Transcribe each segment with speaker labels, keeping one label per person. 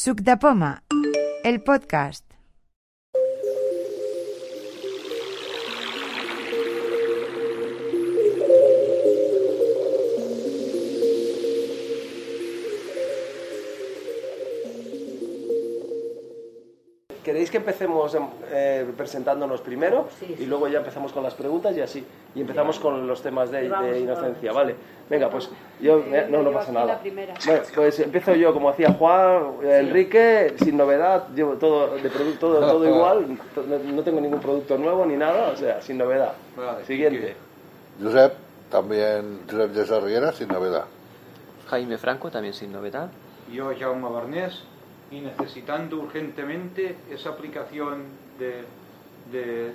Speaker 1: Suc de Poma, el podcast.
Speaker 2: ¿Queréis que empecemos eh, presentándonos primero? Y luego ya empezamos con las preguntas y así. Y empezamos con los temas de, de inocencia, ¿vale? Venga, pues yo... eh, no, no pasa nada. Bueno, pues empiezo yo, como hacía Juan, eh, Enrique, sin novedad, llevo todo, de produ- todo, todo igual, to- no, no tengo ningún producto nuevo ni nada, o sea, sin novedad.
Speaker 3: Vale,
Speaker 2: Siguiente.
Speaker 4: Josep, también Josep de Sarriera, sin novedad.
Speaker 5: Jaime Franco, también sin novedad.
Speaker 3: Yo, Jaume Barnés, y necesitando urgentemente esa aplicación de, de-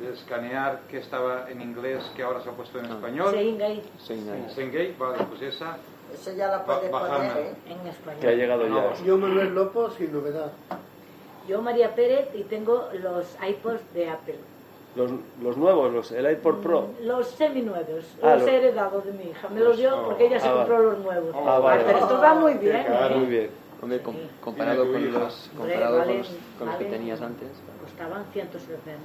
Speaker 3: de escanear que estaba en inglés, que ahora se ha puesto en
Speaker 2: Ah.
Speaker 3: español.
Speaker 6: Sí, gay.
Speaker 5: Soy una-
Speaker 3: Sengate, vale, pues esa.
Speaker 6: Eso ya la
Speaker 3: Ba-
Speaker 6: puedes
Speaker 3: bajarla.
Speaker 6: poner ¿eh? en
Speaker 2: Que ha
Speaker 6: español.
Speaker 2: llegado ya.
Speaker 3: No.
Speaker 7: Yo, Manuel Lopo, sin novedad.
Speaker 6: Yo, María Pérez, y tengo los iPods de Apple.
Speaker 2: Los, los nuevos, los, el iPod Pro.
Speaker 6: Los seminuevos.
Speaker 2: Ah,
Speaker 6: los
Speaker 2: lo-
Speaker 6: he heredado de mi hija. Me los dio porque ella se
Speaker 2: Ah,
Speaker 6: compró
Speaker 2: vale.
Speaker 6: los nuevos.
Speaker 2: Ah, vale,
Speaker 6: Pero
Speaker 2: vale.
Speaker 6: esto va muy bien.
Speaker 2: Ah,
Speaker 6: ¿eh?
Speaker 2: muy bien.
Speaker 5: Hombre, com- comparado
Speaker 3: Mira, tu
Speaker 5: con
Speaker 3: hija.
Speaker 5: los, comparado
Speaker 6: Hombre,
Speaker 5: con los,
Speaker 6: vale,
Speaker 5: con los que
Speaker 6: vale.
Speaker 5: tenías antes.
Speaker 6: Costaban 160.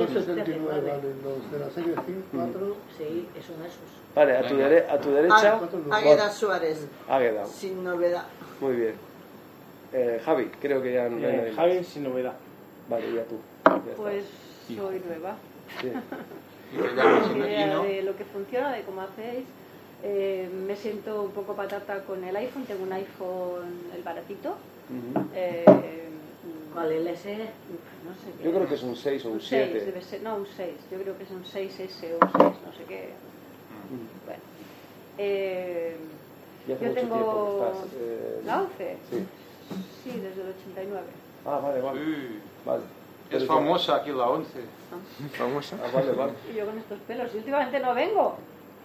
Speaker 6: 179.
Speaker 7: 279 valen los de la serie 5, 4.
Speaker 6: Sí, es un Asus.
Speaker 2: Mm. Vale, a tu,
Speaker 3: Venga.
Speaker 2: dere- a tu derecha...
Speaker 7: Ah.
Speaker 8: Águeda Suárez,
Speaker 2: Águeda.
Speaker 8: sin novedad.
Speaker 2: Muy bien. Eh, Javi, creo que ya no hay nadie más.
Speaker 9: Eh, Javi sin novedad.
Speaker 2: Vale, ya tú. Ya
Speaker 10: Pues
Speaker 2: está.
Speaker 10: soy nueva.
Speaker 2: Sí.
Speaker 3: Y que llamas en
Speaker 10: Idea
Speaker 3: latino.
Speaker 10: de lo que funciona, de cómo hacéis. Eh, me siento un poco patata con el iPhone. Tengo un iPhone, el baratito.
Speaker 2: Ujú.
Speaker 10: Eh,
Speaker 6: ¿Cuál es ese?
Speaker 10: No sé qué
Speaker 2: Yo creo
Speaker 10: era.
Speaker 2: que es un 6 o un
Speaker 10: Un 6,
Speaker 2: 7.
Speaker 10: debe ser. No, un 6. Yo creo que es un 6S o un 6, no sé qué. Bueno. Eh,
Speaker 2: Mm. Y hace
Speaker 10: Yo
Speaker 2: mucho
Speaker 10: tengo-
Speaker 2: tiempo que estás. eh,
Speaker 10: ¿La 11?
Speaker 2: Sí.
Speaker 10: Sí, desde el 89.
Speaker 2: Ah, vale, vale.
Speaker 3: Sí.
Speaker 2: vale.
Speaker 3: Es famosa aquí la 11.
Speaker 5: Vamos
Speaker 2: Ah, vale, vale.
Speaker 10: Y yo con estos pelos. Y últimamente no vengo.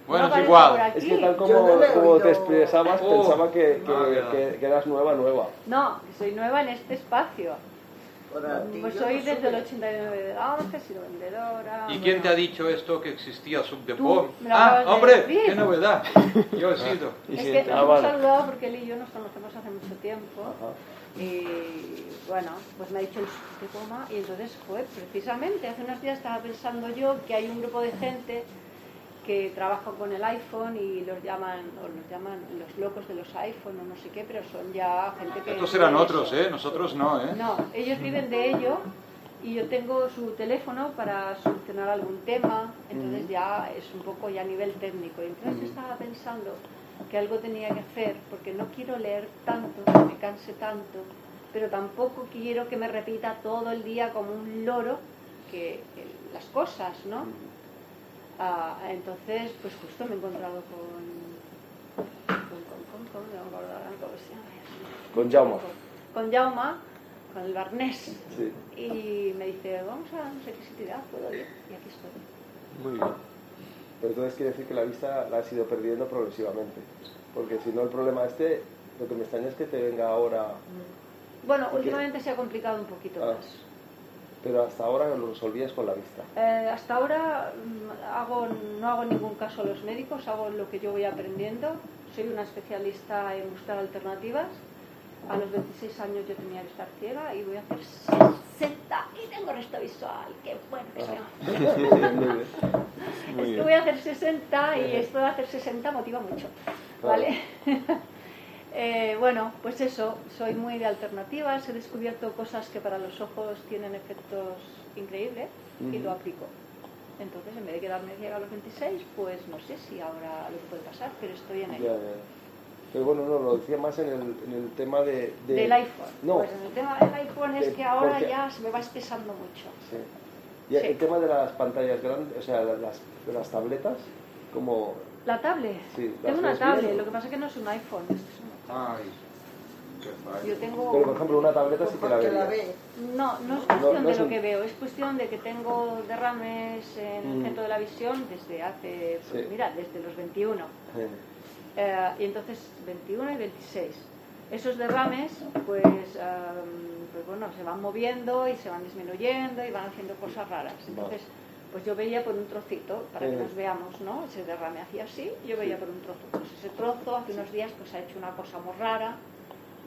Speaker 3: Bueno, es
Speaker 10: No aparezco por
Speaker 3: igual.
Speaker 10: aquí.
Speaker 2: Es que tal como,
Speaker 8: Yo no le he
Speaker 2: como te
Speaker 8: oído.
Speaker 2: expresabas,
Speaker 3: Oh.
Speaker 2: pensaba que, que,
Speaker 3: Ah, ya.
Speaker 2: que- que eras nueva, nueva.
Speaker 10: No, que soy nueva en este espacio.
Speaker 8: Por aquí
Speaker 10: Pues
Speaker 8: yo
Speaker 10: soy
Speaker 8: no
Speaker 10: desde
Speaker 8: supe.
Speaker 10: el 89 de la 11, he sido vendedora.
Speaker 3: ¿Y
Speaker 10: bueno.
Speaker 3: quién te ha dicho esto que existía Subdepot?
Speaker 10: Tú, me lo
Speaker 3: Ah,
Speaker 10: acabas de
Speaker 3: hombre,
Speaker 10: decir.
Speaker 3: qué novedad. Yo he sido.
Speaker 2: Y
Speaker 10: Es
Speaker 2: si-
Speaker 10: que nos
Speaker 2: ah,
Speaker 10: hemos
Speaker 2: vale.
Speaker 10: saludado porque él y yo nos conocemos hace mucho tiempo.
Speaker 2: Ajá.
Speaker 10: Y bueno, pues me ha dicho el sur de coma. Y entonces, joder, precisamente hace unos días estaba pensando yo que hay un grupo de gente que trabaja con el iPhone y los llaman, o los llaman los locos de los iPhone o no sé qué, pero son ya gente que.
Speaker 3: Estos eran
Speaker 10: vive de
Speaker 3: otros,
Speaker 10: eso.
Speaker 3: ¿eh? Nosotros no, ¿eh?
Speaker 10: No, ellos viven de ello y yo tengo su teléfono para solucionar algún tema, entonces ya es un poco ya a nivel técnico. Y entonces estaba pensando que algo tenía que hacer porque no quiero leer tanto, que me canse tanto, pero tampoco quiero que me repita todo el día como un loro que que las cosas, ¿no? Ah, entonces, pues justo me he encontrado con... con, con, con, con, no me acuerdo ahora cómo se llama.
Speaker 2: Con Jaume.
Speaker 10: Con Jauma, con el Barnés.
Speaker 2: Sí.
Speaker 10: Y me dice, vamos a no sé qué sitio, puedo ir. Y aquí estoy.
Speaker 5: Muy bien.
Speaker 2: Pero entonces quiere decir que la vista la has ido perdiendo progresivamente. Porque si no, el problema este, lo que me extraña es que te venga ahora.
Speaker 10: Bueno,
Speaker 2: Porque-
Speaker 10: últimamente se ha complicado un poquito
Speaker 2: Ah.
Speaker 10: más.
Speaker 2: Pero hasta ahora lo resolvías con la vista.
Speaker 10: Eh, hasta ahora mm, hago, no hago ningún caso a los médicos, hago lo que yo voy aprendiendo. Soy una especialista en buscar alternativas. A los 26 años yo tenía que estar ciega y voy a hacer 60 y tengo resto visual. Qué bueno
Speaker 2: Ah,
Speaker 10: que soy.
Speaker 2: Muy bien.
Speaker 10: Es que voy a hacer 60 y esto de hacer 60 motiva mucho.
Speaker 2: Claro.
Speaker 10: ¿Vale? Eh, bueno, pues eso, soy muy de alternativas, he descubierto cosas que para los ojos tienen efectos increíbles y lo aplico. Entonces, en vez de quedarme ciega a los 26, pues no sé si ahora lo que puede pasar, pero estoy en
Speaker 2: Ya,
Speaker 10: ello.
Speaker 2: ya. Pero bueno, no, lo decía más en el, en el tema de, de-
Speaker 10: Del iPhone.
Speaker 2: No.
Speaker 10: Pues en el tema del iPhone es
Speaker 2: De-
Speaker 10: que ahora
Speaker 2: porque-
Speaker 10: ya se me va espesando mucho.
Speaker 2: Sí. Y
Speaker 10: Sí.
Speaker 2: el tema de las pantallas grandes, o sea, la- las, de las tabletas, como...
Speaker 10: La tablet.
Speaker 2: Sí, las
Speaker 10: tengo una
Speaker 2: ves bien,
Speaker 10: tablet,
Speaker 2: ¿no?
Speaker 10: lo que pasa es que no es un iPhone. es que es una-
Speaker 3: Ay, qué fallo.
Speaker 10: Yo tengo
Speaker 2: Pero, por ejemplo, una tableta sí que la
Speaker 8: Porque la
Speaker 2: vería.
Speaker 8: ve.
Speaker 10: No, no es cuestión
Speaker 2: no es
Speaker 10: de lo
Speaker 2: un-
Speaker 10: que veo, es cuestión de que tengo derrames en el
Speaker 2: Mm.
Speaker 10: centro de la visión desde hace, pues,
Speaker 2: Sí.
Speaker 10: mira, desde los 21.
Speaker 2: Eh,
Speaker 10: Eh, y entonces 21 y 26. Esos derrames, pues, am, pues bueno, se van moviendo y se van disminuyendo y van haciendo cosas raras. Entonces, pues yo veía por un trocito, para que
Speaker 2: Eh.
Speaker 10: nos veamos, ¿no? Ese derrame hacía así, yo veía por un trozo. Pues ese trozo hace unos días pues ha hecho una cosa muy rara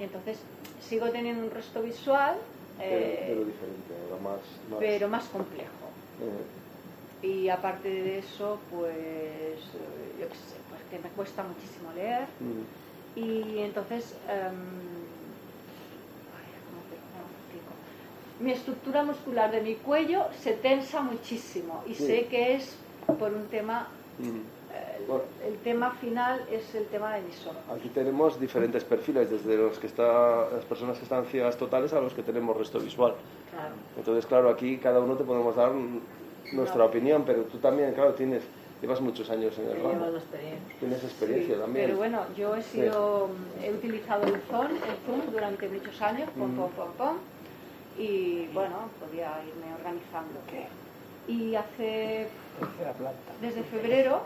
Speaker 10: Y entonces sigo teniendo un rostro visual, eh,
Speaker 2: Pero, pero diferente, ahora más. más
Speaker 10: pero más complejo.
Speaker 2: eh,
Speaker 10: Y aparte de eso, pues eh, yo qué sé, pues que me cuesta muchísimo leer.
Speaker 2: mm.
Speaker 10: Y entonces, em, ay, ¿cómo te- cómo te digo? mi estructura muscular de mi cuello se tensa muchísimo y
Speaker 2: Sí.
Speaker 10: sé que es por un tema,
Speaker 2: Mm.
Speaker 10: eh,
Speaker 2: Bueno.
Speaker 10: el, tema final es el tema de mis ojos.
Speaker 2: Aquí tenemos diferentes perfiles, desde los que está, las personas que están ciegas totales a los que tenemos resto visual.
Speaker 6: Claro.
Speaker 2: Entonces, claro, aquí cada uno te podemos dar un- nuestra
Speaker 10: No.
Speaker 2: opinión, pero tú también, claro, tienes, llevas muchos años en
Speaker 6: que
Speaker 2: el
Speaker 6: lleva
Speaker 2: ramo,
Speaker 6: la experiencia.
Speaker 2: tienes experiencia
Speaker 10: Sí,
Speaker 2: también.
Speaker 10: Pero bueno, yo he sido, he utilizado el Zoom, el Zoom durante muchos años, pom,
Speaker 2: Mm.
Speaker 10: pom, pom, pom, y bueno, podía irme organizando. Y hace, desde febrero,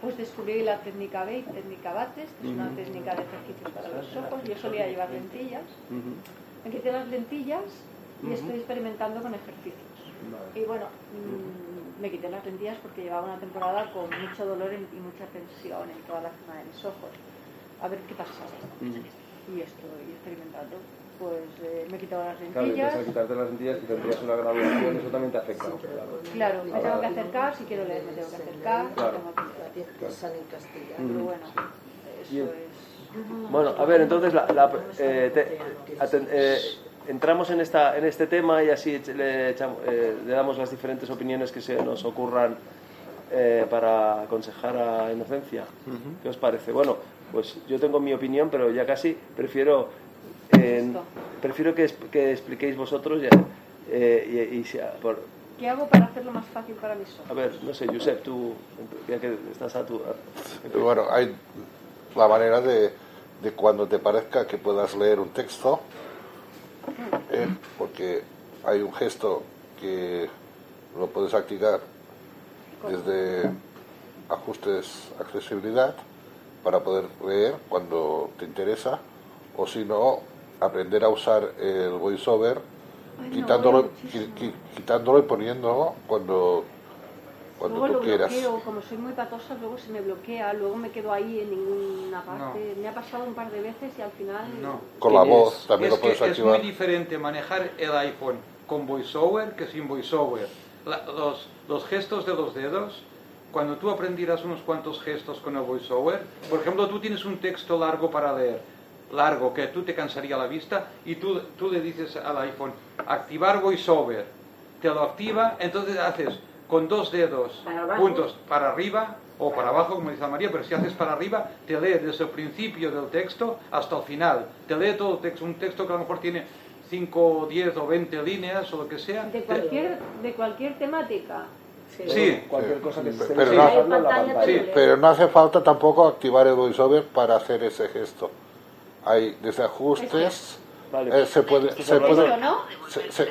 Speaker 10: pues descubrí la técnica BATE, técnica Bates, que es una
Speaker 2: Ujú.
Speaker 10: técnica de ejercicios para los ojos. Yo solía llevar lentillas,
Speaker 2: Ujú.
Speaker 10: me quité las lentillas y
Speaker 2: Ujú.
Speaker 10: estoy experimentando con ejercicios. Y bueno, mm, me quité las lentillas porque llevaba una temporada con mucho dolor en- y mucha tensión en toda la zona de mis ojos. A ver qué pasaba.
Speaker 2: Ujú.
Speaker 10: Y estoy experimentando. Pues eh, me he quitado las
Speaker 2: Claro, y
Speaker 10: lentillas.
Speaker 2: empiezas a quitarte las lentillas que tendrías una graduación, eso también te afecta. claro.
Speaker 10: Claro, me
Speaker 2: Ahora-
Speaker 10: tengo que acercar, si quiero leer me tengo que acercar. me
Speaker 2: Ah, Claro.
Speaker 10: tengo que-
Speaker 8: en Castilla.
Speaker 10: Pero
Speaker 2: Ujú.
Speaker 10: bueno,
Speaker 2: Y
Speaker 10: eso
Speaker 2: el-
Speaker 10: es...
Speaker 2: Bueno, a ver, entonces la- la- eh, te- aten- eh, entramos en, esta, en este tema y así ech- le, echam- eh, le damos las diferentes opiniones que se nos ocurran eh, para aconsejar a Inocencia. ¿Qué os parece? Bueno, pues yo tengo mi opinión, pero ya casi prefiero, eh,
Speaker 10: Justo.
Speaker 2: prefiero que, es- que expliquéis vosotros ya, eh, y, y sea por-
Speaker 10: ¿Qué hago para hacerlo más fácil para mis
Speaker 2: a
Speaker 10: ojos?
Speaker 2: ver, no sé, Josep, tú, ya que estás a tu...
Speaker 4: Bueno, hay la manera de, de cuando te parezca que puedas leer un texto, ¿eh? porque hay un gesto que lo puedes activar desde ajustes accesibilidad para poder leer cuando te interesa, o si no, aprender a usar el voiceover
Speaker 10: Ay, no,
Speaker 4: quitándolo,
Speaker 10: vale muchísimo.
Speaker 4: qui- qui- quitándolo y poniéndolo cuando, cuando
Speaker 10: luego
Speaker 4: tú
Speaker 10: lo
Speaker 4: quieras.
Speaker 10: bloqueo, como soy muy patosa, luego se me bloquea, luego me quedo ahí en ninguna parte. Me ha pasado un par de veces y al final...
Speaker 3: No.
Speaker 4: Con la
Speaker 5: Tienes-
Speaker 4: voz también
Speaker 3: es
Speaker 4: lo puedes
Speaker 3: que
Speaker 4: activar.
Speaker 3: Es muy diferente manejar el iPhone con voiceover que sin voiceover. La- los, los gestos de los dedos, cuando tú aprendieras unos cuantos gestos con el voiceover, por ejemplo, tú tienes un texto largo para leer, largo, que tú te cansaría la vista, y tú, tú le dices al iPhone, activar voiceover. Te lo activa, entonces haces con dos dedos
Speaker 6: Para abajo.
Speaker 3: juntos para arriba o para abajo, como dice María, pero si haces para arriba, te lee desde el principio del texto hasta el final. Te lee todo el texto, un texto que a lo mejor tiene 5, 10 o 20 líneas o lo que sea.
Speaker 10: De cualquier, de cualquier temática.
Speaker 6: Sí.
Speaker 3: Sí,
Speaker 2: Cualquier cosa que se esté
Speaker 4: Pero no-
Speaker 2: dibujando en la
Speaker 6: Pantalla,
Speaker 2: pantalla.
Speaker 3: Sí.
Speaker 4: Pero no hace falta tampoco activar el voiceover para hacer ese gesto. Hay desajustes,
Speaker 2: Vale.
Speaker 4: eh, se puede, se
Speaker 2: hablando-
Speaker 4: puede,
Speaker 10: Esto, ¿no?
Speaker 4: se- se-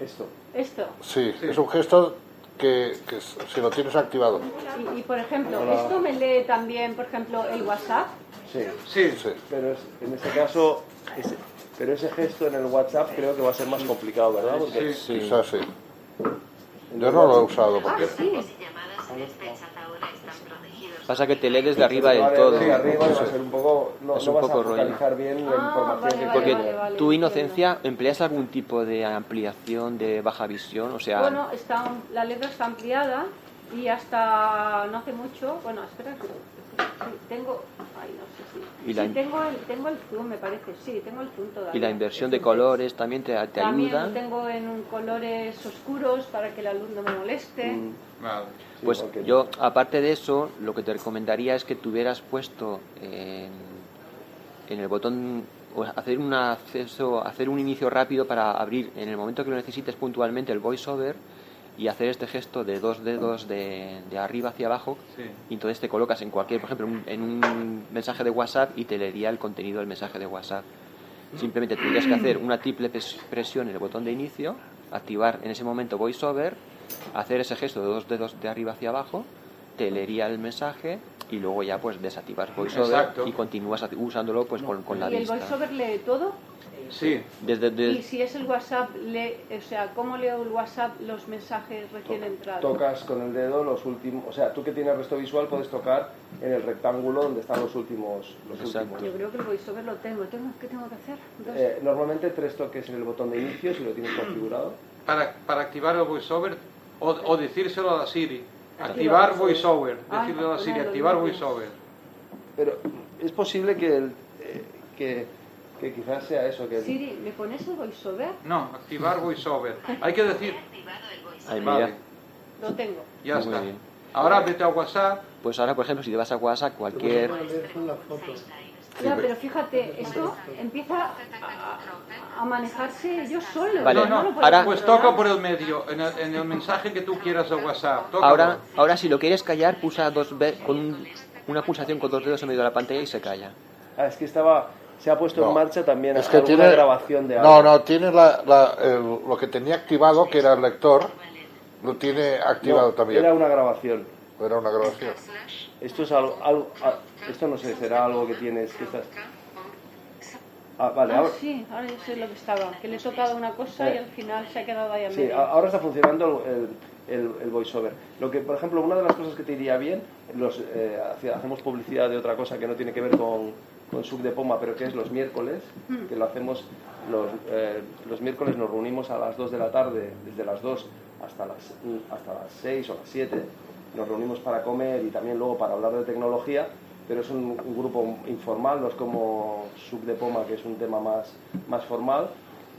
Speaker 2: Esto.
Speaker 10: Esto.
Speaker 4: sí, es un gesto que, que s- si lo tienes activado,
Speaker 10: Y, y, por ejemplo, esto me lee también, por ejemplo, el WhatsApp.
Speaker 2: Sí.
Speaker 3: sí.
Speaker 4: sí.
Speaker 2: Pero es- en este caso, ese, pero ese gesto en el WhatsApp creo que va a ser más complicado, ¿verdad? Porque
Speaker 3: Sí.
Speaker 4: quizás sí. Yo no lo he usado
Speaker 10: Ah,
Speaker 4: porque
Speaker 10: sí.
Speaker 5: Pasa que te lee desde
Speaker 2: va
Speaker 5: arriba
Speaker 2: a
Speaker 5: del
Speaker 2: ver
Speaker 5: todo.
Speaker 2: desde arriba y va a ser un poco, no,
Speaker 5: Es
Speaker 2: no
Speaker 5: un
Speaker 2: vas
Speaker 5: poco
Speaker 2: a
Speaker 5: rollo.
Speaker 2: focalizar bien la
Speaker 10: Ah,
Speaker 2: información que
Speaker 10: vale,
Speaker 5: Porque
Speaker 10: vale, vale,
Speaker 5: tu
Speaker 10: entiendo.
Speaker 5: inocencia empleas algún tipo de ampliación, de baja visión, o sea,
Speaker 10: Bueno, está, la letra está ampliada y hasta no hace mucho. Bueno, espera, que- sí, tengo. Ay, no sé si.
Speaker 5: Y la
Speaker 10: sí,
Speaker 5: in-
Speaker 10: tengo, el, tengo el zoom, me parece. Sí, tengo el zoom todavía.
Speaker 5: y la inversión de colores también te, te
Speaker 10: También
Speaker 5: ayuda.
Speaker 10: lo tengo en un colores oscuros para que el alumno me moleste.
Speaker 5: Mm,
Speaker 3: Vale.
Speaker 5: Pues
Speaker 2: Sí, porque-
Speaker 5: yo, aparte de eso, lo que te recomendaría es que tuvieras puesto en, en el botón o hacer un acceso, hacer un inicio rápido para abrir en el momento que lo necesites puntualmente el voiceover y hacer este gesto de dos dedos de, de arriba hacia abajo.
Speaker 3: Sí.
Speaker 5: Y entonces te colocas en cualquier, por ejemplo, un- en un mensaje de WhatsApp y te leería el contenido del mensaje de WhatsApp. Simplemente tendrías que hacer una triple pres- presión en el botón de inicio, activar en ese momento VoiceOver, hacer ese gesto de dos dedos de arriba hacia abajo, te leería el mensaje y luego ya pues desactivar VoiceOver
Speaker 3: Exacto.
Speaker 5: y continúas haci- usándolo pues con, con la
Speaker 10: y el
Speaker 5: vista.
Speaker 10: voiceover lee todo.
Speaker 3: Sí.
Speaker 5: Desde, de-
Speaker 10: Y si es el WhatsApp, lee, o sea, ¿cómo leo el WhatsApp los mensajes recién entrados?
Speaker 2: tocas con el dedo los últimos, o sea, tú que tienes resto visual puedes tocar en el rectángulo donde están los últimos. Los
Speaker 5: Exacto.
Speaker 2: últimos.
Speaker 10: Yo creo que el voiceover lo tengo. tengo ¿Qué tengo que hacer? Dos.
Speaker 2: Eh, normalmente tres toques en el botón de inicio si lo tienes configurado.
Speaker 3: Para, para activar el voiceover o, o decírselo a la Siri. Activar voiceover.
Speaker 10: Ah,
Speaker 3: Decirle a la Siri,
Speaker 10: ponerlo,
Speaker 3: activar
Speaker 10: ¿no?
Speaker 3: voiceover.
Speaker 2: Pero es posible que, el, eh, que, que quizás sea eso.
Speaker 3: eh,
Speaker 2: Que el-
Speaker 10: Siri, ¿me pones el voiceover?
Speaker 3: No, activar voiceover. Hay que decir.
Speaker 5: Ahí, mira.
Speaker 3: Vale,
Speaker 10: Lo tengo.
Speaker 3: ya
Speaker 5: Muy
Speaker 3: está.
Speaker 5: bien.
Speaker 3: Ahora vete a WhatsApp.
Speaker 5: Pues ahora, por ejemplo, si te vas a WhatsApp, cualquier...
Speaker 7: Lo que se puede leer son las fotos.
Speaker 10: Ya,
Speaker 4: pero-
Speaker 10: pero fíjate, esto empieza a, a manejarse yo solo.
Speaker 5: Vale,
Speaker 10: yo no, lo puedo
Speaker 5: ahora-
Speaker 3: Pues toca
Speaker 10: controlar.
Speaker 3: por el medio, en el, en el mensaje que tú quieras de WhatsApp. tócalo.
Speaker 5: Ahora, ahora si lo quieres callar, pulsa dos ve- con un- una pulsación con dos dedos en medio de la pantalla y se calla.
Speaker 2: Ah, es que estaba. Se ha puesto en
Speaker 4: No.
Speaker 2: marcha también
Speaker 4: Es que
Speaker 2: alguna
Speaker 4: tiene-
Speaker 2: grabación de
Speaker 4: No,
Speaker 2: algo.
Speaker 4: no, tiene la, la- el- lo que tenía activado, que era el lector, lo tiene activado
Speaker 2: No,
Speaker 4: también.
Speaker 2: Era una grabación.
Speaker 4: Era una grabación.
Speaker 2: Esto es algo, algo- ah, esto no sé, será algo que tienes que estás. Ah, vale,
Speaker 10: Ah,
Speaker 2: ahora,
Speaker 10: sí, ahora yo sé lo que estaba. Que le he tocado una cosa y al final se ha quedado ahí a
Speaker 2: sí,
Speaker 10: medio.
Speaker 2: a- ahora está funcionando el, el- el voiceover. Lo que, por ejemplo, una de las cosas que te iría bien, los, eh, hacia- hacemos publicidad de otra cosa que no tiene que ver con, con Sub de Poma, pero que es los miércoles, que lo hacemos los, eh, los miércoles, nos reunimos a las 2 de la tarde, desde las 2 hasta las, hasta las 6 o las 7, nos reunimos para comer y también luego para hablar de tecnología, pero es un, un grupo informal, no es como Sub de Poma, que es un tema más, más formal.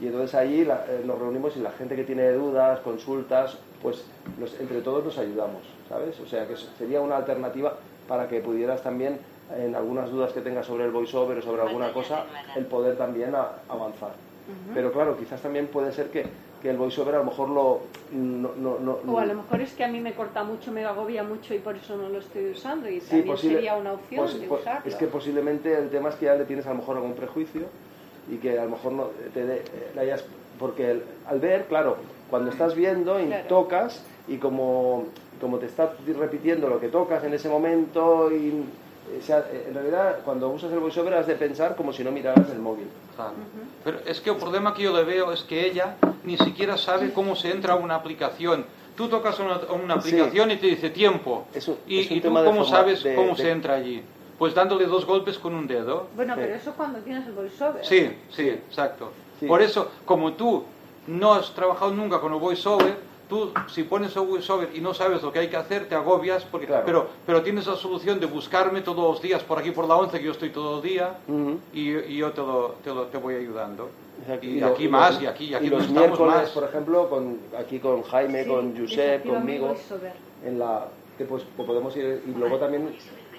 Speaker 2: Y entonces ahí la- eh, nos reunimos y la gente que tiene dudas, consultas, pues los- entre todos nos ayudamos, ¿sabes? O sea que eso sería una alternativa para que pudieras también, en algunas dudas que tengas sobre el voiceover o sobre alguna cosa, el poder también a- avanzar. Pero claro, quizás también puede ser que, que el voiceover a lo mejor lo... No, no- no-
Speaker 10: O a lo mejor es que a mí me corta mucho, me agobia mucho y por eso no lo estoy usando. Y
Speaker 2: Sí,
Speaker 10: también
Speaker 2: posible-
Speaker 10: sería una opción
Speaker 2: posi-
Speaker 10: de
Speaker 2: po-
Speaker 10: usarlo.
Speaker 2: Es que posiblemente el tema es que ya le tienes a lo mejor algún prejuicio y que a lo mejor no eh, te dé- le hayas... Porque el- al ver, claro, cuando estás viendo y
Speaker 10: Claro.
Speaker 2: tocas y como, como te está repitiendo lo que tocas en ese momento y... o sea, eh, en realidad, cuando usas el voiceover has de pensar como si no miraras el móvil.
Speaker 3: Claro. Pero es que el problema que yo le veo es que ella ni siquiera sabe cómo se entra a una aplicación. Tú tocas una, una
Speaker 2: Sí.
Speaker 3: aplicación y te dice tiempo.
Speaker 2: Es un-
Speaker 3: ¿Y,
Speaker 2: es un
Speaker 3: y tú
Speaker 2: tema de
Speaker 3: cómo
Speaker 2: forma-
Speaker 3: sabes
Speaker 2: de-
Speaker 3: cómo
Speaker 2: de-
Speaker 3: se entra allí? Pues dándole dos golpes con un dedo.
Speaker 10: Bueno,
Speaker 2: Sí.
Speaker 10: pero eso es cuando tienes el voiceover.
Speaker 3: Sí, sí, exacto.
Speaker 2: Sí.
Speaker 3: Por eso, como tú no has trabajado nunca con el voiceover, tú si pones el voiceover y no sabes lo que hay que hacer, te agobias, porque,
Speaker 2: Claro.
Speaker 3: pero, pero tienes la solución de buscarme todos los días por aquí por la 11, que yo estoy todo el día,
Speaker 2: Ujú.
Speaker 3: y, y yo te, lo, te, lo- te voy ayudando.
Speaker 2: Exacto.
Speaker 3: Y,
Speaker 2: lo-
Speaker 3: aquí
Speaker 2: y
Speaker 3: más,
Speaker 2: los-
Speaker 3: y aquí, y aquí
Speaker 2: y
Speaker 3: no
Speaker 2: los
Speaker 3: estamos
Speaker 2: miércoles,
Speaker 3: más.
Speaker 2: por ejemplo, con, aquí con Jaime,
Speaker 10: Sí,
Speaker 2: con Josep,
Speaker 10: desactiva mi
Speaker 2: conmigo,
Speaker 10: voiceover.
Speaker 2: en la que pues que podemos ir y luego también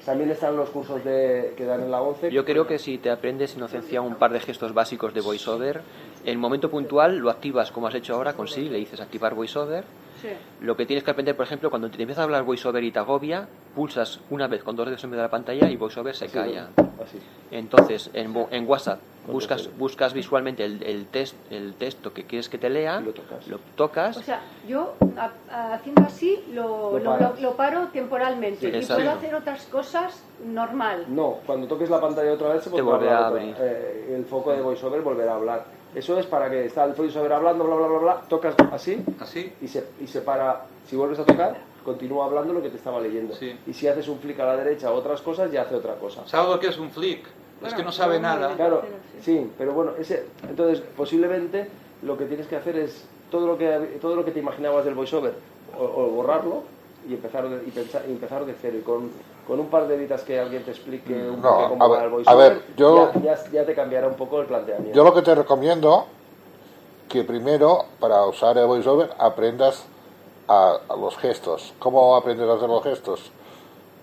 Speaker 2: también están los cursos de que dan en la 11
Speaker 5: Yo creo que si te aprendes inocencia un par de gestos básicos de voiceover, en el momento puntual lo activas como has hecho ahora con Siri, le dices activar voiceover.
Speaker 10: Sí.
Speaker 5: Lo que tienes que aprender, por ejemplo, cuando te empieza a hablar voiceover y te agobia, pulsas una vez con dos dedos en medio de la pantalla y voiceover se
Speaker 2: Sí,
Speaker 5: calla.
Speaker 2: así.
Speaker 5: Entonces, en, vo- en WhatsApp buscas, buscas visualmente el, el, test, el texto que quieres que te lea,
Speaker 2: Y lo tocas.
Speaker 5: tocas,
Speaker 10: O sea, yo a- a- haciendo así lo,
Speaker 2: Lo
Speaker 10: lo-
Speaker 2: paras.
Speaker 10: lo paro temporalmente
Speaker 5: Sí,
Speaker 10: y
Speaker 5: exacto.
Speaker 10: puedo hacer otras cosas normal.
Speaker 2: No, cuando toques la pantalla otra vez se
Speaker 5: Te
Speaker 2: podrá
Speaker 5: volverá
Speaker 2: hablar
Speaker 5: a
Speaker 2: otra-
Speaker 5: abrir.
Speaker 2: eh, el foco de voiceover volverá a hablar. Eso es para que está el voiceover hablando, bla bla bla bla, tocas así
Speaker 3: Así.
Speaker 2: y se, y se para. Si vuelves a tocar, continúa hablando lo que te estaba leyendo.
Speaker 3: Sí.
Speaker 2: Y si haces un flick a la derecha o otras cosas, ya hace otra cosa.
Speaker 3: ¿Sabes lo que es un flick? es
Speaker 10: Bueno,
Speaker 3: que no sabe
Speaker 10: no,
Speaker 3: nada.
Speaker 10: no,
Speaker 2: Claro,
Speaker 10: Pero sí.
Speaker 2: sí, pero bueno, ese, entonces posiblemente lo que tienes que hacer es todo lo que todo lo que te imaginabas del voiceover o, o borrarlo y empezar de, y pensar, y empezar de cero y con, con un par de editas que alguien te explique un
Speaker 4: No,
Speaker 2: poco cómo
Speaker 4: a
Speaker 2: va
Speaker 4: ver,
Speaker 2: el voiceover,
Speaker 4: a ver, yo-
Speaker 2: ya, ya- ya te cambiará un poco el planteamiento.
Speaker 4: Yo lo que te recomiendo, que primero, para usar el voiceover, aprendas a, a los gestos. ¿Cómo aprendes a hacer los gestos?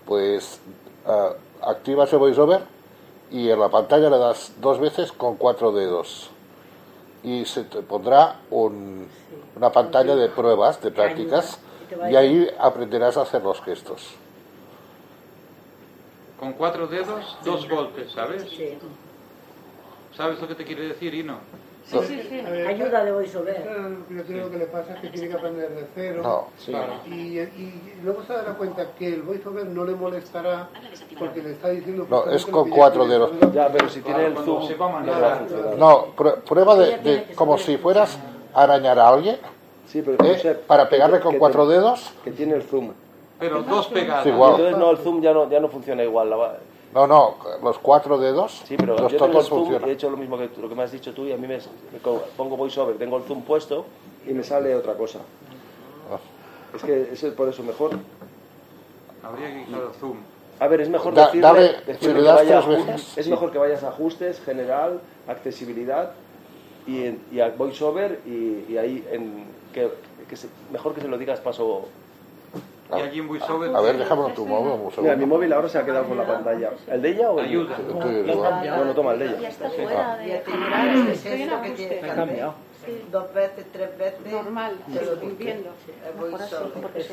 Speaker 4: Pues ah, activas el voiceover y en la pantalla le das dos veces con cuatro dedos. Y se te pondrá un- una pantalla de pruebas, de prácticas,
Speaker 6: te va a
Speaker 4: y ahí aprenderás a hacer los gestos.
Speaker 3: Con cuatro dedos, dos golpes, ¿sabes?
Speaker 6: Sí.
Speaker 3: ¿Sabes lo que te quiere decir, Ino?
Speaker 10: Sí, sí, sí.
Speaker 7: A ver,
Speaker 6: Ayuda de voiceover.
Speaker 7: claro, Yo creo que le pasa es que tiene que aprender de cero.
Speaker 4: No,
Speaker 7: Y, y luego se dará cuenta que el voiceover no le molestará porque le está diciendo.
Speaker 4: No, es
Speaker 7: justamente
Speaker 4: con
Speaker 7: lo que ya
Speaker 4: cuatro
Speaker 7: quiere
Speaker 4: dedos.
Speaker 7: saber.
Speaker 2: Ya, pero si tiene
Speaker 3: Claro,
Speaker 2: el
Speaker 3: cuando
Speaker 2: zoom,
Speaker 3: sepa
Speaker 2: no
Speaker 3: manejar.
Speaker 2: va a funcionar.
Speaker 4: no pr- prueba de-
Speaker 6: Ella tiene
Speaker 4: de
Speaker 6: que
Speaker 4: como
Speaker 6: saber
Speaker 4: si fueras a arañar a alguien.
Speaker 2: Sí, pero
Speaker 4: ¿Eh?
Speaker 2: Josep,
Speaker 4: para pegarle
Speaker 2: que-
Speaker 4: con
Speaker 2: que
Speaker 4: cuatro
Speaker 2: te-
Speaker 4: dedos
Speaker 2: que tiene el zoom.
Speaker 3: pero dos pegadas.
Speaker 4: Sí, guau.
Speaker 2: Entonces no, el zoom ya no, ya no funciona igual. la va-
Speaker 4: No, no, los cuatro dedos,
Speaker 2: Sí, pero
Speaker 4: los
Speaker 2: yo tengo el
Speaker 4: toques
Speaker 2: zoom eh. y
Speaker 4: funcionan.
Speaker 2: he hecho lo mismo que tú- lo que me has dicho tú y a mí me, me co- pongo voiceover, tengo el zoom puesto y me sale otra cosa.
Speaker 4: Ah.
Speaker 2: Es que eso es por eso mejor.
Speaker 3: Habría que quitar el zoom.
Speaker 2: A ver, es mejor
Speaker 4: Da-
Speaker 2: decirle,
Speaker 4: dale,
Speaker 2: decirle
Speaker 4: si le
Speaker 2: que
Speaker 4: das
Speaker 2: vaya a
Speaker 4: tres
Speaker 2: ajustes,
Speaker 4: veces.
Speaker 2: es mejor que vayas a ajustes, general, accesibilidad y, en- y a voiceover y, y ahí en que, que se- mejor que se lo digas paso.
Speaker 4: Ah.
Speaker 3: Y allí en VoiceOver
Speaker 4: A ver, déjame tu móvil un
Speaker 2: Mira, mi
Speaker 4: segundo.
Speaker 2: móvil ahora se ha quedado con la pantalla. ¿El de ella o el Ah,
Speaker 3: ayuda.
Speaker 4: Tú, igual.
Speaker 2: Bueno, toma el de ella.
Speaker 10: está
Speaker 2: Ah.
Speaker 10: fuera de
Speaker 8: Ya te
Speaker 10: general,
Speaker 8: diré, es
Speaker 10: estoy en
Speaker 8: esto que tiene
Speaker 10: ajuste.
Speaker 8: que cambiar. Dos veces, tres veces.
Speaker 10: Normal,
Speaker 8: Te lo quité.
Speaker 10: viendo.
Speaker 8: Eh, voy solo.
Speaker 11: pues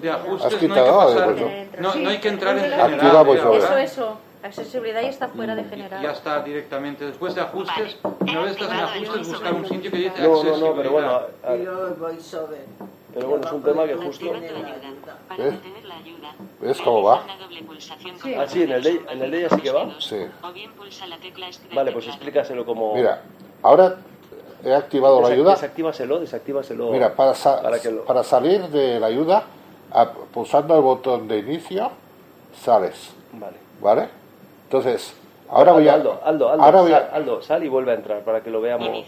Speaker 3: De
Speaker 4: Has
Speaker 3: ajustes no hay que
Speaker 4: quitado,
Speaker 3: pasar.
Speaker 4: eh,
Speaker 3: No, no hay que entrar en
Speaker 4: Activa
Speaker 3: general.
Speaker 4: VoiceOver.
Speaker 3: ¿verdad?
Speaker 9: eso. Accesibilidad y está fuera de general.
Speaker 3: Ya está directamente. Después de ajustes, una vez estás en ajustes, buscar un sitio que dice
Speaker 2: No, no,
Speaker 3: accesibilidad.
Speaker 2: no, pero bueno, a-
Speaker 8: Y luego el voiceover.
Speaker 2: pero bueno, es un tema que justo.
Speaker 4: ¿Ves? ¿Ves cómo va?
Speaker 10: Sí.
Speaker 2: Ah, sí, en el de, en el de ella sí que va.
Speaker 4: Sí.
Speaker 2: Vale, pues explícaselo como.
Speaker 4: Mira, ahora he activado la
Speaker 2: Desac-
Speaker 4: ayuda.
Speaker 2: Desactívaselo, desactívaselo.
Speaker 4: Mira, para, sa-
Speaker 2: Para que lo-
Speaker 4: para salir de la ayuda, a- pulsando el botón de inicio, sales,
Speaker 2: Vale.
Speaker 4: ¿vale? Entonces, ahora voy a...
Speaker 2: Aldo, Aldo, Aldo,
Speaker 4: ahora voy
Speaker 2: sal,
Speaker 4: a-
Speaker 2: Aldo, sal y vuelve a entrar para que lo veamos.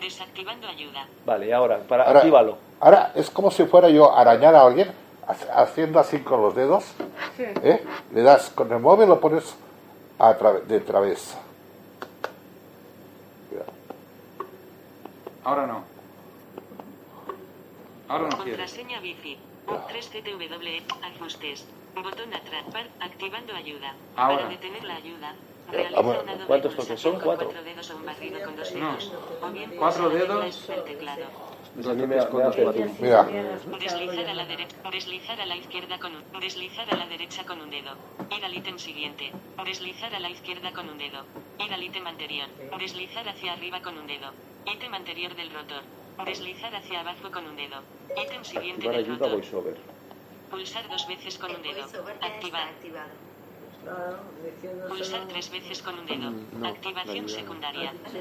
Speaker 9: Desactivando ayuda.
Speaker 2: Vale, y ahora, para,
Speaker 4: ahora-
Speaker 2: actívalo.
Speaker 4: ahora es como si fuera yo a arañar a alguien, ha- haciendo así con los dedos, ¿eh? Le das con el móvil, lo pones a trave- de través. Mira,
Speaker 3: Ahora no. Ahora no quiere.
Speaker 9: Contraseña bici. 3CTW. Ajustes. Botón atrapar. Activando ayuda.
Speaker 3: Ahora.
Speaker 9: Para detener la ayuda.
Speaker 4: ah,
Speaker 9: Realiza
Speaker 4: bueno.
Speaker 9: una doble
Speaker 2: ¿Cuántos toques
Speaker 9: pulsación
Speaker 2: son?
Speaker 9: con
Speaker 2: ¿Cuatro?
Speaker 9: dedos o un barrido con dos
Speaker 3: No.
Speaker 9: dedos. O bien pulsar
Speaker 3: Cuatro
Speaker 9: la tecla
Speaker 3: dedos.
Speaker 9: S del teclado.
Speaker 2: Pues a mí me, me hace el zoom.
Speaker 4: Mira,
Speaker 9: Deslizar a la derecha, deslizar a la izquierda con un, deslizar a la derecha con un dedo. Ir al ítem siguiente. Deslizar a la izquierda con un dedo. Ir al ítem anterior. Deslizar hacia arriba con un dedo. Ítem anterior del rotor. Deslizar hacia abajo con un dedo. Ítem siguiente
Speaker 2: Activar
Speaker 9: del
Speaker 2: ayuda
Speaker 9: rotor.
Speaker 2: voiceover.
Speaker 9: Pulsar dos veces con un dedo. Activar.
Speaker 8: Ah, diciendo
Speaker 10: Pues
Speaker 9: Pulsar
Speaker 8: solo-
Speaker 9: tres veces con un dedo.
Speaker 5: Mm, no,
Speaker 9: Activación
Speaker 5: la ayuda no.
Speaker 9: secundaria.
Speaker 8: La-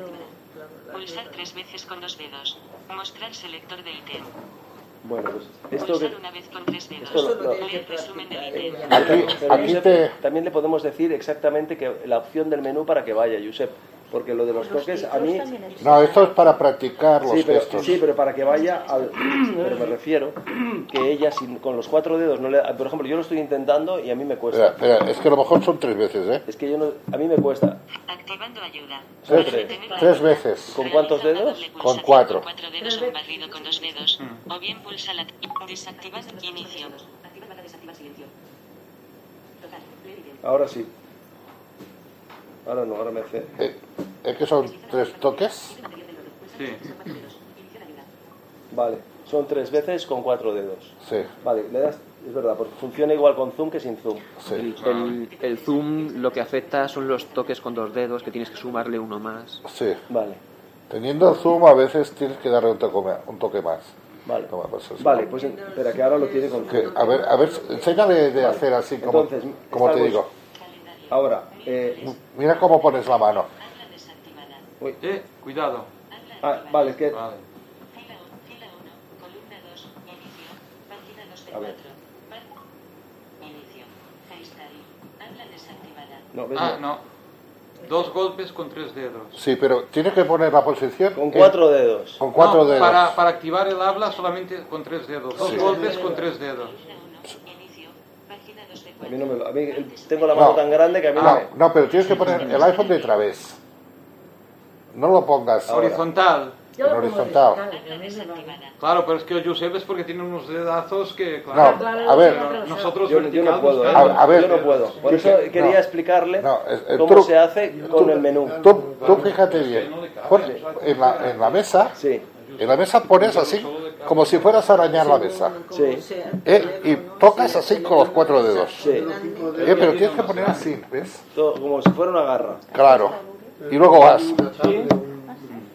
Speaker 8: la-
Speaker 9: Pulsar tres veces con dos dedos. Mostrar selector de ítem.
Speaker 2: Bueno, pues esto que.
Speaker 9: Pulsar una vez con tres dedos.
Speaker 2: esto lo- lo-
Speaker 9: Leer resumen del ítem.
Speaker 4: aquí,
Speaker 2: Pero,
Speaker 4: aquí
Speaker 2: Josep,
Speaker 4: te...
Speaker 2: También le podemos decir exactamente que la opción del menú para que vaya, Josep. Porque lo de los toques, a mí.
Speaker 4: No, esto es para practicar los
Speaker 2: Sí pero,
Speaker 4: gestos.
Speaker 2: sí, pero para que vaya al. Pero me refiero que ella sin, con los cuatro dedos no le. Por ejemplo, yo lo estoy intentando y a mí me
Speaker 4: Espera,
Speaker 2: cuesta.
Speaker 4: espera, es que a lo mejor son tres veces, ¿eh?
Speaker 2: Es que yo no. A mí me cuesta.
Speaker 9: Activando ayuda.
Speaker 4: Tres,
Speaker 9: Para detener la-
Speaker 4: tres veces.
Speaker 2: ¿Con cuántos
Speaker 9: Realiza una
Speaker 2: dedos?
Speaker 9: doble
Speaker 4: Con
Speaker 9: pulsación
Speaker 4: cuatro.
Speaker 9: Con cuatro dedos un barrido con dos dedos. O bien pulsa la... Desactivar inicio. Activa para desactivar silencio. Total. leer ítem.
Speaker 2: Ahora sí. Ahora no, ahora me hace.
Speaker 4: Eh, es que son tres toques.
Speaker 9: Ítem anterior del orden. Pulsar
Speaker 3: Sí.
Speaker 9: dos veces con cuatro dedos. Iniciar ayuda.
Speaker 2: Vale. Son tres veces con cuatro dedos.
Speaker 4: Sí,
Speaker 2: Vale, le das. Es verdad, porque funciona igual con zoom que sin zoom.
Speaker 4: sí,
Speaker 5: El, el- el zoom lo que afecta son los toques con dos dedos, que tienes que sumarle uno más.
Speaker 4: sí.
Speaker 2: Vale.
Speaker 4: Teniendo el zoom a veces tienes que darle un toque, ma- un toque más.
Speaker 2: Vale.
Speaker 4: Toma, pues eso.
Speaker 2: Vale, pues espera, que ahora lo tiene con
Speaker 4: Que, a ver, a ver, enséñale de hacer así como,
Speaker 2: Entonces,
Speaker 4: como te
Speaker 2: estamos-
Speaker 4: digo.
Speaker 2: Ahora, eh,
Speaker 4: Mira cómo pones la mano.
Speaker 9: Habla desactivada.
Speaker 3: Eh, cuidado.
Speaker 9: Habla
Speaker 2: ah, vale, es que
Speaker 3: Vale.
Speaker 9: Fila 1, columna 2, inicio, página 2 de
Speaker 2: A ver.
Speaker 9: 4. Inicio. History. Habla desactivada.
Speaker 2: no, ves,
Speaker 3: Ah,
Speaker 2: no.
Speaker 3: no. Dos golpes con tres dedos.
Speaker 4: Sí, pero tienes que poner la posición.
Speaker 2: con
Speaker 4: en-
Speaker 2: cuatro dedos.
Speaker 4: con cuatro
Speaker 3: No,
Speaker 4: dedos.
Speaker 3: Para, para activar el habla solamente con tres dedos. Dos
Speaker 4: Sí.
Speaker 3: golpes con tres dedos.
Speaker 9: Fila 1, inicio, página 2 de 4.
Speaker 2: A mí no me lo, a mí el- tengo la mano
Speaker 4: No.
Speaker 2: tan grande que a mí no,
Speaker 4: No, no, pero tienes que poner el iPhone de través. No lo pongas
Speaker 3: Horizontal.
Speaker 6: Yo lo
Speaker 4: en
Speaker 6: pongo
Speaker 4: horizontal.
Speaker 6: horizontal, a mí me vale.
Speaker 3: Claro, pero es que Josep es porque tiene unos dedazos que,
Speaker 4: No,
Speaker 3: claro.
Speaker 4: a ver,
Speaker 3: pero nosotros
Speaker 2: yo, yo
Speaker 3: vertical
Speaker 2: no puedo, ¿eh?
Speaker 3: buscamos.
Speaker 4: A- a ver.
Speaker 2: yo no puedo. Por eso
Speaker 4: Dice,
Speaker 2: quería
Speaker 4: no.
Speaker 2: explicarle
Speaker 4: No, es- el
Speaker 2: cómo
Speaker 4: truco-
Speaker 2: se hace con el menú.
Speaker 4: tú, tú fíjate bien. Pon- en, la, en la mesa,
Speaker 2: Sí,
Speaker 4: en la mesa pones así, como si fueras a arañar la mesa.
Speaker 2: sí,
Speaker 8: sea,
Speaker 4: ¿eh? Y tocas así con los cuatro dedos.
Speaker 2: sí.
Speaker 4: Eh, pero tienes que poner así, ¿ves?
Speaker 2: Todo como si fuera una garra.
Speaker 4: Claro. Y luego vas.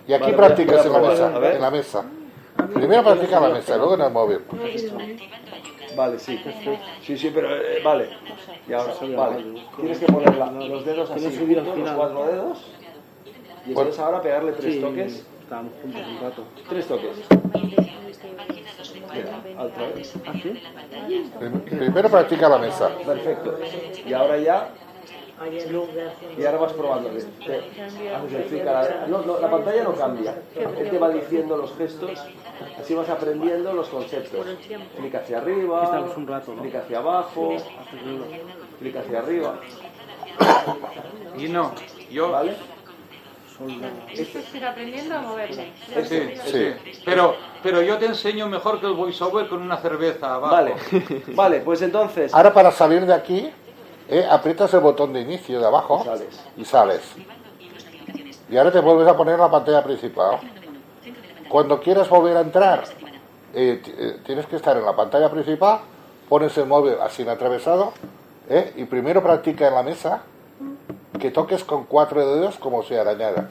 Speaker 4: Y aquí
Speaker 2: Vale,
Speaker 4: practicas en
Speaker 2: voy a-
Speaker 4: la
Speaker 2: voy a probar,
Speaker 4: mesa.
Speaker 2: a ver.
Speaker 4: En la mesa. Primero practica en la mesa, luego en el móvil.
Speaker 9: Activando ayuda.
Speaker 2: Vale, sí. Sí, sí, pero eh, vale. Y ahora,
Speaker 9: Solo
Speaker 2: vale. Tienes que poner la- los dedos así, juntos, los cuatro dedos. Y entonces ahora pegarle tres toques Estábamos juntos un rato. Tres toques. Mira, otra vez. Así.
Speaker 4: Prim- Primero practica la mesa.
Speaker 2: Perfecto. Y ahora ya, y ahora vas probando. Te- te- haces el clic a la, no, no, la pantalla no cambia. Él te va diciendo los gestos. Así vas aprendiendo los conceptos. Clic hacia arriba,
Speaker 12: Estamos un rato, ¿no?
Speaker 2: clic hacia abajo, clic hacia arriba.
Speaker 3: Y no, yo...
Speaker 2: ¿Vale?
Speaker 10: Esto es ir aprendiendo a moverme.
Speaker 3: Sí, sí. Pero, pero yo te enseño mejor que el voiceover con una cerveza abajo.
Speaker 2: Vale, vale, pues entonces...
Speaker 4: Ahora para salir de aquí, eh, aprietas el botón de inicio de abajo y sales. Y ahora te vuelves a poner la pantalla principal. Cuando quieras volver a entrar, eh, ti- eh, tienes que estar en la pantalla principal, pones el móvil así en atravesado eh, y primero practica en la mesa que toques con cuatro dedos como si arañaras.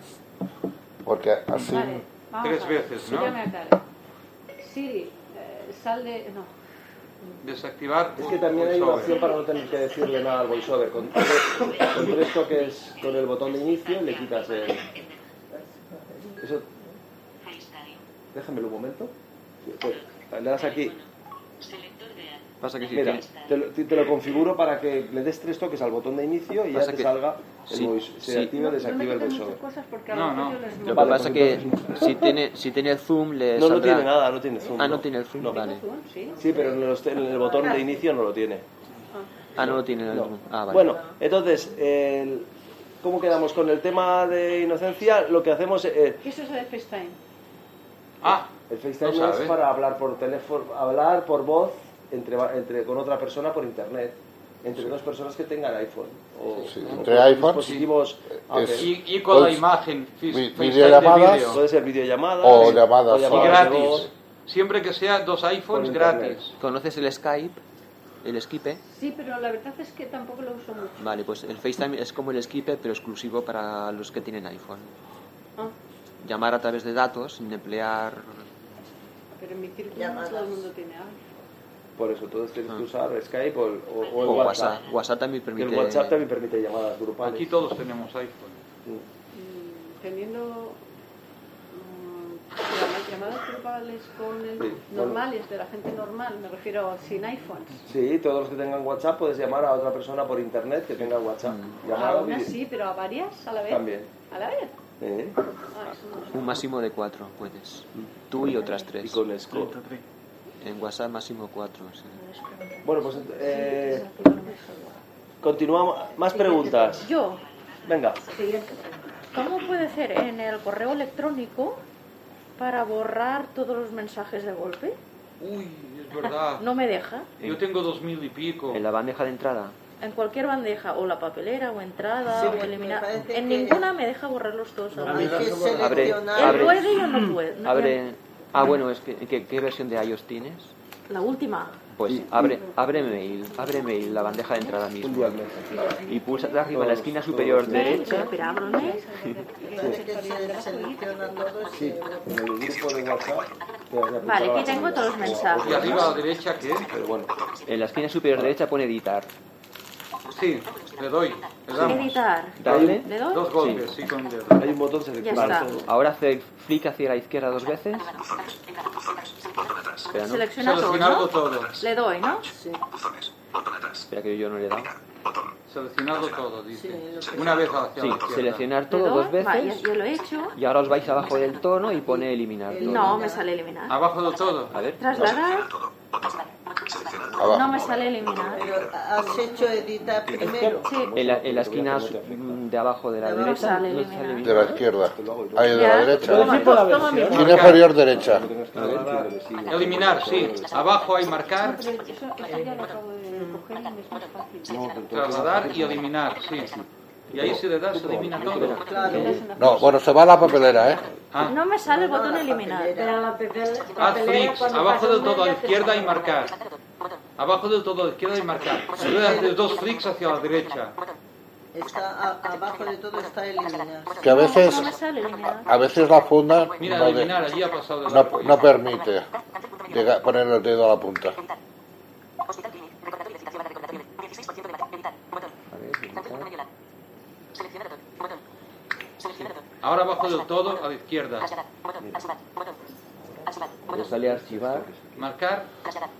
Speaker 4: Porque así...
Speaker 10: Vale, vamos
Speaker 3: Tres
Speaker 10: a ver.
Speaker 3: veces, ¿no?
Speaker 10: Ya me aclaro. Siri, eh, sal de... No.
Speaker 3: Desactivar
Speaker 2: Es que también hay una opción para no tener que decirle nada al voiceover. Con, con tres toques con el botón de inicio le quitas el... Eso... Déjamelo un momento. Pues, le das aquí.
Speaker 5: Pasa que si
Speaker 2: Mira,
Speaker 5: tienes-
Speaker 2: te lo, te- te lo configuro para que le des tres toques al botón de inicio y ya
Speaker 5: Pasa
Speaker 2: te
Speaker 5: que-
Speaker 2: salga el
Speaker 5: sí,
Speaker 2: voice- se
Speaker 5: sí.
Speaker 2: activa o
Speaker 10: No me
Speaker 2: desactiva el
Speaker 10: quitan
Speaker 2: voiceover.
Speaker 10: muchas cosas porque a lo mejor yo les
Speaker 5: Lo que
Speaker 2: Vale,
Speaker 5: pasa
Speaker 2: pues
Speaker 5: que si tiene, si tiene el zoom le
Speaker 2: No, no
Speaker 5: saldrá-
Speaker 2: tiene nada, no tiene zoom,
Speaker 5: Ah, no,
Speaker 2: no.
Speaker 5: tiene el zoom,
Speaker 2: No.
Speaker 5: vale.
Speaker 2: Sí, pero en los- en el botón de inicio no lo tiene.
Speaker 5: Ah, no lo tiene el
Speaker 2: No.
Speaker 5: zoom. Ah, vale.
Speaker 2: Bueno, entonces, el- ¿cómo quedamos con el tema de inocencia? Lo que hacemos eh, es...
Speaker 10: ¿Qué es eso de FaceTime?
Speaker 3: Ah,
Speaker 2: el FaceTime
Speaker 3: no
Speaker 2: es
Speaker 3: sabe.
Speaker 2: para hablar por teléfono, hablar por voz entre, va- entre- con otra persona por internet, entre dos personas que tengan iPhone o, o
Speaker 4: entre
Speaker 2: con
Speaker 4: iPhones,
Speaker 2: dispositivos ah,
Speaker 4: es-
Speaker 2: ok.
Speaker 3: Y, y con la imagen. fis-
Speaker 4: vi-
Speaker 3: FaceTime de
Speaker 4: videollamadas.
Speaker 3: vídeo.
Speaker 2: puede ser videollamadas
Speaker 4: O llamadas.
Speaker 2: o
Speaker 3: Y
Speaker 2: llamadas de voz.
Speaker 3: gratis. Siempre que sea dos iPhones gratis.
Speaker 5: ¿Conoces el Skype? ¿El Skype?
Speaker 10: Sí, pero la verdad es que tampoco lo uso mucho.
Speaker 5: Vale, pues el FaceTime es como el Skype, pero exclusivo para los que tienen iPhone.
Speaker 10: Ah,
Speaker 5: Llamar a través de datos sin emplear...
Speaker 10: pero en mi círculo
Speaker 8: Llamadas.
Speaker 10: todo el mundo tiene ah, iPhone.
Speaker 2: Por eso, entonces tienes
Speaker 3: Ah.
Speaker 2: que usar Skype o, el- o- o el
Speaker 5: o
Speaker 2: WhatsApp.
Speaker 5: WhatsApp. WhatsApp también
Speaker 2: Que
Speaker 5: permite...
Speaker 2: el WhatsApp también permite llamadas grupales.
Speaker 3: Aquí todos tenemos iPhone.
Speaker 10: Mm, Teniendo mm, llama- llamadas grupales con el-
Speaker 2: Sí, bueno.
Speaker 10: normales, de la gente normal, me refiero sin iPhones.
Speaker 2: Sí, todos los que tengan WhatsApp puedes llamar a otra persona por internet que tenga WhatsApp.
Speaker 3: Mm.
Speaker 2: Llamada,
Speaker 10: A una
Speaker 2: video-
Speaker 10: sí, pero a varias a la vez.
Speaker 2: También.
Speaker 10: A la vez.
Speaker 2: ¿Eh?
Speaker 10: Ah, eso no.
Speaker 5: Un máximo de cuatro puedes. Tú y otras tres.
Speaker 2: Y con Skype.
Speaker 5: En WhatsApp máximo cuatro. sí.
Speaker 2: Bueno, pues eh, continuamos. Más preguntas.
Speaker 11: Yo,
Speaker 2: Venga.
Speaker 11: ¿cómo puede ser en el correo electrónico para borrar todos los mensajes de golpe?
Speaker 3: Uy, es verdad.
Speaker 11: No me deja.
Speaker 3: Yo tengo dos mil y pico.
Speaker 5: En la bandeja de entrada.
Speaker 11: En cualquier bandeja, o la papelera, o entrada,
Speaker 8: Sí,
Speaker 11: o
Speaker 8: me
Speaker 11: eliminar.
Speaker 8: parece
Speaker 11: En
Speaker 8: que-
Speaker 11: ninguna me deja borrarlos todos. a la
Speaker 8: Hay
Speaker 11: vez.
Speaker 8: que
Speaker 5: Abre,
Speaker 8: seleccionar.
Speaker 5: abre-
Speaker 11: puede y yo no puedo. No,
Speaker 5: abre- ah, bueno, es que, ¿qué, qué versión de iOS tienes?
Speaker 11: La última.
Speaker 5: Pues abre, abre mail, abre mail, la bandeja de entrada mismo. Y pulsa arriba en la esquina superior
Speaker 11: Pero,
Speaker 5: derecha.
Speaker 11: pero abro el mail.
Speaker 8: Parece que se selecciona todo.
Speaker 2: Sí, en el grupo de WhatsApp. te has de apuntar
Speaker 11: Vale,
Speaker 2: a la
Speaker 11: aquí tengo
Speaker 2: agenda.
Speaker 11: todos los mensajes.
Speaker 3: Y arriba a la derecha, ¿qué?
Speaker 2: Pero bueno,
Speaker 5: En la esquina superior derecha pone editar.
Speaker 3: Sí, le doy. Le damos.
Speaker 11: Editar.
Speaker 5: Dale.
Speaker 11: ¿Le
Speaker 3: Dos
Speaker 11: doy?
Speaker 3: golpes, sí, con el dedo.
Speaker 2: hay un botón seleccionado.
Speaker 5: Vale. Ahora hace flick hacia la izquierda dos veces. Espera, ¿no?
Speaker 11: Selecciona todos,
Speaker 3: Seleccionado
Speaker 11: ¿no?
Speaker 3: todo.
Speaker 11: Le doy, ¿no?
Speaker 5: Espera que yo no le he dado.
Speaker 3: Seleccionado todo, dice. Una vez hacia
Speaker 5: Sí,
Speaker 3: la izquierda.
Speaker 5: seleccionar
Speaker 11: Le
Speaker 5: todo dos
Speaker 11: doy. Va,
Speaker 5: veces.
Speaker 11: ya- ya lo he hecho.
Speaker 5: Y ahora os vais abajo del tono y pone eliminar todo.
Speaker 11: No, me sale eliminar.
Speaker 3: Abajo de todo.
Speaker 5: A ver.
Speaker 11: Trasladar.
Speaker 4: Abajo.
Speaker 11: No me sale eliminar.
Speaker 8: Pero has hecho editar primero.
Speaker 11: Sí.
Speaker 5: En la, en la esquina su- de abajo de la
Speaker 8: Abajo
Speaker 5: derecha.
Speaker 11: sale
Speaker 5: no sale
Speaker 11: eliminar.
Speaker 4: De la
Speaker 5: eliminar.
Speaker 4: izquierda. Ahí de la
Speaker 11: Ya.
Speaker 4: derecha.
Speaker 11: Toma, toma, toma mi-
Speaker 4: Esquina inferior derecha.
Speaker 3: Eliminar, sí. Abajo hay marcar,
Speaker 10: Pero eso, eso ya lo acabo de coger y me es más fácil.
Speaker 3: trasladar y eliminar, sí. Y ahí si le das, elimina todo.
Speaker 4: No, bueno, se va a la papelera, ¿eh?
Speaker 3: Ah,
Speaker 11: No me sale el botón eliminar.
Speaker 8: Pero la papel-
Speaker 3: haz
Speaker 8: papelera,
Speaker 3: clics,
Speaker 8: cuando
Speaker 3: abajo
Speaker 8: pasa
Speaker 3: del
Speaker 8: un
Speaker 3: todo a la
Speaker 8: medio, te
Speaker 3: izquierda y
Speaker 8: saca.
Speaker 3: marcar. Abajo del todo a la izquierda y marcar. Y luego haces dos clics hacia la derecha.
Speaker 8: Está a- abajo de todo está eliminar.
Speaker 4: Que a veces,
Speaker 11: No me sale eliminar.
Speaker 4: a veces la funda
Speaker 3: Mira,
Speaker 4: no, de-
Speaker 3: eliminar, allí ha pasado de
Speaker 4: no-
Speaker 3: largo.
Speaker 4: no permite llegar- poner el dedo a la punta.
Speaker 5: A ver, editar.
Speaker 3: Ahora abajo del todo, a la izquierda.
Speaker 5: Le sale archivar.
Speaker 3: Marcar,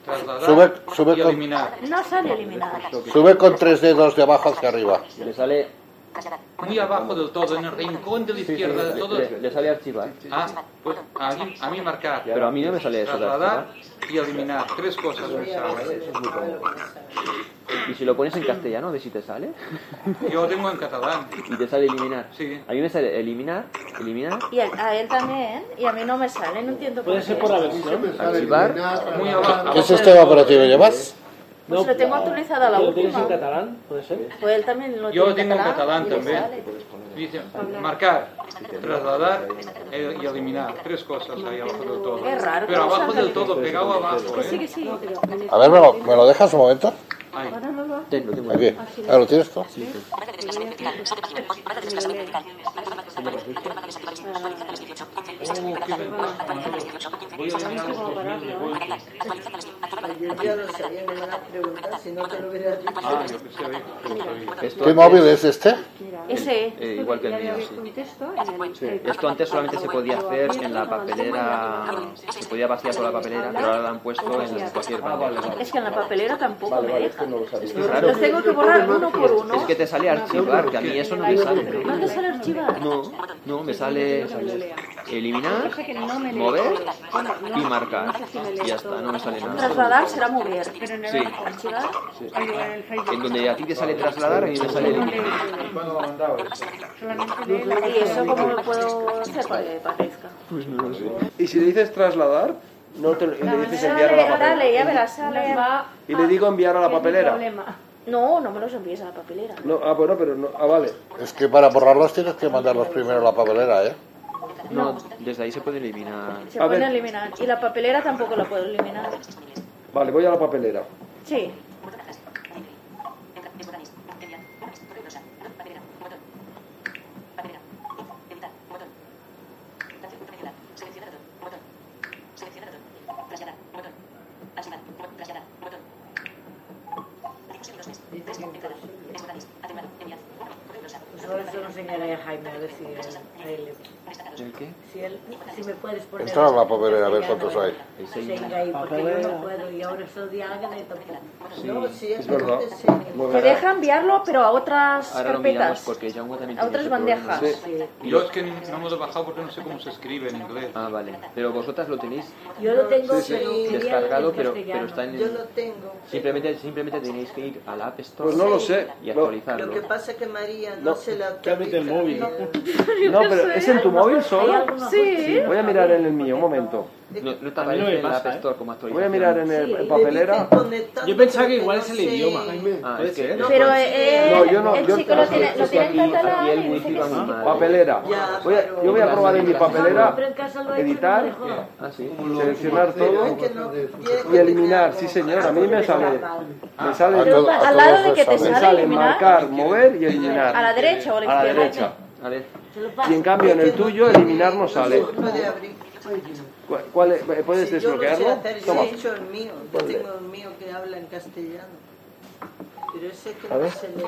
Speaker 3: trasladar
Speaker 4: Sube, sube
Speaker 3: y
Speaker 4: con-
Speaker 3: eliminar.
Speaker 11: No sale eliminada.
Speaker 4: Sube con tres dedos de abajo hacia arriba.
Speaker 5: Le sale.
Speaker 3: Muy abajo del todo, en el rincón de la izquierda del todo.
Speaker 5: Le, le sale archivar.
Speaker 3: Ah, pues a mí, a mí marcar.
Speaker 5: Pero a mí no me sale eso de
Speaker 3: Trasladar y eliminar. Tres cosas me salen.
Speaker 5: Y si lo pones en castellano, a ver si te sale.
Speaker 3: Yo tengo en catalán.
Speaker 5: Y te sale eliminar. A mí me sale eliminar, eliminar.
Speaker 11: Y a, a él también, y a mí no me sale, no entiendo por qué.
Speaker 5: Archivar.
Speaker 11: Muy
Speaker 4: ¿Qué sistema operativo llevas?
Speaker 11: Pues lo tengo actualizada la
Speaker 12: ¿Lo tienes en
Speaker 11: última.
Speaker 12: catalán? ¿Puede ser?
Speaker 11: Pues él también lo
Speaker 3: Yo lo
Speaker 11: tiene
Speaker 3: tengo en catalán
Speaker 11: y le
Speaker 3: también.
Speaker 11: sale.
Speaker 3: Dice, marcar, trasladar eh, y eliminar. Tres cosas ahí abajo del todo.
Speaker 11: Qué raro,
Speaker 3: Pero
Speaker 11: ¿cómo
Speaker 3: abajo
Speaker 11: sale?
Speaker 3: del todo, pegado abajo.
Speaker 11: Que sí,
Speaker 3: ¿eh?
Speaker 11: que sí.
Speaker 4: A ver, ¿me lo, me lo dejas un momento?
Speaker 3: Ahí.
Speaker 4: Aquí. Ah, ¿lo tienes tú?
Speaker 8: Yo no sabía me iban a preguntar si no te lo hubiera
Speaker 4: Ah,
Speaker 2: Ah,
Speaker 8: dicho.
Speaker 4: ¿Qué móvil es este?
Speaker 11: Ese.
Speaker 5: Eh, igual que el mío, sí.
Speaker 10: Texto en el-
Speaker 5: Sí. Esto antes solamente se podía hacer en la papelera, se podía vaciar por la papelera, pero ahora lo han puesto en cualquier papel.
Speaker 11: Es que en la papelera tampoco me deja.
Speaker 5: Es que es raro.
Speaker 11: Los tengo que borrar uno por uno.
Speaker 5: Es que te sale archivar, que a mí eso no me sale.
Speaker 11: No te sale archivar.
Speaker 5: No, no, me sale eliminar, mover y marcar. Y ya está, no me sale nada.
Speaker 11: Trasladar será mover. Pero en
Speaker 5: Sí.
Speaker 11: archivar.
Speaker 5: Sí. En donde a ti te sale
Speaker 2: Ah,
Speaker 5: trasladar, a mí me sale eliminar.
Speaker 11: Y eso cómo lo puedo hacer para que parezca.
Speaker 2: Pues Y si le dices trasladar, no te, le dices enviar a la
Speaker 11: Dale,
Speaker 2: papelera.
Speaker 11: dale, ya verás, sale.
Speaker 2: Y le digo enviar a la papelera.
Speaker 11: No, no me los envíes a la papelera.
Speaker 2: No, ah, bueno, pero no. Ah, vale.
Speaker 4: Es que para borrarlos tienes que mandarlos primero a la papelera, ¿eh?
Speaker 5: No, desde ahí se puede eliminar.
Speaker 11: Se pueden eliminar. Y la papelera tampoco la puedo eliminar.
Speaker 2: Vale, voy a la papelera.
Speaker 11: Sí.
Speaker 6: Eso, eso nos engañaré a Jaime, a ver si él... a él le-
Speaker 5: ¿El qué?
Speaker 6: Si, él, si me puedes poner...
Speaker 4: Entra a la papelera a ver cuántos hay.
Speaker 6: Venga, ahí, porque yo no puedo, y ahora eso de Ágata y tampoco.
Speaker 4: Sí,
Speaker 6: No, sí,
Speaker 4: es verdad.
Speaker 6: sí.
Speaker 11: Te deja enviarlo, pero a otras
Speaker 5: Ahora lo miramos
Speaker 11: carpetas.
Speaker 5: porque Django también
Speaker 11: A
Speaker 5: tiene
Speaker 11: otras
Speaker 5: ese problema.
Speaker 11: bandejas.
Speaker 3: Yo es que no me lo he bajado porque no sé cómo se escribe en inglés.
Speaker 5: Ah, vale. Pero vosotras lo tenéis
Speaker 6: Yo lo tengo,
Speaker 5: Sí, sí.
Speaker 6: pero quería
Speaker 5: descargado,
Speaker 6: en
Speaker 5: pero,
Speaker 6: castellano.
Speaker 5: pero está en...
Speaker 6: Yo lo tengo.
Speaker 5: Simplemente, simplemente tenéis que ir al App Store
Speaker 2: Pues no lo sé.
Speaker 5: y actualizarlo.
Speaker 8: Lo que pasa es que María no,
Speaker 2: No,
Speaker 8: se la
Speaker 2: el móvil.
Speaker 8: Yo
Speaker 2: No,
Speaker 8: qué
Speaker 2: pero
Speaker 8: sé.
Speaker 2: ¿es en tu móvil solo?
Speaker 8: Sí.
Speaker 2: Voy a mirar en el mío, un momento.
Speaker 5: No, no te
Speaker 2: A mí no
Speaker 5: aparece
Speaker 2: me
Speaker 5: en la
Speaker 2: pasa, ¿eh?
Speaker 5: App Store como
Speaker 2: Voy a
Speaker 5: actualización.
Speaker 2: mirar en, el, en papelera. Yo pensaba que igual es el idioma.
Speaker 5: Ah, es que...
Speaker 11: Pero eh,
Speaker 2: No, yo no-
Speaker 11: el
Speaker 2: yo-
Speaker 11: chico lo tiene, lo tiene en catalán.
Speaker 5: Y el wifi va muy mal.
Speaker 2: Papelera. Voy a- yo voy a probar en mi papelera, editar,
Speaker 5: Ah, sí.
Speaker 2: seleccionar todo y eliminar. Sí, señor,
Speaker 11: Ah,
Speaker 2: a mí me
Speaker 11: pues
Speaker 2: sale. Me sale
Speaker 11: Pero
Speaker 2: todo.
Speaker 11: Ah, al lado de que te
Speaker 2: Me
Speaker 11: sale eliminar.
Speaker 2: marcar, mover y eliminar.
Speaker 11: ¿A la derecha o a la
Speaker 2: A la
Speaker 11: izquierda?
Speaker 2: derecha.
Speaker 5: A ver.
Speaker 2: Y en cambio en el tuyo eliminar no sale. ¿Cuál- cuál es? ¿Puedes
Speaker 8: Yo lo sé
Speaker 2: desbloquearlo?
Speaker 8: hacer, yo
Speaker 2: Toma.
Speaker 8: he hecho el mío. Yo
Speaker 2: Ponle.
Speaker 8: tengo el mío que habla en castellano. Pero ese que
Speaker 2: A
Speaker 8: no
Speaker 2: ver.
Speaker 8: se le...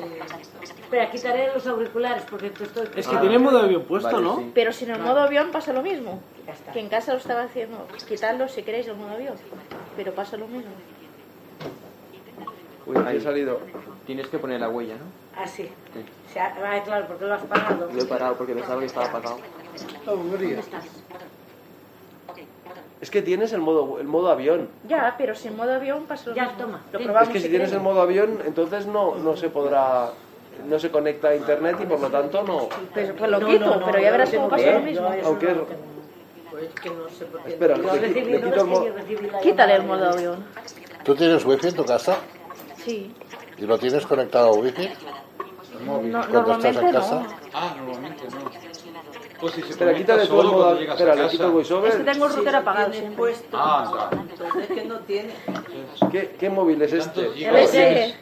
Speaker 6: Espera, quitaré los auriculares porque tú estoy...
Speaker 12: Es que
Speaker 2: Ah.
Speaker 12: tiene modo avión puesto,
Speaker 5: Vale,
Speaker 12: ¿no?
Speaker 5: sí.
Speaker 11: Pero si en el modo avión pasa lo mismo. Que en casa lo estaba haciendo. Quitadlo si queréis el modo avión. Pero pasa lo mismo.
Speaker 5: Uy, ahí ha salido. Tienes que poner la huella, ¿no?
Speaker 6: Ah, sí. Se ha- ah, claro, porque lo has pagado.
Speaker 5: Lo he parado porque pensaba que estaba apagado.
Speaker 6: ¿Dónde estás?
Speaker 2: Es que tienes el modo, el modo avión.
Speaker 11: Ya, pero si en modo avión pasa lo mismo. Ya, toma. Lo probamos
Speaker 2: Es que si
Speaker 11: queréis.
Speaker 2: tienes el modo avión, entonces no, no se podrá, no se conecta a internet y por lo tanto no. ¿Eh?
Speaker 11: Pues, pues lo quito, pero ya verás cómo
Speaker 8: ¿eh?
Speaker 11: pasa lo mismo.
Speaker 2: Aunque es-
Speaker 8: Pues que no sé por qué.
Speaker 2: espera,
Speaker 8: Yo
Speaker 2: le, qui-
Speaker 8: recibí
Speaker 2: le
Speaker 8: dos
Speaker 2: quito el
Speaker 8: que
Speaker 2: modo.
Speaker 8: yo recibí la
Speaker 11: Quítale el
Speaker 8: llamada
Speaker 11: modo
Speaker 8: de-
Speaker 11: avión.
Speaker 4: ¿Tú tienes wifi en tu casa?
Speaker 11: Sí.
Speaker 4: ¿Y lo tienes conectado a wifi?
Speaker 11: No,
Speaker 4: ¿Cuando estás
Speaker 11: normalmente
Speaker 4: en
Speaker 11: no.
Speaker 4: casa?
Speaker 3: Ah, normalmente no. Pues si se
Speaker 2: Espera,
Speaker 3: conecta
Speaker 2: quítale todo el
Speaker 3: solo
Speaker 2: modo.
Speaker 3: cuando llegas a
Speaker 2: Espera, le quito el
Speaker 3: casa.
Speaker 11: Es que
Speaker 2: voiceover.
Speaker 11: tengo el router apagado
Speaker 8: Tiene
Speaker 11: siempre.
Speaker 8: puesto.
Speaker 3: Ah, está.
Speaker 8: Entonces que no tiene.
Speaker 2: ¿Qué, qué móvil es este?
Speaker 11: El ese.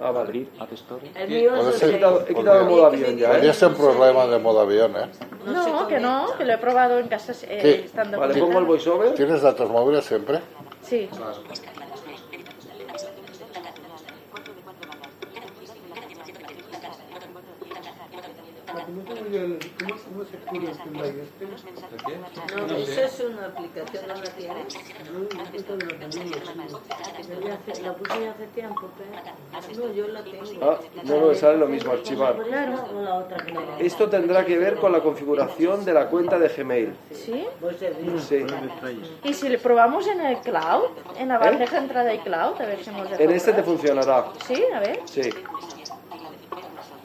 Speaker 2: Ah, vale. Pues
Speaker 5: Abrir App Store.
Speaker 8: El mío
Speaker 4: Puede
Speaker 8: no
Speaker 4: ser.
Speaker 2: He quitado, he quitado el modo avión ya,
Speaker 4: Podría
Speaker 2: ¿eh?
Speaker 4: ser un problema de modo avión, ¿eh?
Speaker 11: No, que no, que lo he probado en casa eh,
Speaker 4: Sí.
Speaker 11: estando
Speaker 2: Vale,
Speaker 11: conectada.
Speaker 2: pongo el voiceover.
Speaker 4: ¿Tienes datos móviles siempre?
Speaker 11: Sí.
Speaker 7: no tengo yo el. ¿Cómo, cómo se escribe el Hyundai este?
Speaker 8: No, eso es una aplicación, no la tienes.
Speaker 6: La puse hace tiempo, pero.
Speaker 8: No, yo la tengo.
Speaker 2: Ah, no, no, sale lo mismo, archivar.
Speaker 6: Claro, o la otra que no.
Speaker 2: Esto tendrá que ver con la configuración de la cuenta de Gmail.
Speaker 11: ¿Sí?
Speaker 2: Sí.
Speaker 11: ¿Y si le probamos en el cloud? En la bandeja de entrada y cloud, a ver si hemos
Speaker 2: ¿Eh? En este te funcionará.
Speaker 11: Sí, a ver.
Speaker 2: Sí.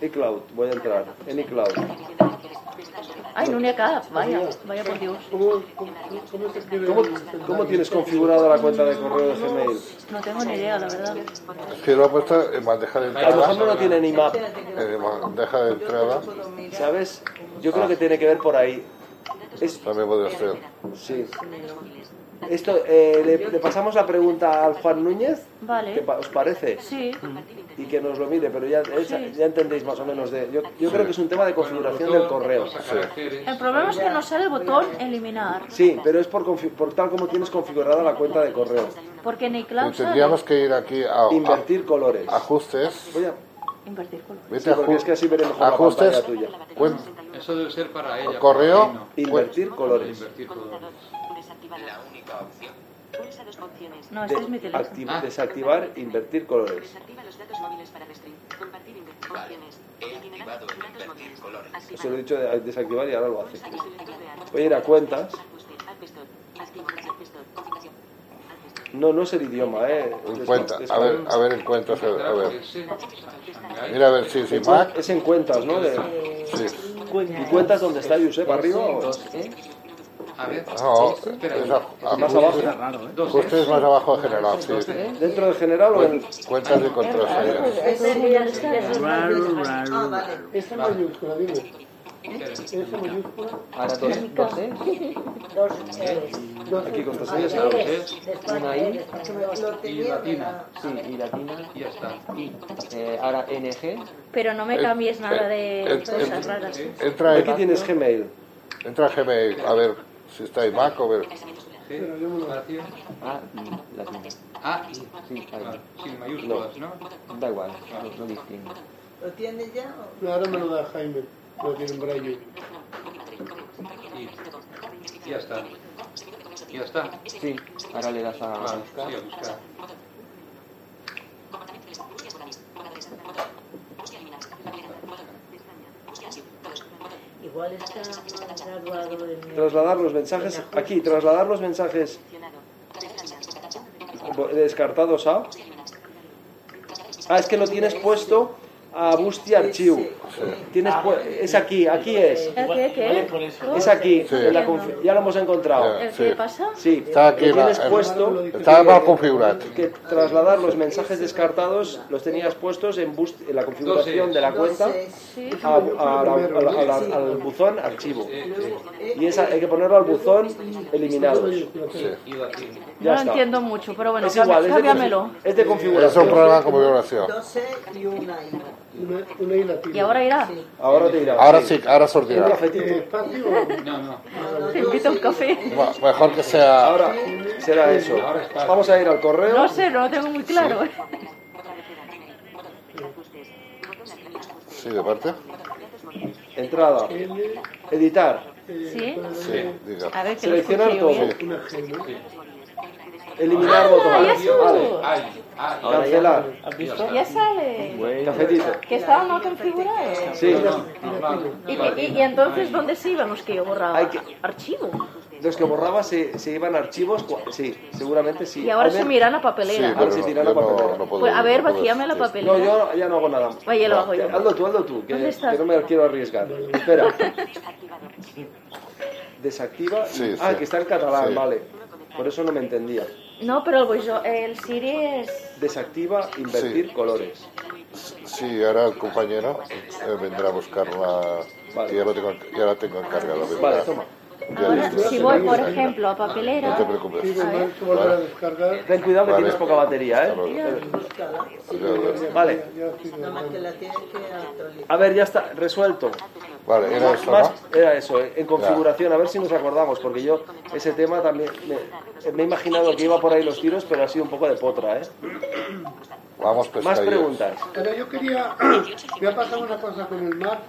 Speaker 2: iCloud, voy a entrar. En iCloud.
Speaker 11: Ay, no me acaba. Vaya, vaya por Dios.
Speaker 7: ¿Cómo, cómo, cómo se escribe
Speaker 2: ¿Cómo,
Speaker 7: el-
Speaker 2: cómo tienes configurada la cuenta de correo de Gmail?
Speaker 11: No tengo ni idea, la verdad.
Speaker 4: Si lo ha puesto en bandeja de
Speaker 2: A lo
Speaker 4: entrada.
Speaker 2: mejor no tiene ni map.
Speaker 4: En bandeja de entrada.
Speaker 2: ¿Sabes? Yo creo que tiene que ver por ahí. Es-
Speaker 4: También podría ser.
Speaker 2: Sí. Esto, eh, le, le pasamos la pregunta al Juan Núñez. ¿Qué
Speaker 11: Vale.
Speaker 2: pa- os parece?
Speaker 11: Sí.
Speaker 2: Y que nos lo mire, pero ya, él sa- ya entendéis más o menos de... Yo, yo creo que es un tema de configuración del correo.
Speaker 11: El problema es que nos sale el botón eliminar.
Speaker 2: Sí, pero es por, confi- por tal como tienes configurada la cuenta de correo.
Speaker 11: Porque en el cloud
Speaker 2: Pues
Speaker 4: Tendríamos que ir aquí a.
Speaker 2: Invertir colores.
Speaker 4: Ajustes.
Speaker 2: Voy a...
Speaker 11: Invertir color.
Speaker 4: Vete
Speaker 2: Sí,
Speaker 4: a
Speaker 2: porque
Speaker 4: ju-
Speaker 2: es que así veré mejor la
Speaker 4: Ajustes.
Speaker 2: pantalla tuya.
Speaker 4: cuen-
Speaker 3: Eso debe ser para ella. para mí
Speaker 4: Correo. Pues,
Speaker 3: no.
Speaker 2: Invertir colores.
Speaker 3: Invertir colores.
Speaker 9: La única opción. Pulsa dos opciones.
Speaker 11: No, este es mi teléfono.
Speaker 2: Acti- Desactivar, e invertir colores.
Speaker 9: Ah. Desactiva los datos móviles para restringir. Compartir inter- opciones. Itinerarios, datos móviles. Activar.
Speaker 2: Se lo he dicho de desactivar y ahora lo hace.
Speaker 9: Selector real.
Speaker 2: Voy a ir a cuentas.
Speaker 9: Ajuste. App Store. Activar App Store. Configuración.
Speaker 2: No, no es el idioma, ¿eh?
Speaker 4: En cuenta. A ver, a ver en cuenta. A ver. Mira a ver si si
Speaker 2: En
Speaker 4: Mac.
Speaker 2: cuen- Es en cuentas, ¿no? De-
Speaker 4: Sí.
Speaker 2: ¿Y cuentas dónde está Josep? ¿Arriba o...?
Speaker 3: A ver.
Speaker 4: No,
Speaker 3: Espera.
Speaker 4: es a-
Speaker 2: Más abajo.
Speaker 4: ajustes.
Speaker 3: Raro, ¿eh? Dos,
Speaker 4: Ajustes más abajo de general. Sí.
Speaker 2: ¿Dentro de general o en...?
Speaker 4: Cuentas de contraseña.
Speaker 11: Ah,
Speaker 7: Esa mayúscula, dime. Esa mayúscula.
Speaker 5: Ahora dos, dos es.
Speaker 2: ¿eh? Aquí contraseñas claro.
Speaker 5: Una I
Speaker 8: Lo
Speaker 3: Y
Speaker 8: tenía.
Speaker 3: latina.
Speaker 5: sí, y latina.
Speaker 3: Y ya está.
Speaker 5: Y eh, ahora NG.
Speaker 11: Pero no me cambies nada de
Speaker 4: eh,
Speaker 11: cosas
Speaker 4: eh,
Speaker 11: raras.
Speaker 4: Entra
Speaker 2: Aquí
Speaker 4: en,
Speaker 2: tienes Gmail.
Speaker 4: entra a Gmail. A ver si está en Mac o ver.
Speaker 3: Sí. Gracias.
Speaker 5: Ah, y latina.
Speaker 3: Ah, y-
Speaker 5: Sí, ahí.
Speaker 3: claro, sin mayúsculas, ¿no?
Speaker 5: Da igual, no, no distingo.
Speaker 8: ¿Lo tiene ya?
Speaker 7: No, ahora me lo da Jaime. Lo tiene en braille.
Speaker 3: Y ya está. Ya está.
Speaker 5: Sí, ahora le das a
Speaker 3: Vale,
Speaker 5: buscar.
Speaker 3: sí, a buscar.
Speaker 6: Igual está más graduado en
Speaker 2: Trasladar los mensajes... Aquí, trasladar los mensajes descartados a... Ah, es que lo tienes puesto a Busti Archive. Tienes pu- es aquí, aquí es.
Speaker 11: ¿El qué? ¿Qué?
Speaker 2: Es aquí,
Speaker 4: Sí.
Speaker 2: en la confi- ya lo hemos encontrado.
Speaker 4: Ya,
Speaker 11: ¿El
Speaker 4: sí.
Speaker 11: qué pasa?
Speaker 2: Sí,
Speaker 4: Está aquí
Speaker 2: lo tienes
Speaker 4: la-
Speaker 2: puesto
Speaker 4: Está mal configurado.
Speaker 2: que trasladar los mensajes descartados los tenías puestos en, bus- en la configuración de la cuenta Ah,
Speaker 11: Sí.
Speaker 2: a- a la- a la- a la- al buzón archivo.
Speaker 3: Eh, eh,
Speaker 2: Y esa, hay que ponerlo al buzón eliminados.
Speaker 4: Sí.
Speaker 3: y latina.
Speaker 2: Ya
Speaker 11: No lo
Speaker 2: está.
Speaker 11: entiendo mucho, pero bueno,
Speaker 2: Es igual, es de,
Speaker 11: cámbiamelo.
Speaker 2: confi- es de
Speaker 4: Es un
Speaker 2: configuración.
Speaker 4: programa como violación.
Speaker 8: 12 y una I.
Speaker 7: Una, una y latina.
Speaker 11: Y ahora irá.
Speaker 2: Ahora te dirá.
Speaker 4: Ahora sí, ahora sortirá.
Speaker 2: Un cafetito.
Speaker 7: Eh, ¿Espacio o
Speaker 3: No, no.
Speaker 11: Te invito a un café.
Speaker 4: Me- Mejor que sea.
Speaker 2: Ahora será eso.
Speaker 3: Ahora es fácil.
Speaker 2: Vamos a ir al correo.
Speaker 11: No sé, no lo tengo muy claro. ¿eh?
Speaker 4: Sí, de parte.
Speaker 2: Entrada. Editar.
Speaker 11: ¿Sí?
Speaker 4: Sí, diga.
Speaker 11: A ver, que lo
Speaker 2: Seleccionar
Speaker 11: escuche
Speaker 2: todo.
Speaker 11: yo bien. Ah,
Speaker 7: una G, ¿no?
Speaker 2: Eliminar botón.
Speaker 11: ya sé.
Speaker 2: Vale.
Speaker 3: Ay,
Speaker 5: Ah,
Speaker 3: ay,
Speaker 2: Cancelar.
Speaker 3: ya está.
Speaker 11: Ya sale.
Speaker 5: Bueno,
Speaker 2: Cafetito.
Speaker 11: Que estaba mal configurado.
Speaker 2: Sí.
Speaker 3: Normal.
Speaker 11: ¿Y, y- y entonces dónde se iban los que yo borraba?
Speaker 2: Hay que-
Speaker 11: Archivo.
Speaker 2: Los que borraba se, se iban archivos. cua- Sí, seguramente sí.
Speaker 11: Y ahora
Speaker 2: Al
Speaker 11: se
Speaker 2: men-
Speaker 11: miran a
Speaker 4: Sí,
Speaker 11: papelera.
Speaker 4: pero no, yo no, no puedo.
Speaker 11: Pues, a ver,
Speaker 4: no puedo
Speaker 11: vacíame la
Speaker 4: decir.
Speaker 2: No,
Speaker 11: papelera.
Speaker 2: yo ya no hago nada.
Speaker 11: Vaya, lo hago yo.
Speaker 2: Hazlo tú, hazlo tú, que,
Speaker 11: ¿Dónde está?
Speaker 2: que no me quiero arriesgar. Espera. Desactiva.
Speaker 4: Sí,
Speaker 2: ah,
Speaker 4: sí.
Speaker 2: que está en catalán,
Speaker 4: Sí.
Speaker 2: vale. Por eso no me entendía.
Speaker 11: No, pero el, bolso- el Siri es...
Speaker 2: Desactiva invertir
Speaker 4: Sí.
Speaker 2: colores.
Speaker 4: Sí, ahora el compañero eh, vendrá a buscarla.
Speaker 2: Vale.
Speaker 4: Y ya, lo tengo, ya la tengo encargada. vendrá.
Speaker 2: Vale, toma.
Speaker 4: Ya
Speaker 11: Ahora,
Speaker 4: listo,
Speaker 11: si
Speaker 4: sí,
Speaker 11: voy,
Speaker 4: sí,
Speaker 11: por
Speaker 4: sí.
Speaker 11: ejemplo, a
Speaker 4: No te
Speaker 11: papelera...
Speaker 7: Sí,
Speaker 4: preocupes.
Speaker 7: bueno, se volverá a descargar.
Speaker 2: Ten cuidado que
Speaker 4: Vale.
Speaker 2: tienes poca batería,
Speaker 4: Hasta
Speaker 2: ¿eh?
Speaker 4: luego.
Speaker 8: Búscala. Sí,
Speaker 4: Ya, ya.
Speaker 2: Vale.
Speaker 7: Ya estoy
Speaker 8: nada más que
Speaker 7: grabando.
Speaker 8: la tienen que actualizar.
Speaker 2: A ver, ya está, resuelto.
Speaker 4: Vale, era eso, ¿no?
Speaker 2: Más, era eso, eh, en configuración, a ver si nos acordamos, porque yo ese tema también me, me he imaginado que iba por ahí los tiros, pero ha sido un poco de potra, ¿eh?
Speaker 4: Vamos, pues,
Speaker 2: Más
Speaker 4: pescadillas.
Speaker 2: preguntas.
Speaker 7: Ahora yo quería, me ha pasado una cosa con el Mac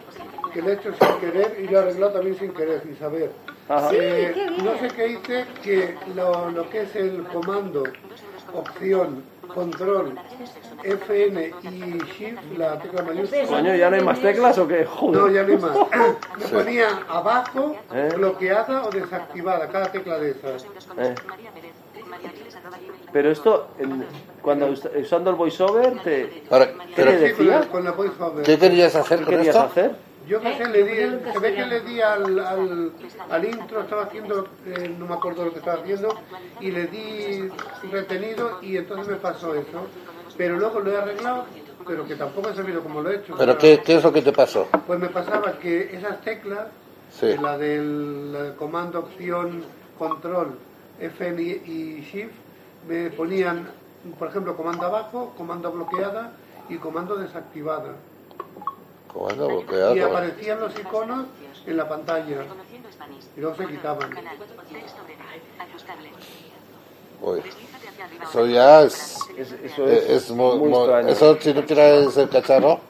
Speaker 7: que lo he hecho sin querer y lo he arreglado también sin querer, sin saber.
Speaker 2: Ajá.
Speaker 7: Eh,
Speaker 2: Sí, qué bien.
Speaker 7: no sé qué hice, que lo, lo que es el comando, opción, control, FN y shift, la tecla mayúscula.
Speaker 2: Coño, ¿ya no hay más teclas o qué? Joder.
Speaker 7: No, ya no hay más. Me
Speaker 2: Sí.
Speaker 7: ponía abajo,
Speaker 2: ¿Eh?
Speaker 7: bloqueada o desactivada, cada tecla de esas.
Speaker 2: Eh. Pero esto, en- cuando us- usando el voiceover, te, ¿qué le
Speaker 7: Sí, con la-
Speaker 2: decía?
Speaker 7: con la voiceover.
Speaker 4: ¿Qué querías hacer
Speaker 2: ¿Qué
Speaker 4: con
Speaker 2: querías
Speaker 4: esto?
Speaker 2: hacer?
Speaker 7: ¿Eh? Yo que sé, le di, se ve que le di al, al, al intro, estaba haciendo, eh, no me acuerdo lo que estaba haciendo, y le di retenido y entonces me pasó eso. Pero luego lo he arreglado, pero que tampoco ha servido como lo he hecho.
Speaker 4: ¿Pero
Speaker 7: O sea,
Speaker 4: qué, qué es lo que te pasó?
Speaker 7: Pues me pasaba que esas teclas,
Speaker 4: Sí.
Speaker 7: la del la del comando, opción, control, FN y, y shift, me ponían, por ejemplo, comando abajo, comando bloqueada y comando desactivada.
Speaker 4: Comando
Speaker 7: Y
Speaker 4: bloqueado.
Speaker 7: aparecían los iconos en la pantalla. Y luego se quitaban.
Speaker 4: Uy. Eso ya es...
Speaker 2: eso
Speaker 4: eh,
Speaker 2: es
Speaker 4: mo-
Speaker 2: muy
Speaker 4: mo-
Speaker 2: extraño.
Speaker 4: Eso si no traes el cacharro,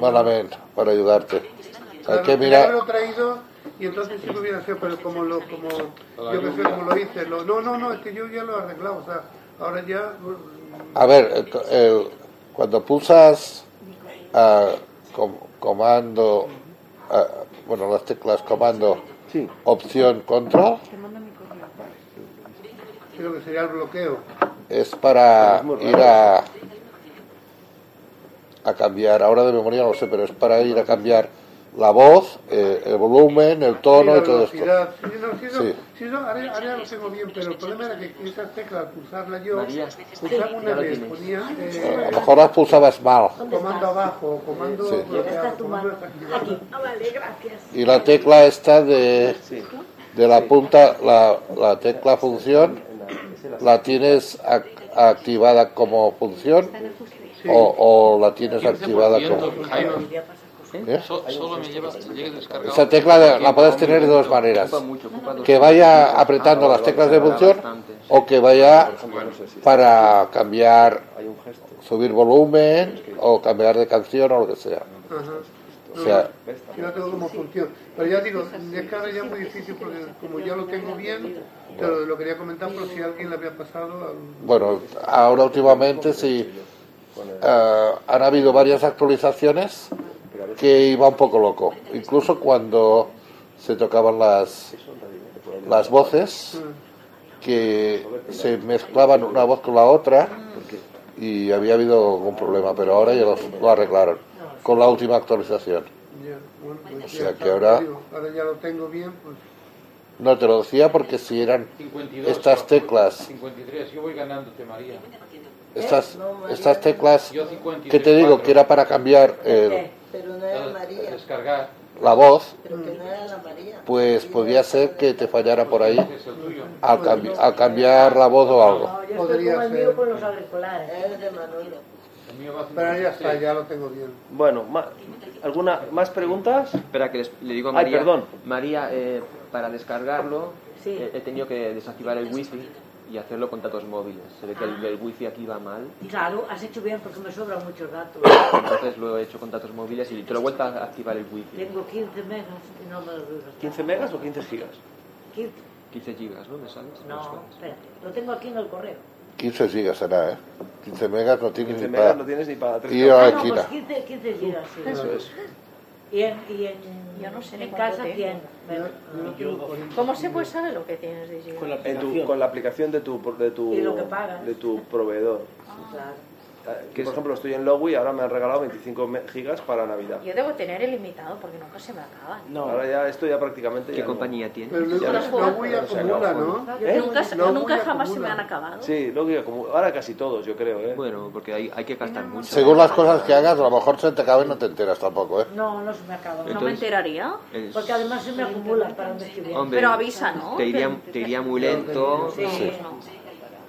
Speaker 4: malamente, para ayudarte. Hay
Speaker 7: Claro,
Speaker 4: que
Speaker 7: podría
Speaker 4: mirar...
Speaker 7: haberlo traído y entonces sí lo hubiera sido, pero como lo, como, yo que sé, como lo hice. lo- no, no, no, es que yo ya lo he arreglado, o sea, ahora ya...
Speaker 4: A ver, el co- el- cuando pulsas ah, com- comando, ah, bueno, las teclas comando, opción, control,
Speaker 7: Creo que sería el bloqueo.
Speaker 4: es para ir a, a cambiar, ahora de memoria no lo sé, pero es para ir a cambiar la voz, eh, el volumen, el tono
Speaker 7: Sí,
Speaker 4: y
Speaker 7: la
Speaker 4: todo esto.
Speaker 7: velocidad. Sí, no, sí, no,
Speaker 4: Sí.
Speaker 7: sí, no, ahora, ahora ya lo tengo bien, pero el problema era que esas teclas, pulsarla yo,
Speaker 4: María,
Speaker 7: pulsaba
Speaker 4: ya
Speaker 7: una
Speaker 4: lo
Speaker 7: vez,
Speaker 4: tienes.
Speaker 7: ponía
Speaker 4: Eh, a
Speaker 7: eh,
Speaker 4: lo mejor las pulsabas mal.
Speaker 7: comando abajo, comando
Speaker 4: Sí.
Speaker 7: bloqueado, comando desactivado.
Speaker 4: Y la tecla esta de, de la punta, la, la tecla función, ¿la tienes ac- activada como función o, o la tienes activada como función? ¿Eh?
Speaker 3: So- solo me lleva hasta que llegue descargado.
Speaker 4: Esa tecla de- la puedes tener de dos maneras. Que vaya
Speaker 2: Ah,
Speaker 4: apretando las teclas de función o que vaya para cambiar, subir volumen o cambiar de canción o lo que sea.
Speaker 7: Ajá.
Speaker 4: O sea,
Speaker 7: Yo la tengo como función. Pero ya digo, es que ahora ya es muy difícil porque como ya lo tengo bien, te lo, lo quería comentar por si a alguien le había pasado. al-
Speaker 4: Bueno, ahora últimamente sí ah, han habido varias actualizaciones que iba un poco loco. Incluso cuando se tocaban las las voces que se mezclaban una voz con la otra y había habido algún problema, pero ahora ya lo, lo arreglaron con la última actualización.
Speaker 7: Ya, bueno, pues
Speaker 4: O
Speaker 7: ya
Speaker 4: sea
Speaker 7: está,
Speaker 4: que ahora-
Speaker 7: digo, ahora ya lo tengo bien, pues
Speaker 4: No te lo decía porque si eran
Speaker 3: 52,
Speaker 4: estas teclas
Speaker 3: 53, yo voy ganándote, María.
Speaker 8: ¿Eh?
Speaker 4: Estas, estas teclas
Speaker 3: Yo 53,
Speaker 4: que te digo que era para cambiar el-
Speaker 8: Pero no era María.
Speaker 3: Descargar.
Speaker 4: la voz,
Speaker 8: Pero que no era la María.
Speaker 4: pues podía ser que te fallara por ahí al, cambi- al cambiar la voz o algo.
Speaker 13: Ah,
Speaker 7: podría ser.
Speaker 8: con los auriculares. Eres de Manolo.
Speaker 7: Pero ya está, ya lo tengo bien.
Speaker 2: Bueno, ma- ¿alguna más preguntas?
Speaker 5: Espera, que les- le digo a
Speaker 2: Ay,
Speaker 5: María.
Speaker 2: perdón.
Speaker 5: María, eh, para descargarlo eh, he, tenido que desactivar el wifi y hacerlo con datos móviles. Se ve que el, el wifi aquí va mal,
Speaker 6: Claro, has hecho bien porque me sobran muchos datos.
Speaker 5: entonces lo he hecho con datos móviles y te lo he vuelto a activar el wifi.
Speaker 6: Tengo 15 megas y no me los voy a gastar.
Speaker 2: ¿15 megas o 15 gigas?
Speaker 6: 15.
Speaker 5: 15 gigas, ¿no? ¿Me sabes?
Speaker 6: No, espérate. Lo tengo aquí en el correo.
Speaker 4: 15 gigas será, ¿eh? 15 megas no tienes
Speaker 2: 15
Speaker 4: ni
Speaker 2: megas
Speaker 4: para...
Speaker 2: no tienes ni para tres
Speaker 4: ir a la
Speaker 6: Ah, no, pues
Speaker 4: esquina.
Speaker 6: 15, 15 gigas, sí.
Speaker 4: Eso es.
Speaker 6: Y en, y en, Yo no sé en
Speaker 11: cuánto
Speaker 6: casa
Speaker 11: tengo.
Speaker 6: 100 megas.
Speaker 11: ¿Cómo se puede saber lo que tienes de gigas?
Speaker 2: En tu- con la aplicación de tu, de tu,
Speaker 11: Y lo que pagas.
Speaker 2: de tu proveedor.
Speaker 11: Ah,
Speaker 6: Claro.
Speaker 2: Eh, Por ejemplo, estoy en Lowy y ahora me han regalado 25 me- gigas para Navidad.
Speaker 11: Yo debo tener ilimitado porque nunca se me acaban.
Speaker 2: Ahora ya esto ya prácticamente... ¿Qué compañía
Speaker 5: tiene?
Speaker 7: Pero luego
Speaker 2: no,
Speaker 7: la Lowy acumula,
Speaker 11: ¿Eh?
Speaker 7: ¿no?
Speaker 11: Yo nunca,
Speaker 7: No,
Speaker 11: nunca
Speaker 7: muy
Speaker 11: jamás se me
Speaker 7: acumula.
Speaker 11: han acabado.
Speaker 2: ¿Eh? Sí, Lowy acumula. Ahora casi todos, yo creo, ¿eh?
Speaker 5: Bueno, porque hay, hay que gastar mucho.
Speaker 4: Según las cosas que hagas, a lo mejor se te acaben y no te enteras tampoco, ¿eh?
Speaker 6: No, no se me acaba.
Speaker 5: Entonces,
Speaker 6: no me
Speaker 11: enteraría.
Speaker 5: es-
Speaker 6: Porque además se me acumulan para donde estoy
Speaker 5: Hombre, Te iría, te iría muy lento.
Speaker 6: Sí.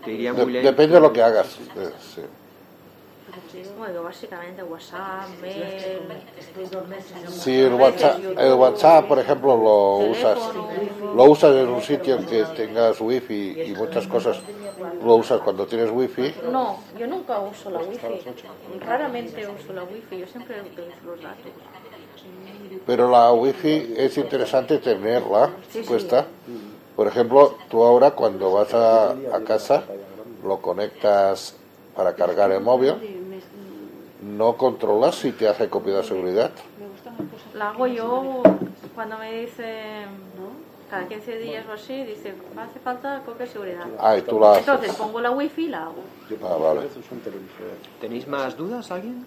Speaker 5: Te iría
Speaker 4: De-
Speaker 5: muy lento.
Speaker 4: depende de lo que hagas. eh, sí.
Speaker 11: Bueno, básicamente WhatsApp, mail,
Speaker 4: Si el WhatsApp, el WhatsApp, por ejemplo, lo usas, lo usas en un sitio que tengas wifi y muchas cosas, lo usas cuando tienes wifi,
Speaker 11: No, yo nunca uso la wifi. Raramente uso la wifi, yo siempre utilizo los datos.
Speaker 4: Pero la wifi es interesante tenerla
Speaker 13: Sí, sí.
Speaker 4: puesta. Por ejemplo, tú ahora cuando vas a, a casa lo conectas para cargar el móvil, no controlas si te hace copia de seguridad.
Speaker 11: La hago yo cuando me dice cada 15 días o así, dice, hace falta copia de seguridad.
Speaker 4: Ah, y tú la haces.
Speaker 11: Entonces pongo la wifi y la hago.
Speaker 4: Ah, vale.
Speaker 5: ¿Tenéis más dudas alguien?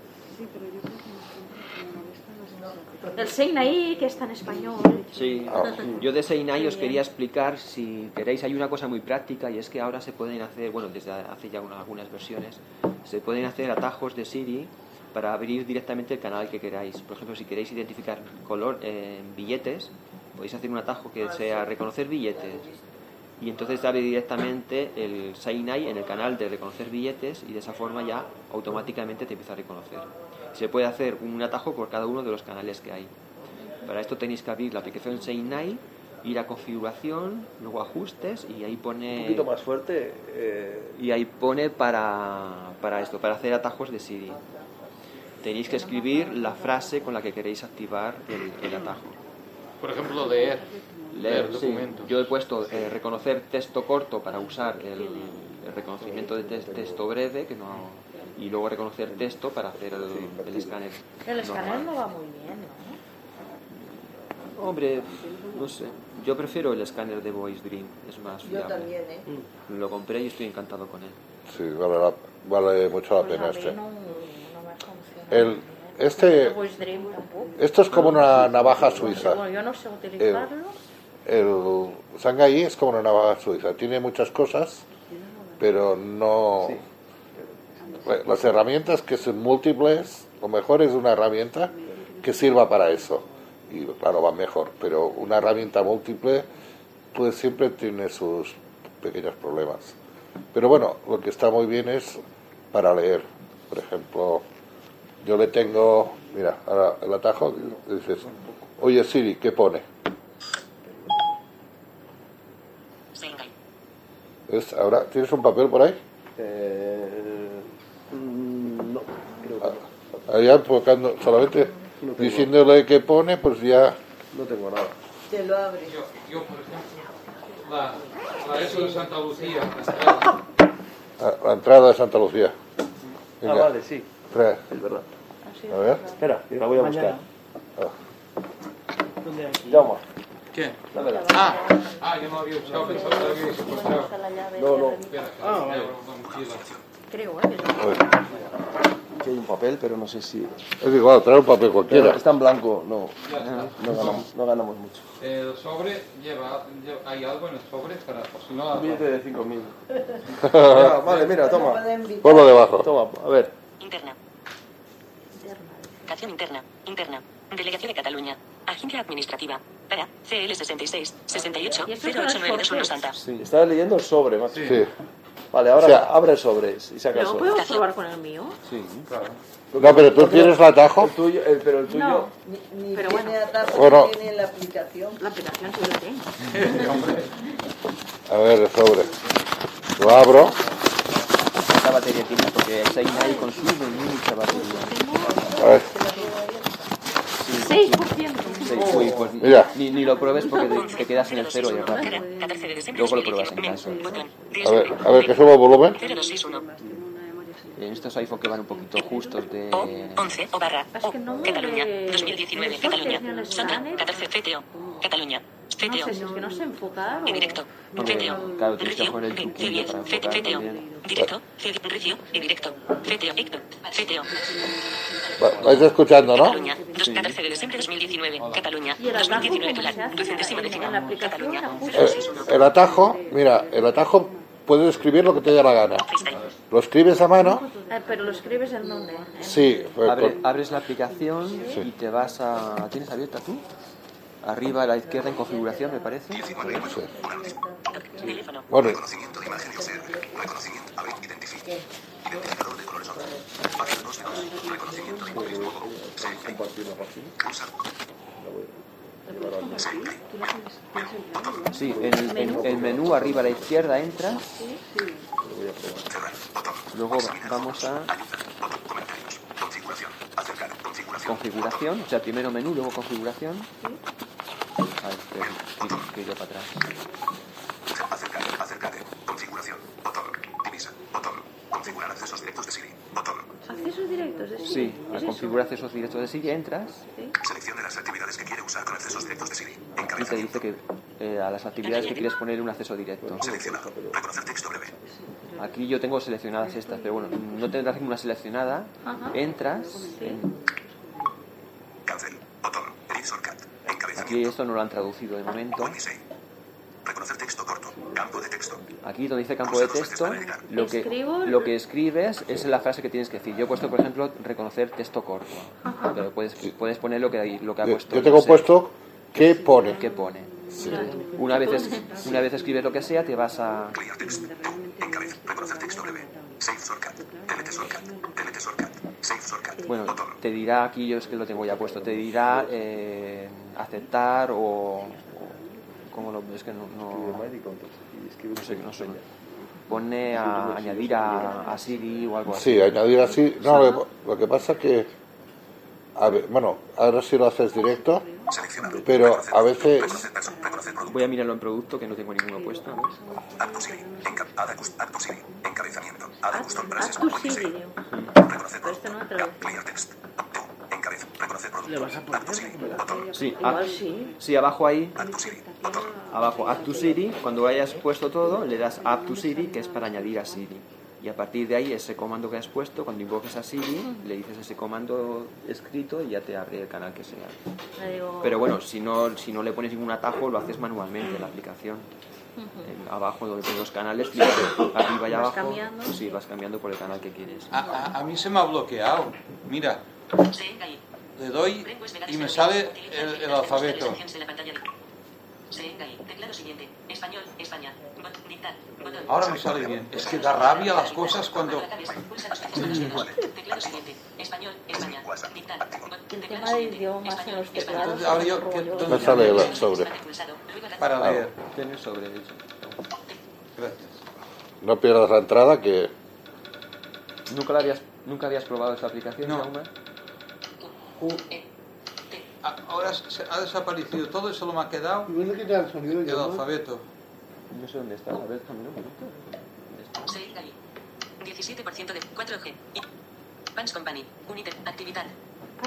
Speaker 11: El Seinaí, que está en español.
Speaker 5: Sí,
Speaker 11: Ah.
Speaker 5: yo de Seinai os
Speaker 11: Bien.
Speaker 5: quería explicar, si queréis, hay una cosa muy práctica y es que ahora se pueden hacer, bueno, desde hace ya una- algunas versiones, se pueden hacer atajos de Siri para abrir directamente el canal que queráis. Por ejemplo, si queréis identificar color, eh, billetes, podéis hacer un atajo que sea reconocer billetes. Y entonces abre directamente el Seinai en el canal de reconocer billetes y de esa forma ya automáticamente te empieza a reconocer. Se puede hacer un atajo por cada uno de los canales que hay. Para esto tenéis que abrir la aplicación Seinai, ir a configuración, luego ajustes y ahí pone...
Speaker 2: Un poquito más fuerte. eh,
Speaker 5: Y ahí pone para, para esto, para hacer atajos de Siri. Tenéis que escribir la frase con la que queréis activar el, el atajo.
Speaker 3: Por ejemplo, leer. Leer
Speaker 5: sí.
Speaker 3: documentos.
Speaker 5: Yo he puesto eh, reconocer texto corto para usar el, el reconocimiento de te- texto breve, que no y luego reconocer texto para hacer el, el escáner.
Speaker 11: El
Speaker 5: normal.
Speaker 11: escáner no va muy bien, ¿no?
Speaker 5: Hombre, no sé. Yo prefiero el escáner de Voice Dream, es más
Speaker 8: Yo
Speaker 5: fiable.
Speaker 8: también, ¿eh?
Speaker 4: Mm.
Speaker 5: Lo compré y estoy encantado con él.
Speaker 4: Sí, vale, la- vale mucho la
Speaker 11: Pues
Speaker 4: pena
Speaker 11: a mí
Speaker 4: este.
Speaker 11: no,
Speaker 8: Mm.
Speaker 11: no me ha funcionado.
Speaker 4: El,
Speaker 11: El
Speaker 4: este,
Speaker 11: Voice Dream tampoco.
Speaker 4: esto es como una navaja suiza. Eh.
Speaker 11: Bueno, yo no sé utilizarlo.
Speaker 4: El Shanghai es como una navaja suiza, tiene muchas cosas, pero no. Bueno, Las herramientas que son múltiples, lo mejor es una herramienta que sirva para eso. Y claro, va mejor, pero una herramienta múltiple, pues siempre tiene sus pequeños problemas. Pero bueno, lo que está muy bien es para leer. Por ejemplo, yo le tengo, mira, ahora el atajo, dices, oye Siri, ¿qué pone?
Speaker 9: Seinai.
Speaker 4: Es- ahora, ¿tienes un papel por ahí?
Speaker 2: eh, mm, no, creo que no.
Speaker 4: Allá enfocando, solamente
Speaker 2: No tengo.
Speaker 4: diciéndole qué pone, pues ya.
Speaker 2: no tengo nada.
Speaker 8: Te lo abres.
Speaker 3: Yo, yo, por ejemplo, la, la ESO de Santa Lucía, la entrada.
Speaker 4: a- la entrada de Santa Lucía.
Speaker 2: Ah, vale, sí.
Speaker 4: Espera.
Speaker 2: Es verdad.
Speaker 4: A ver.
Speaker 2: Espera, que la voy a buscar.
Speaker 4: Mañana.
Speaker 2: Llama.
Speaker 3: ¿Quién?
Speaker 2: Dámela.
Speaker 3: Ah, ah, yo no había usado, pensaba que la había secuestrado.
Speaker 2: No, no.
Speaker 3: Espera,
Speaker 2: Ah,
Speaker 3: espera,
Speaker 2: vale.
Speaker 11: Creo, ¿eh?
Speaker 2: Aquí hay un papel, pero no sé si.
Speaker 4: Es igual, trae un papel cualquiera.
Speaker 2: Pero está en blanco, no.
Speaker 3: Ya está.
Speaker 2: No ganamos, no ganamos mucho.
Speaker 3: El sobre lleva, lleva- hay algo en el sobre para, si no,
Speaker 2: Un billete de 5.000.
Speaker 4: Ah,
Speaker 2: vale, mira, toma.
Speaker 4: Ponlo debajo.
Speaker 2: Toma, a ver.
Speaker 9: Interna. Acción interna. Interna. Delegación de Cataluña. Agencia administrativa. Para CL 66 68
Speaker 11: Y eso es con
Speaker 9: 089
Speaker 11: los
Speaker 9: 21 Santa.
Speaker 2: Sí. Estaba leyendo el sobre, macho.
Speaker 4: Sí.
Speaker 2: Vale, ahora
Speaker 4: O sea-
Speaker 2: abre el sobre y saca el
Speaker 11: ¿No
Speaker 2: sobre.
Speaker 11: podemos probar con el mío?
Speaker 2: Sí, claro.
Speaker 4: No, pero tú tienes el atajo.
Speaker 2: El tuyo, el- pero el tuyo.
Speaker 8: Ni, ni
Speaker 11: Pero
Speaker 8: tiene
Speaker 11: bueno.
Speaker 8: atajo,
Speaker 4: Bueno.
Speaker 8: ni tiene la aplicación.
Speaker 11: La aplicación sí lo tengo.
Speaker 4: Ah, A ver, el sobre. Lo abro.
Speaker 5: La batería tiene, porque el Seinai consume mucha batería.
Speaker 4: A ver.
Speaker 11: 6%.
Speaker 5: Sí, uy, pues
Speaker 4: Mira.
Speaker 5: Ni, ni lo pruebes porque te, te quedas en el cero y el rato. Luego lo pruebas en casa.
Speaker 4: A ver, a ver, que suba el volumen.
Speaker 5: En Eh, estos iPhone que van un poquito justos de...
Speaker 9: 11 o barra. O, Cataluña.
Speaker 11: me-
Speaker 9: 2019.
Speaker 11: me
Speaker 9: Cataluña.
Speaker 11: surgen los
Speaker 9: Santa.
Speaker 11: planes.
Speaker 9: 14 CTO. Cataluña.
Speaker 11: No
Speaker 9: CTO.
Speaker 11: sé si es que no sé enfocar o...
Speaker 9: En directo.
Speaker 5: Porque,
Speaker 9: CTO.
Speaker 5: claro, tienes que
Speaker 9: Regio.
Speaker 5: coger el truquillo para enfocar
Speaker 9: CTO.
Speaker 5: también.
Speaker 9: Directo. CTO. Regio. En directo. CTO. Ecto. CTO.
Speaker 4: Va- Vais escuchando, ¿no?
Speaker 9: Cataluña. 2, 14 de diciembre de 2019. Cataluña.
Speaker 11: Y el atajo,
Speaker 9: 2019.
Speaker 11: ¿cómo se
Speaker 9: Total.
Speaker 11: hace?
Speaker 9: Ducentésima décima.
Speaker 11: En la aplicación
Speaker 9: Cataluña.
Speaker 4: Eh, el atajo, mira, el atajo puedes escribir lo que te dé la gana. Lo escribes a mano.
Speaker 11: Eh, pero lo escribes en donde.
Speaker 4: Sí, pues, fue
Speaker 5: Abre-
Speaker 4: con-
Speaker 5: abres la aplicación y te vas a... ¿la ¿Tienes abierta tú? Arriba a la izquierda en configuración, me parece.
Speaker 9: Teléfono.
Speaker 4: Bueno,
Speaker 5: Sí, en el, en el menú arriba a la izquierda entras. Luego vamos a... configuración, o sea, primero menú, luego configuración. A ver, espera, sí, que yo para atrás.
Speaker 13: Acércate, acércate. Configuración. Botón. Divisa. Botón. Configurar accesos directos de Siri. Botón.
Speaker 11: Accesos directos, es
Speaker 5: Sí,
Speaker 11: ¿Es
Speaker 5: al
Speaker 11: eso?
Speaker 5: configurar accesos directos de Siri entras
Speaker 13: Seleccione las actividades que quiere usar con accesos directos de Siri.
Speaker 5: y te dice que eh, a las actividades que quieres poner un acceso directo.
Speaker 13: Seleccionado. Reconocer texto breve.
Speaker 5: Aquí yo tengo seleccionadas estas, pero bueno, no tendrás ninguna seleccionada.
Speaker 13: Ajá.
Speaker 5: Entras.
Speaker 13: Cancel. Botón. Editor cat.
Speaker 5: Aquí esto no lo han traducido de momento.
Speaker 13: Reconocer texto corto. Campo de texto.
Speaker 5: Aquí donde dice campo de texto, lo que,
Speaker 13: Escribo-
Speaker 5: lo que escribes es la frase que tienes que decir. Yo he puesto, por ejemplo, reconocer texto corto. Pero puedes, puedes poner lo que, hay- lo que ha
Speaker 4: Yo-
Speaker 5: puesto.
Speaker 4: yo tengo
Speaker 5: sé.
Speaker 4: puesto qué pone.
Speaker 5: ¿Qué pone? Una, vez es- una vez escribes lo que sea, te vas a...
Speaker 13: Clear text. Encabez. Reconocer texto breve. Save shortcut. Delete shortcut. Delete shortcut. Save shortcut.
Speaker 5: Bueno, te dirá aquí, yo es que lo tengo ya puesto, te dirá eh, aceptar o... o- ¿Cómo lo Es que no... no no sé, no sé. Pone a añadir a, a Siri o algo así.
Speaker 4: Sí, añadir así. No, lo que, lo que pasa es que. a ver, bueno, ahora sí lo haces directo, pero a veces.
Speaker 5: Voy a mirarlo en producto, que no tengo ninguno puesto.
Speaker 13: Actus Siri. Enca- Adacus- Actus Siri. Encabezamiento. Adacus con frases.
Speaker 11: Actus Siri, digo.
Speaker 13: Reconocer
Speaker 11: Pero esto no lo traduce.
Speaker 13: Clear text. Encabez. Reconocer producto.
Speaker 12: ¿Le vas a poner?
Speaker 13: Botón.
Speaker 5: Sí,
Speaker 11: Igual
Speaker 5: act-
Speaker 11: sí.
Speaker 5: sí, abajo ahí. Abajo, Add to Siri. Cuando hayas puesto todo, le das Add to Siri, que es para añadir a Siri. Y a partir de ahí, ese comando que has puesto, cuando invoques a Siri, le dices ese comando escrito y ya te abre el canal que sea.
Speaker 11: Le digo-
Speaker 5: Pero bueno, si no, si no le pones ningún atajo, lo haces manualmente en la aplicación.
Speaker 11: Ujú.
Speaker 5: En- abajo, donde tienes los canales, fíjate, arriba y
Speaker 11: Vas
Speaker 5: abajo.
Speaker 11: cambiando.
Speaker 5: Sí, vas cambiando por el canal que quieres.
Speaker 3: A, a- a mí se me ha bloqueado. Mira, le doy y me sale el, el alfabeto.
Speaker 9: En la pantalla de... Se ahí. Teclado siguiente. Español. España. Bot- dictar. Botón.
Speaker 3: Ahora me sale bien. Es que da rabia las cosas cuando...
Speaker 9: Teclado siguiente. Español. España. Dictar. Bot-
Speaker 11: El tema de idiomas en los teclados.
Speaker 3: Ahora yo-
Speaker 11: es un
Speaker 3: ¿qué-
Speaker 11: rollo.
Speaker 3: dónde-
Speaker 4: Me sale el sobre.
Speaker 3: Para
Speaker 4: Ah,
Speaker 3: leer.
Speaker 5: Tienes sobre eso.
Speaker 3: Gracias.
Speaker 4: No pierdas la entrada, que.
Speaker 5: ¿Nunca, la habías, ¿Nunca habías probado esta aplicación,
Speaker 3: No.
Speaker 5: Jaume?
Speaker 3: A- Ah, Ahora se ha desaparecido todo y solo me ha quedado el alfabeto.
Speaker 5: No sé dónde está. A ver, camino un minuto.
Speaker 9: Se ahí. 17% de 4G. Y- Pants Company. Unite. Actividad.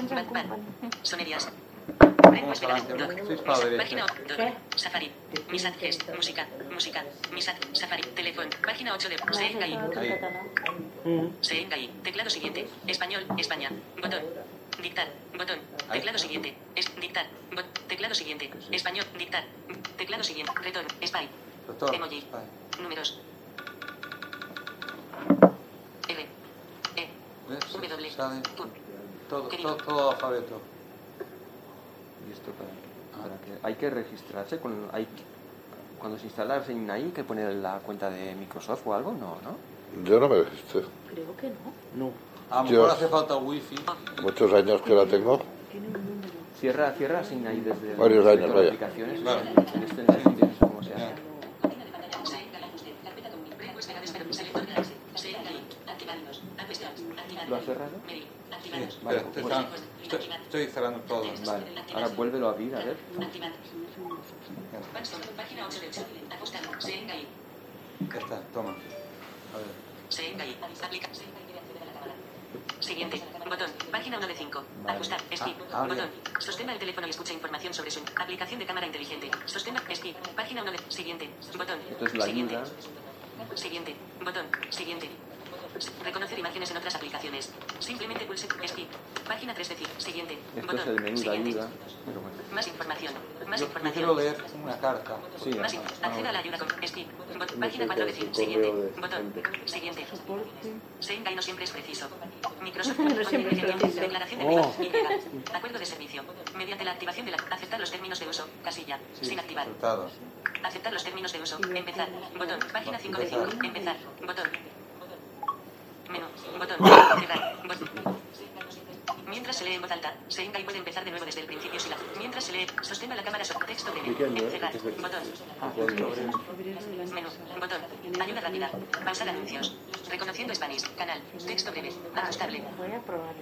Speaker 9: Bad Bad. Sonerías.
Speaker 3: Vamos adelante, ¿no? Sois para la
Speaker 9: Página
Speaker 3: derecha.
Speaker 9: 8. Safari. Mis adjes. Música. Música. Mis ad- Safari. Teléfono. Página 8 de. Se ahí. Se ahí. Teclado siguiente. Español. España. Botón. Dictar. Botón. Teclado siguiente. Es dictar. Bot- Teclado siguiente. Español. Dictar. Teclado siguiente. Retorno. Spy.
Speaker 3: Doctor.
Speaker 9: Emoji. Números. R. E.
Speaker 3: ¿Ves?
Speaker 9: W.
Speaker 3: Sale
Speaker 9: Pun.
Speaker 3: todo,
Speaker 9: Querido.
Speaker 3: todo, todo el alfabeto.
Speaker 5: ¿Y esto para, para qué? Hay que registrarse. Con, hay, cuando se instala Arsenina hay que poner la cuenta de Microsoft o algo. No, ¿no?
Speaker 4: Yo no me registré.
Speaker 11: Creo que no.
Speaker 5: No.
Speaker 3: A lo
Speaker 4: Yo-
Speaker 3: mejor hace falta wifi.
Speaker 4: Muchos años que la tengo.
Speaker 5: Cierra, cierra Arsenina desde
Speaker 4: Varios
Speaker 5: desde
Speaker 4: años,
Speaker 5: las
Speaker 4: vaya.
Speaker 5: aplicaciones.
Speaker 4: Vale.
Speaker 5: En este enlace tienes cómo se hace. ¿Lo has cerrado?
Speaker 3: Sí, espera, estoy,
Speaker 5: Vale,
Speaker 3: cerrando, estoy, estoy cerrando todo.
Speaker 5: Vale. Ahora vuélvelo a abrir, a
Speaker 3: ¿eh?
Speaker 5: ver.
Speaker 9: Página 8 de 8. Acosta. Se ahí.
Speaker 3: Ya está, toma. A ver.
Speaker 9: Se ahí. Aplica. Se de la cámara. Siguiente. Botón. Página 1 de 5. Ajustar. Skip.
Speaker 3: Ah, habla.
Speaker 9: Botón. Sostenga el teléfono y escucha información sobre su aplicación de cámara inteligente. Sostenga. Skip. Página 1 de. Siguiente. Botón.
Speaker 5: Esto es la
Speaker 9: Siguiente.
Speaker 5: ayuda.
Speaker 9: Siguiente. Botón. Siguiente. Reconocer imágenes en otras aplicaciones. Simplemente pulse. Skip. Página 3 de 5. Siguiente.
Speaker 5: Esto es
Speaker 9: Botón.
Speaker 5: el menú de
Speaker 9: Siguiente.
Speaker 5: ayuda. Pero bueno.
Speaker 9: Más información. Más
Speaker 3: Yo
Speaker 9: información.
Speaker 3: prefiero leer una carta.
Speaker 5: Sí,
Speaker 9: Más
Speaker 5: ah,
Speaker 9: in- acceda a la ayuda con skip. Bot- Página 4 de 5. Siguiente. Botón. Siguiente. Sengai no siempre es preciso. Microsoft
Speaker 11: No
Speaker 9: Microsoft
Speaker 11: siempre es
Speaker 9: Intelligent,
Speaker 11: preciso.
Speaker 9: Declaración de
Speaker 11: Oh.
Speaker 9: privacidad. y Acuerdo de servicio. Mediante la activación de la. Aceptar los términos de uso. Casilla.
Speaker 3: Sí,
Speaker 9: Sin activar.
Speaker 3: acertado.
Speaker 9: Aceptar los términos de uso. Empezar. Botón. Página 5 de 5. Empezar. Botón. Menú. Botón. Cerrar. Botón. Mientras se lee en voz alta, Sengai puede empezar de nuevo desde el principio si la... Mientras se lee, sostenga la cámara sobre texto
Speaker 2: Cliqueando,
Speaker 9: breve.
Speaker 2: ¿eh?
Speaker 9: Cerrar.
Speaker 2: Antes de- Ah,
Speaker 9: Botón. Menú, botón, ayuda rápida, pausar anuncios, reconociendo Spanish, canal, texto breve, ajustable.
Speaker 11: Voy a probar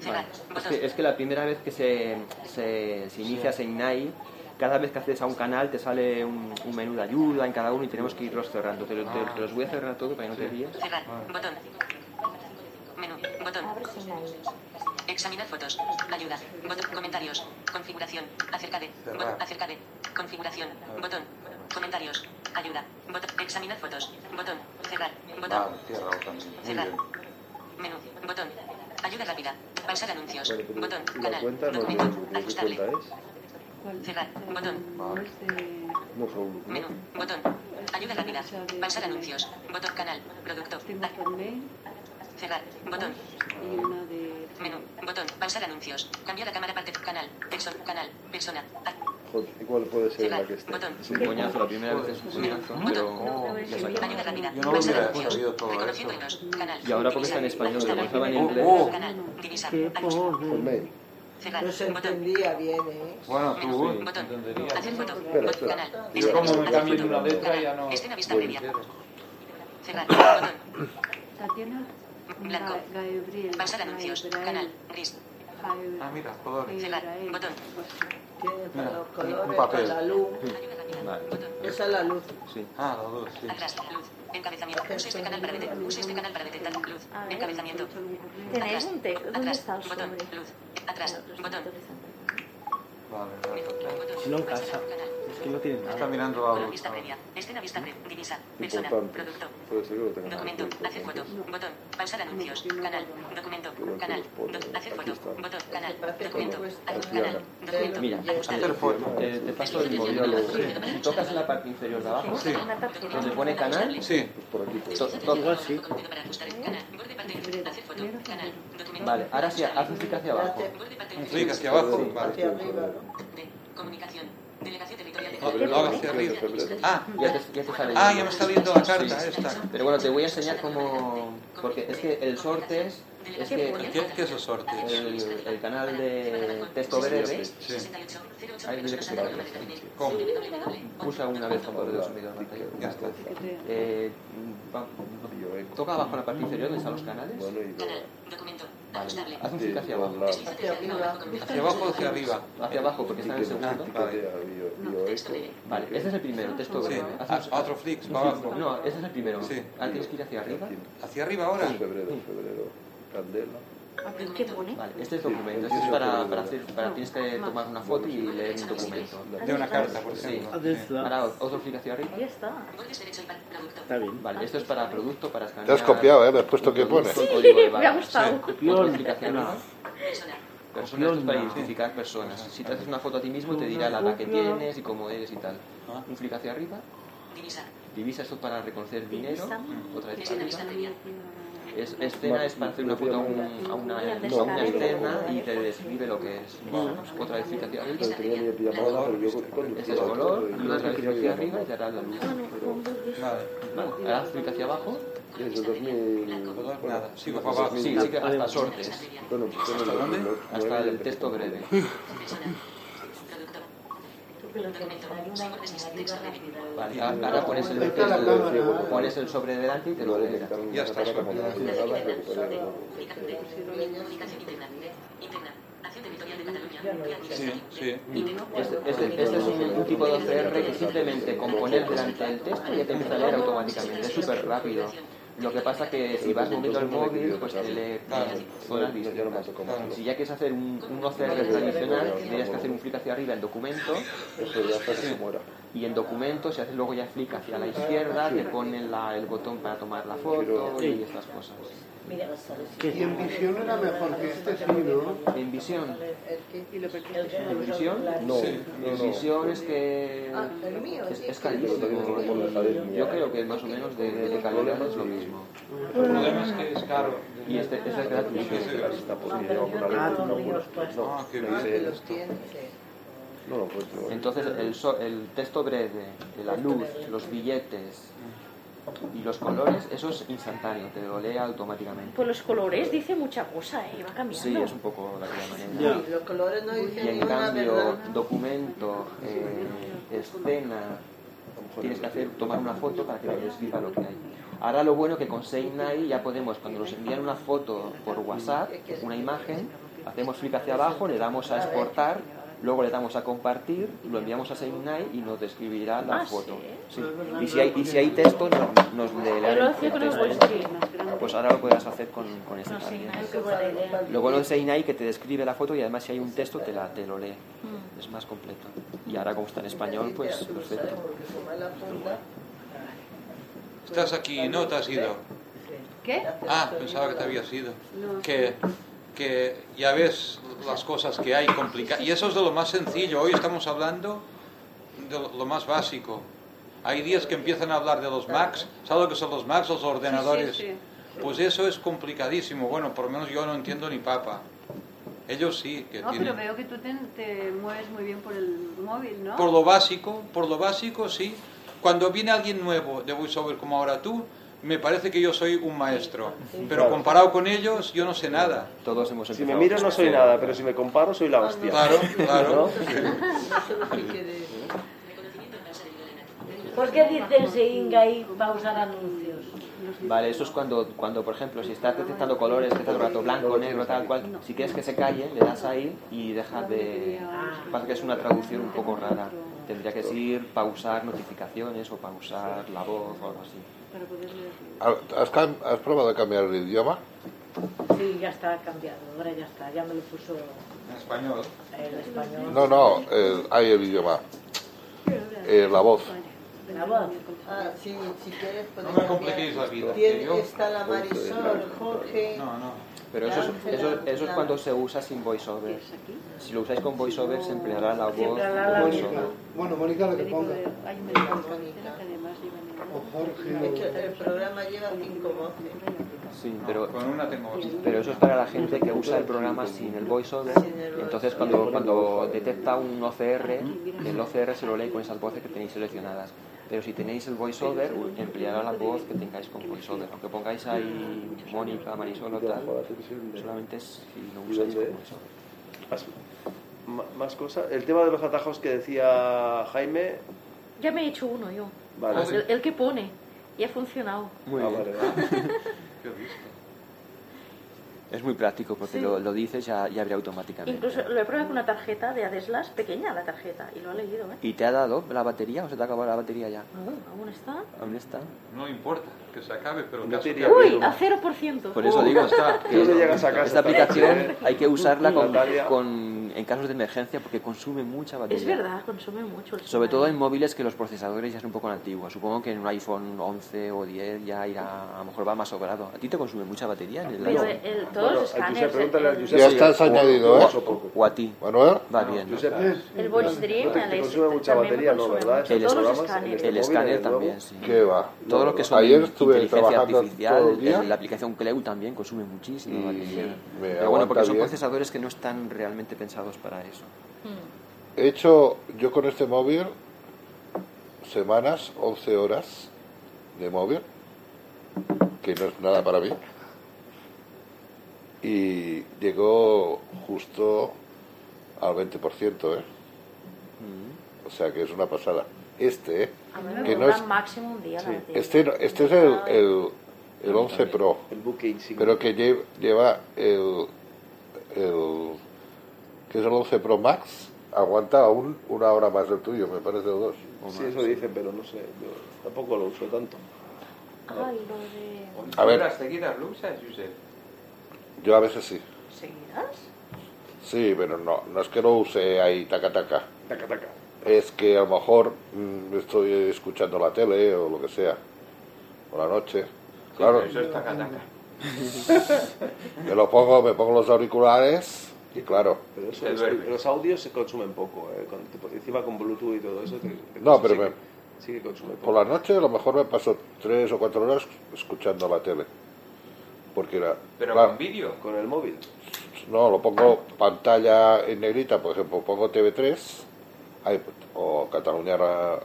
Speaker 11: ese.
Speaker 5: Vale. Es, que, es que la primera vez que se, se, se inicia Seinai, cada vez que accedes a un canal te sale un, un menú de ayuda en cada uno y tenemos que irlos cerrando. Te, te- te los voy a cerrar todo para que no te líes.
Speaker 9: Cerrar. Botón. Menú. Botón. Examinar fotos. Ayuda. Botón. Comentarios. Configuración. Acerca de.
Speaker 13: Cerrar. Ah.
Speaker 9: Botón. Acerca de. Configuración. Botón. Comentarios. Ayuda. Botón. Examinar fotos. Botón. Cerrar. Botón.
Speaker 13: Vale, cierra también. Muy
Speaker 9: Cerrar.
Speaker 13: bien.
Speaker 9: Menú. Botón. Ayuda rápida. Pausar anuncios.
Speaker 13: Vale, pero
Speaker 9: Botón.
Speaker 13: la
Speaker 9: Canal.
Speaker 13: cuenta no
Speaker 9: Documento.
Speaker 13: tiene- ¿de qué
Speaker 9: Ajustable.
Speaker 13: cuenta
Speaker 9: Cerrar. Botón.
Speaker 13: No son-
Speaker 9: Menú. Botón. Ayuda rápida. Pausar anuncios. Botón. Canal. Producto. Cerrar. Botón. Menú. Botón. Pausar anuncios. Cambiar la cámara parte. Canal. Persona. Canal. Persona.
Speaker 2: Joder, ¿y ¿Cuál puede ser la que esté?
Speaker 9: Botón.
Speaker 5: Es un coñazo, la primera vez es un coñazo, pero ya salió.
Speaker 9: Ayuda rápida.
Speaker 5: Yo no lo
Speaker 9: Pausar
Speaker 5: hubiera
Speaker 9: anuncios.
Speaker 5: sabido todo
Speaker 9: Reconociendo hilos. Canal.
Speaker 5: Y ahora porque
Speaker 9: Divisa.
Speaker 5: está en español,
Speaker 9: Ajustable.
Speaker 5: como estaba en
Speaker 9: Menú.
Speaker 3: Uh,
Speaker 5: inglés.
Speaker 9: Canal. Divisa. Cerrar.
Speaker 8: No se
Speaker 9: Botón.
Speaker 8: entendía bien, ¿eh?
Speaker 3: Bueno, tú
Speaker 9: Sí.
Speaker 3: te entenderías.
Speaker 9: Hacer foto.
Speaker 3: Espera, espera.
Speaker 9: Canal.
Speaker 3: Yo como me cambio de una letra
Speaker 9: Canal.
Speaker 3: ya no...
Speaker 9: Escena vista
Speaker 3: Voy.
Speaker 9: media. Cerrar. Botón.
Speaker 10: Tatiana
Speaker 9: Blanco.
Speaker 10: Gabriel.
Speaker 9: Pausar anuncios.
Speaker 10: Gabriel.
Speaker 9: Canal. Gris.
Speaker 3: Ah, mira, colores.
Speaker 9: Cerrar. Botón.
Speaker 8: Para los colores,
Speaker 3: un
Speaker 8: para
Speaker 3: papel.
Speaker 8: la luz.
Speaker 5: Vale.
Speaker 8: Esa es la luz.
Speaker 5: Sí.
Speaker 3: Ah, la luz, sí.
Speaker 9: Atrás. Luz. Encabezamiento. Use este canal para detectar. Use este canal para detectar. Luz.
Speaker 11: ver.
Speaker 9: Encabezamiento.
Speaker 11: ¿Tenéis un texto? ¿Dónde
Speaker 9: Atrás.
Speaker 11: está el
Speaker 9: Botón.
Speaker 11: sobre?
Speaker 9: Luz. Atrás. Botón.
Speaker 3: Vale, vale, vale.
Speaker 12: Si no en casa. Es que no tienes nada.
Speaker 3: Está mirando la luz.
Speaker 9: Vista previa. Escena vista previa. Divisa. Persona.
Speaker 2: Importante.
Speaker 9: Producto.
Speaker 2: Puede ser que lo tenga.
Speaker 9: Documento. Hacer foto. Botón. Pausar anuncios. Canal. Documento. Canal. Doc- Hacer foto. Botón. Canal. Documento.
Speaker 5: Pues,
Speaker 9: Canal. Documento.
Speaker 5: Mira,
Speaker 9: Ajustable.
Speaker 5: eh, te paso el móvil. Si tocas en la parte inferior de abajo,
Speaker 9: Sí.
Speaker 5: donde pone canal, pues
Speaker 3: sí.
Speaker 5: por aquí,
Speaker 9: Para ajustar el canal. Borde parte. Hacer foto. Canal. Documento.
Speaker 5: Vale, ahora sí, haz un clic hacia abajo.
Speaker 9: Borde parte.
Speaker 3: Un clic hacia abajo.
Speaker 5: Sí.
Speaker 3: Vale.
Speaker 5: Hacia arriba.
Speaker 9: De Comunicación. Delegación territorial de
Speaker 3: No, lo hago hacia arriba. Ah,
Speaker 5: ya te, ya te sale.
Speaker 3: Ah, ya me está viendo la carta
Speaker 5: Sí.
Speaker 3: esta.
Speaker 5: Pero bueno, te voy a enseñar cómo... Porque es que el sortes... Es que
Speaker 3: ¿Qué, qué es el sorte?
Speaker 5: el, el canal de texto breve...
Speaker 3: Sí.
Speaker 5: Ahí tienes que explicarlo.
Speaker 3: ¿Cómo?
Speaker 5: Pulsa una vez con los dedos unidos la pantalla.
Speaker 3: Ya está.
Speaker 5: Eh, va- toca abajo en la parte inferior donde están los canales. Vale. Haz un clic hacia abajo.
Speaker 8: Hacia arriba.
Speaker 3: Hacia abajo o hacia arriba.
Speaker 5: Hacia abajo porque está en el segundo. Vale, este es el primero, texto
Speaker 3: Sí.
Speaker 5: breve. Haz un-
Speaker 3: Ah, otro flick,
Speaker 5: un
Speaker 3: para
Speaker 5: clic.
Speaker 3: abajo.
Speaker 5: No, este es el primero.
Speaker 3: Sí.
Speaker 5: Ahora tienes que ir hacia arriba.
Speaker 3: ¿Hacia arriba ahora?
Speaker 2: Febrero, febrero. Candela.
Speaker 11: ¿Qué pone?
Speaker 5: Vale, este es documento. Este es para, para hacer, para tienes
Speaker 11: Ah.
Speaker 5: que tomar una foto y leer un documento.
Speaker 3: De una carta, por ejemplo.
Speaker 5: Sí. Ahora otro clic hacia arriba.
Speaker 11: Ahí está.
Speaker 5: Está bien. Vale, esto es para producto, para escanear.
Speaker 4: Te has copiado, ¿eh? Le has puesto que pone.
Speaker 5: producto,
Speaker 11: Sí,
Speaker 5: código de barras.
Speaker 11: me ha gustado.
Speaker 5: Sí.
Speaker 11: Copión,
Speaker 5: Otro clic hacia
Speaker 11: no.
Speaker 5: arriba. Personas, esto es para identificar personas. Si te haces una Ah. foto a ti mismo, te dirá la edad que
Speaker 11: Copión.
Speaker 5: tienes y cómo eres y tal. Un clic hacia arriba.
Speaker 9: Divisa.
Speaker 5: Divisa, esto es para reconocer dinero. Otra vez para
Speaker 9: Escena vista
Speaker 5: arriba.
Speaker 9: previa.
Speaker 5: Es- escena es para hacer una foto a, un- a una, Mm. a una escena y te describe lo que es. pues, Otra vez clic hacia arriba. Este es color, y otra vez clic hacia arriba y te hará la luz. Vale, ahora haz clic hacia abajo.
Speaker 3: Nada, sigo para abajo. pues,
Speaker 5: Sí, sí, que hasta sortes.
Speaker 3: ¿Hasta dónde?
Speaker 5: Hasta el texto breve. Vale, ahora pones el, el- pones el sobre delante y te lo leerá.
Speaker 3: Ya está.
Speaker 9: Comunicación interna. Interna. Acción territorial de Cataluña. Reactivación.
Speaker 3: Sí, sí.
Speaker 5: Este, este- este es un, un tipo de OCR que simplemente con poner delante del texto ya te empieza a leer automáticamente. Es súper rápido. Lo que pasa que si vas moviendo el móvil, pues te lee zonas distintas. Si ya quieres hacer un, un OCR tradicional, tendrías que hacer un flick hacia arriba en documento. Y en documento, si haces luego ya flick hacia la izquierda, te pone la- el botón para tomar la foto y estas cosas.
Speaker 7: Y en visión era mejor que este sí, ¿no?
Speaker 5: En visión, en
Speaker 8: El
Speaker 5: visión,
Speaker 8: No.
Speaker 2: Sí.
Speaker 5: en visión es que
Speaker 8: Ah, el mío,
Speaker 5: es,
Speaker 8: sí.
Speaker 5: es carísimo. Yo creo que más o menos de, de- de calidad es lo mismo.
Speaker 3: El problema es que es caro.
Speaker 5: Y este, este es gratuito.
Speaker 3: Ah, qué bien.
Speaker 8: Los tiene.
Speaker 5: Entonces el, so- el texto breve, la luz, los billetes y los colores, eso es instantáneo, te lo lee automáticamente.
Speaker 11: Pues los colores dice mucha cosa, ¿eh? Va
Speaker 8: Pues,
Speaker 11: cambiando.
Speaker 5: Sí, es un poco la que ¿eh?
Speaker 8: Ya.
Speaker 5: manera.
Speaker 8: Los colores no
Speaker 5: Y
Speaker 8: dicen
Speaker 5: en
Speaker 8: ni una
Speaker 5: cambio,
Speaker 8: verdad.
Speaker 5: documento, eh, escena, tienes que hacer, tomar una foto para que te describa lo que hay. Ahora lo bueno que con SeinAI ya podemos, cuando nos envían una foto por WhatsApp, una imagen, Hacemos flick hacia abajo, le damos a exportar, luego le damos a compartir, lo enviamos a SendNight y nos describirá la
Speaker 11: Ah,
Speaker 5: foto. Sí.
Speaker 11: ¿sí?
Speaker 5: Y, si hay, y si hay texto, nos, nos leerá
Speaker 11: Yo lo
Speaker 5: el
Speaker 11: hacía con el
Speaker 5: texto.
Speaker 11: Wallstreet más grande.
Speaker 5: Pues ahora lo podrás hacer con, con ese
Speaker 11: No, sí,
Speaker 5: también.
Speaker 11: qué buena idea.
Speaker 5: Luego lo de SendNight que te describe la foto y además si hay un texto te, la, te lo lee. Es más completo. Y ahora como está en español, pues perfecto.
Speaker 3: Estás aquí, no te has ido.
Speaker 10: ¿Qué?
Speaker 3: Ah, pensaba que te habías ido.
Speaker 10: No.
Speaker 3: Que, que ya ves las cosas que hay complicadas. Y eso es de lo más sencillo. Hoy estamos hablando de lo lo más básico. Hay días que empiezan a hablar de los Macs. ¿Sabes lo que son los Macs? Los ordenadores.
Speaker 10: Sí, sí,
Speaker 3: Pues eso es complicadísimo. Bueno, por lo menos yo no entiendo ni papa. Ellos sí que
Speaker 10: No, pero
Speaker 3: tienen.
Speaker 10: veo que tú te, te mueves muy bien por el móvil, ¿no?
Speaker 3: Por lo básico, por lo básico, sí. Cuando viene alguien nuevo de VoiceOver como ahora tú, me parece que yo soy un maestro. Pero
Speaker 2: Claro.
Speaker 3: comparado con ellos, yo no sé nada.
Speaker 5: Todos hemos
Speaker 2: Si me miro no soy nada, pero si me comparo soy la hostia.
Speaker 3: Claro, claro.
Speaker 6: ¿Por qué dicen se inga y pausar anuncios?
Speaker 5: Vale, eso es cuando, cuando, por ejemplo, si estás detectando colores, detectando rato blanco, negro, tal cual, si quieres que se calle, le das ahí y deja de... Pasa que es una traducción un poco rara. Tendría que decir pausar notificaciones o pausar la voz o algo así.
Speaker 10: Para poder leer.
Speaker 4: ¿Has, cam- has probado a cambiar el idioma?
Speaker 6: Sí, ya está cambiado, ahora ya está, ya me lo puso
Speaker 3: En español.
Speaker 6: el español.
Speaker 4: No, no, eh, hay el idioma. Eh, la voz.
Speaker 6: La voz.
Speaker 8: Ah, sí, si quieres puedes
Speaker 3: No me compliquéis la vida,
Speaker 8: Tiene-
Speaker 3: que yo-
Speaker 8: Está la Marisol, Jorge...
Speaker 3: No, no.
Speaker 5: Pero eso es, eso, eso es cuando se usa sin voiceover. Si lo usáis con voiceover, se empleará la voz de voiceover.
Speaker 7: Bueno, Mónica, lo que ponga.
Speaker 10: Hay un mercado carretera que además lleva en
Speaker 3: Oh,
Speaker 10: el-
Speaker 8: Es que el programa lleva cinco voces.
Speaker 5: Sí, pero,
Speaker 3: tengo
Speaker 5: pero eso es para la gente que usa el programa sin el voiceover. Entonces, cuando, cuando detecta un OCR, el OCR se lo lee con esas voces que tenéis seleccionadas. Pero si tenéis el voiceover, u- empleará la voz que tengáis con voiceover. Aunque pongáis ahí Mónica, Marisol o tal, solamente es si lo usáis con voiceover.
Speaker 2: Más, ma- más cosas. El tema de los atajos que decía Jaime.
Speaker 11: Ya me he hecho uno yo.
Speaker 2: Vale.
Speaker 11: El, el que pone. Y ha funcionado.
Speaker 5: Muy
Speaker 2: Ah,
Speaker 5: bien.
Speaker 2: vale, vale.
Speaker 5: Es muy práctico porque
Speaker 11: Sí.
Speaker 5: lo, lo dices ya, ya abre automáticamente.
Speaker 11: Incluso lo he probado con una tarjeta de Adeslash, pequeña la tarjeta, y lo ha leído, ¿eh?
Speaker 5: ¿Y te ha dado la batería o se te ha acabado la batería ya?
Speaker 11: Aún, aún está.
Speaker 5: ¿Aún está?
Speaker 3: No importa que se acabe, pero el caso
Speaker 5: te
Speaker 3: que
Speaker 5: diría
Speaker 3: ha
Speaker 5: que
Speaker 3: habido-
Speaker 11: Uy, a 0%.
Speaker 5: Por eso digo, que
Speaker 2: Tú no llegas a casa
Speaker 5: esta aplicación
Speaker 2: tarde.
Speaker 5: hay que usarla con,
Speaker 2: Natalia.
Speaker 5: con- en casos de emergencia porque consume mucha batería.
Speaker 11: Es verdad, consume mucho el
Speaker 5: Sobre todo en móviles que los procesadores ya son un poco antiguos. Supongo que en un iPhone 11 o 10 ya irá, a lo mejor va más sobrado. ¿A ti te consume mucha batería? En el
Speaker 11: Pero
Speaker 5: iPhone?
Speaker 11: el- todos los
Speaker 2: Bueno, a Josep,
Speaker 11: escáneres. eh.
Speaker 2: pregúntale a
Speaker 11: el-
Speaker 2: Josep.
Speaker 4: Ya estás
Speaker 2: Sí, o-
Speaker 4: añadido,
Speaker 2: o
Speaker 4: ¿eh?
Speaker 2: más o poco.
Speaker 5: ¿O a ti?
Speaker 4: Manuel.
Speaker 5: Va bien.
Speaker 2: Josep,
Speaker 11: El voice dream,
Speaker 2: Te
Speaker 11: el
Speaker 2: consume mucha
Speaker 11: también
Speaker 2: batería,
Speaker 11: me
Speaker 2: ¿no?
Speaker 11: consume
Speaker 2: ¿Verdad?
Speaker 11: mucho.
Speaker 2: Estos
Speaker 11: Todos los
Speaker 2: programas,
Speaker 11: escáneres.
Speaker 2: este
Speaker 5: El
Speaker 2: móvil,
Speaker 5: escáner
Speaker 2: el nuevo.
Speaker 5: también, sí.
Speaker 4: ¿Qué va?
Speaker 5: Todo lo que son
Speaker 4: Ayer estuve
Speaker 5: inteligencia
Speaker 4: trabajando todo
Speaker 5: artificial,
Speaker 4: el día. Mm,
Speaker 5: el- la aplicación Cleu también consume muchísimo batería.
Speaker 4: me
Speaker 5: Pero bueno, porque
Speaker 4: aguanta
Speaker 5: son
Speaker 4: bien.
Speaker 5: procesadores que no están realmente pensados para eso.
Speaker 11: Hmm.
Speaker 4: He hecho yo con este móvil semanas, 11 horas de móvil, que no es nada para mí. Y llegó justo al 20%, ¿eh? O sea que es una pasada. Este, ¿eh?
Speaker 11: A mí me
Speaker 4: Que no
Speaker 11: dura
Speaker 4: es-
Speaker 11: máximo un día la batería.
Speaker 4: Este, no- este es el, el, el 11 Pro. Pero que lle- lleva el, el- que es el 11 Pro Max, aguanta aún una hora más del tuyo, me parece, o dos.
Speaker 2: Sí, eso dicen, pero no sé. yo tampoco lo uso tanto.
Speaker 11: Ay, lo de...
Speaker 4: A ver.
Speaker 3: Las seguidas lo usas, Josep.
Speaker 4: Yo a veces sí.
Speaker 11: ¿Seguidas?
Speaker 4: Sí, pero no, no es que lo use ahí taca taca.
Speaker 2: Taca, taca.
Speaker 4: Es que a lo mejor mm, estoy escuchando la tele o lo que sea, por la noche. Claro,
Speaker 3: Eso es taca, taca.
Speaker 4: me lo pongo, me pongo los auriculares y claro.
Speaker 2: Pero eso
Speaker 4: Te
Speaker 2: es-
Speaker 4: duerme.
Speaker 2: los audios se consumen poco. eh, con- tipo, encima con Bluetooth y todo eso. te- te-
Speaker 4: No, pero
Speaker 2: sí,
Speaker 4: me-
Speaker 2: que- sí que consume poco.
Speaker 4: Por la noche a lo mejor me paso tres o cuatro horas escuchando la tele. Porque la,
Speaker 3: Pero
Speaker 4: claro,
Speaker 3: con vídeo.
Speaker 2: Con el móvil.
Speaker 4: no, lo pongo pantalla en negrita, por ejemplo, pongo TV3 ay, o Cataluña Ra-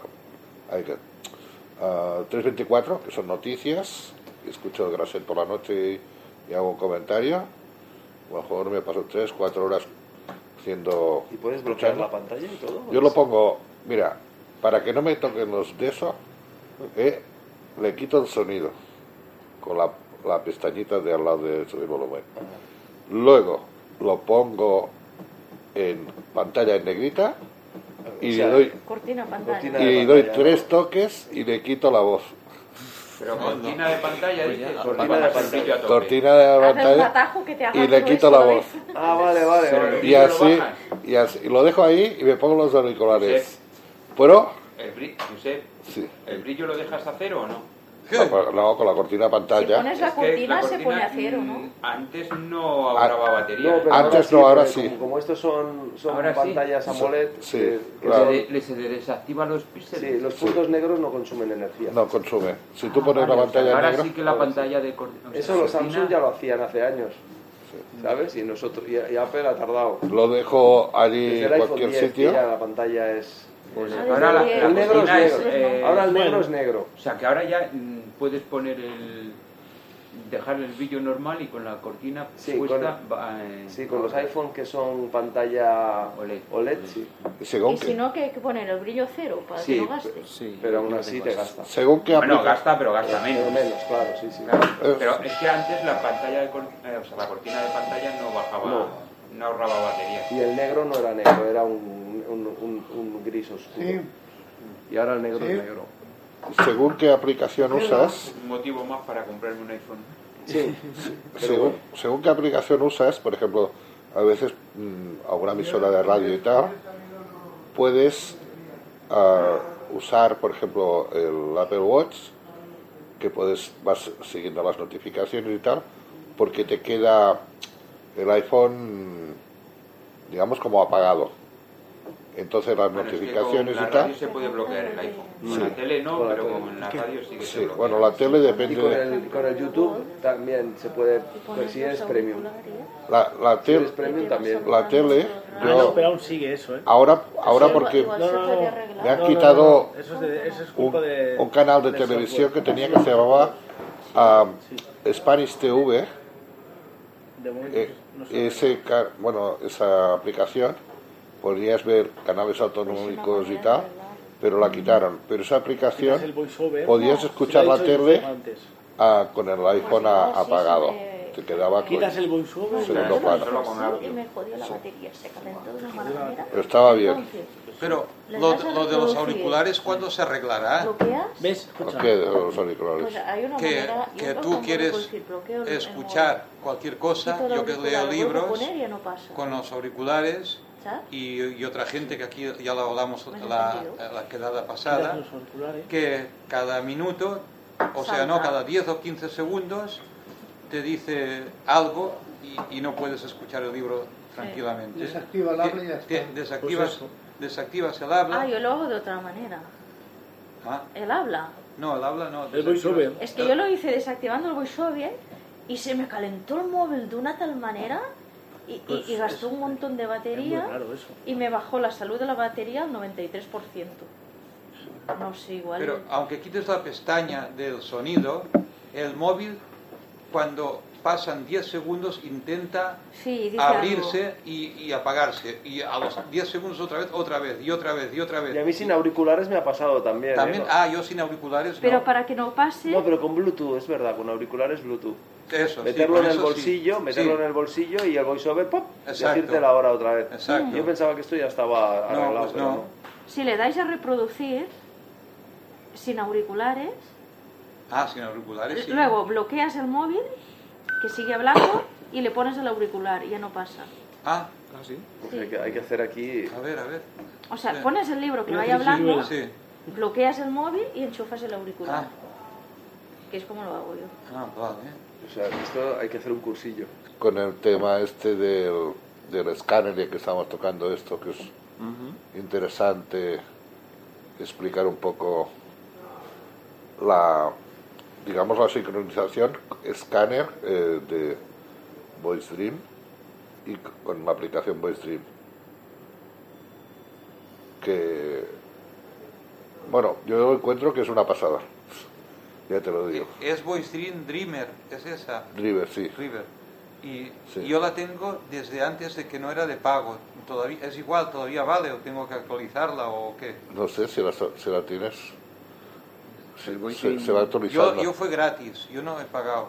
Speaker 4: ay, que- ah, 324, que son noticias, y escucho el Graset por la noche y, y hago un comentario. A lo mejor me paso tres, cuatro horas haciendo...
Speaker 2: ¿Y puedes bloquear la pantalla y todo?
Speaker 4: Yo lo pongo, mira, para que no me toquen los de eso, eh, le quito el sonido con la, la pestañita de al lado de subir volumen. Luego lo pongo en pantalla en negrita y
Speaker 11: O sea,
Speaker 4: le doy,
Speaker 11: Cortina pantalla.
Speaker 4: y
Speaker 11: Cortina de
Speaker 4: le doy
Speaker 11: pantalla, ¿no?
Speaker 4: tres toques y le quito la voz.
Speaker 3: Pero cortina de pantalla, dice.
Speaker 2: Cortina de pantalla.
Speaker 4: Cortina de
Speaker 11: Haces un
Speaker 4: pantalla
Speaker 11: atajo que te haga
Speaker 4: y le
Speaker 11: todo
Speaker 4: quito
Speaker 11: eso,
Speaker 4: la
Speaker 11: ¿lo
Speaker 4: voz.
Speaker 11: ves?
Speaker 2: Ah, vale, vale. vale.
Speaker 4: Y así, y así, y lo dejo ahí y me pongo los auriculares. ¿Puedo?
Speaker 14: El, bri- Josep,
Speaker 4: Sí.
Speaker 14: ¿el brillo lo dejas a cero o no?
Speaker 4: No, no, con la cortina de
Speaker 11: Si
Speaker 4: pantalla.
Speaker 11: pones la
Speaker 14: Es que
Speaker 11: cortina,
Speaker 14: la
Speaker 11: se
Speaker 14: cortina,
Speaker 11: pone a cero, ¿no?
Speaker 14: Antes no ahorraba batería. ¿eh?
Speaker 2: No, pero
Speaker 4: Antes Ah, no, ahora
Speaker 2: porque
Speaker 4: sí.
Speaker 2: Como, como estos son, son
Speaker 14: Ahora sí.
Speaker 2: pantallas AMOLED,
Speaker 4: Sí,
Speaker 2: que- que
Speaker 4: claro.
Speaker 2: son-
Speaker 14: Le se desactiva los píxeles.
Speaker 2: sí, los puntos negros no consumen energía.
Speaker 4: No consume. Si
Speaker 11: Ah,
Speaker 4: tú pones la
Speaker 14: Vale,
Speaker 4: pantalla
Speaker 14: Ahora
Speaker 4: negra,
Speaker 14: sí que la pantalla de cor- o sea,
Speaker 2: Eso los
Speaker 14: cortina-
Speaker 2: Samsung ya lo hacían hace años, ¿sabes? Y nosotros y, y Apple ha tardado.
Speaker 4: lo dejo allí
Speaker 2: Desde
Speaker 4: en
Speaker 2: el Pues iPhone
Speaker 4: cualquier
Speaker 2: 10
Speaker 4: sitio.
Speaker 2: ya la pantalla es...
Speaker 14: Pues
Speaker 2: es-
Speaker 14: ahora la- la
Speaker 2: el negro es
Speaker 14: cortina
Speaker 2: negro.
Speaker 14: es, eh,
Speaker 2: ahora el negro
Speaker 14: bueno.
Speaker 2: es negro.
Speaker 14: O sea que ahora ya mm, puedes poner el. dejar el brillo normal y con la cortina
Speaker 2: Sí,
Speaker 14: puesta.
Speaker 2: con-
Speaker 14: va, pues eh,
Speaker 2: Sí, con los iPhone que son pantalla OLED, sí.
Speaker 4: Según
Speaker 11: Y si no, que hay que poner el brillo cero para que no gaste.
Speaker 2: pero aún así te gasta.
Speaker 4: Según que
Speaker 14: Bueno,
Speaker 4: aplica-
Speaker 14: gasta, pero gasta menos.
Speaker 2: menos, claro, sí, sí.
Speaker 4: Eh,
Speaker 14: Pero es que antes la pantalla de cor- eh, o sea, la cortina de pantalla no bajaba, no, ahorraba batería.
Speaker 2: Y el negro no era negro, era un, un, un- un gris oscuro.
Speaker 14: Sí.
Speaker 2: Y ahora el negro
Speaker 14: Sí.
Speaker 2: es negro.
Speaker 4: según qué aplicación usas,
Speaker 14: Un motivo más para comprarme un iPhone.
Speaker 2: Sí.
Speaker 4: según, según qué aplicación usas, por ejemplo, a veces mm, alguna emisora de radio y tal, puedes ah, usar, por ejemplo, el Apple Watch, que puedes vas siguiendo las notificaciones y tal, porque te queda el iPhone, digamos, como apagado. Entonces las
Speaker 14: Bueno, es que
Speaker 4: notificaciones
Speaker 14: con la
Speaker 4: y tal.
Speaker 14: radio se puede bloquear el iPhone. Con
Speaker 4: Sí.
Speaker 14: la tele no,
Speaker 4: Con la
Speaker 14: pero
Speaker 4: tele.
Speaker 14: como en la radio sí que se
Speaker 4: Sí,
Speaker 14: bloquea.
Speaker 4: bueno, la tele
Speaker 2: Y
Speaker 4: depende.
Speaker 2: con
Speaker 4: de-
Speaker 2: el, con el YouTube también se puede, pues si es premium.
Speaker 4: La, la
Speaker 2: Si
Speaker 4: tele,
Speaker 2: eres premium también.
Speaker 4: la tele,
Speaker 12: Ah,
Speaker 4: yo-
Speaker 12: no, pero aún sigue eso, ¿eh?
Speaker 4: ahora, ahora
Speaker 12: Igual-
Speaker 4: porque
Speaker 12: igual se puede arreglar.
Speaker 4: me han
Speaker 12: No, no,
Speaker 4: quitado
Speaker 12: no, eso es de- eso es
Speaker 4: un,
Speaker 12: culpa de-
Speaker 4: un canal de
Speaker 12: del
Speaker 4: televisión
Speaker 12: software.
Speaker 4: que tenía que se llamaba um, Spanish TV.
Speaker 12: De momento,
Speaker 4: Eh,
Speaker 12: no sé.
Speaker 4: ese, ca- bueno, esa aplicación podrías ver canales autonómicos y tal, pero la quitaron. Pero esa aplicación
Speaker 12: Quitas el voiceover.
Speaker 4: podías
Speaker 12: No,
Speaker 4: escuchar
Speaker 12: se lo
Speaker 4: la
Speaker 12: he hecho
Speaker 4: tele
Speaker 12: yo antes.
Speaker 4: ah, con el iPhone a- apagado. Te quedaba con
Speaker 12: Quitas el voiceover.
Speaker 4: segundo plano.
Speaker 11: pues, Y me jodió la batería, se calentó de una manera.
Speaker 4: Pero estaba bien.
Speaker 3: Pero lo, lo de los auriculares, ¿cuándo se arreglará?
Speaker 12: ¿Ves?
Speaker 4: ¿Qué de los auriculares?
Speaker 11: Pues hay una
Speaker 3: Que,
Speaker 11: manera, yo
Speaker 3: que
Speaker 11: creo
Speaker 3: tú
Speaker 11: que
Speaker 3: quieres
Speaker 11: puedes ir bloqueo en- en
Speaker 3: escuchar cualquier cosa,
Speaker 11: Quito el
Speaker 3: yo que
Speaker 11: auricular,
Speaker 3: leo
Speaker 11: lo vuelvo a
Speaker 3: libros
Speaker 11: poner y ya no pasa.
Speaker 3: con los auriculares
Speaker 11: ¿Sabes?
Speaker 3: y, y otra gente que aquí ya lo hablamos
Speaker 11: ¿Me has
Speaker 3: la, eh,
Speaker 11: entendido?
Speaker 3: la quedada pasada,
Speaker 12: Quitas los auriculares.
Speaker 3: que cada minuto, o sea, no,
Speaker 12: Salta.
Speaker 3: cada 10 o 15 segundos te dice algo y, y no puedes escuchar el libro tranquilamente.
Speaker 7: Desactiva el habla y ya
Speaker 3: Te- desactivas,
Speaker 7: Pues
Speaker 3: desactivas el habla.
Speaker 11: Ah, yo lo hago de otra manera.
Speaker 3: Ah,
Speaker 11: El habla.
Speaker 3: no, el habla no.
Speaker 12: El voiceover.
Speaker 11: Es que yo lo hice desactivando el voiceover y se me calentó el móvil de una tal manera y, y-
Speaker 12: Pues
Speaker 11: y gastó un montón de
Speaker 12: Es muy
Speaker 11: batería
Speaker 12: raro eso.
Speaker 11: y me bajó la salud de la batería al 93%. No sé, igual.
Speaker 3: Pero aunque quites la pestaña del sonido, el móvil cuando pasan 10 segundos intenta
Speaker 11: sí, dice algo.
Speaker 3: abrirse y, y apagarse. Y a los 10 segundos otra vez, otra vez, y otra vez, y otra vez.
Speaker 2: Y a mí sin auriculares me ha pasado también. ¿eh?
Speaker 3: También, ah, yo sin auriculares
Speaker 11: Pero
Speaker 3: no.
Speaker 11: para que no pase,
Speaker 2: No, pero con Bluetooth, es verdad, con auriculares Bluetooth.
Speaker 3: Eso, sí,
Speaker 2: meterlo
Speaker 3: con
Speaker 2: en el
Speaker 3: eso sí.
Speaker 2: bolsillo, meterlo
Speaker 3: Sí.
Speaker 2: en el bolsillo y el voiceover, ¡pop!
Speaker 3: Exacto.
Speaker 2: Y decirte la hora otra vez.
Speaker 3: Exacto.
Speaker 2: Yo pensaba que esto ya estaba
Speaker 3: No,
Speaker 2: arreglado,
Speaker 3: pues
Speaker 2: pero
Speaker 3: no.
Speaker 11: si le dais a reproducir sin auriculares,
Speaker 3: Ah, sin auriculares sí.
Speaker 11: luego bloqueas el móvil que sigue hablando y le pones el auricular y ya no pasa.
Speaker 3: Ah,
Speaker 2: sí. Pues hay, que, hay que hacer aquí.
Speaker 3: A ver, a ver.
Speaker 11: O sea, pones el libro que
Speaker 2: Una
Speaker 11: vaya hablando,
Speaker 2: triquiñuela.
Speaker 11: bloqueas el móvil y enchufas el
Speaker 4: Ah.
Speaker 11: auricular. Que es como lo hago yo.
Speaker 3: Ah, vale.
Speaker 2: O sea, esto hay que hacer un cursillo.
Speaker 4: con el tema este del, del escáner que estamos tocando esto, que es interesante explicar un poco la, digamos, la sincronización escáner eh, de Voice Dream y c- con la aplicación Voice Dream. Que, bueno, yo encuentro que es una pasada, ya te lo digo.
Speaker 3: Es Voice Dream Dreamer, es esa.
Speaker 4: Driver, sí.
Speaker 3: River. Y
Speaker 4: Sí.
Speaker 3: yo la tengo desde antes de que no era de pago. Todavía, es igual, todavía vale o tengo que actualizarla o qué.
Speaker 4: No sé si la, si la tienes. Se, se-
Speaker 3: Yo-
Speaker 4: se va actualizando.
Speaker 3: Yo, fue gratis, yo no he pagado.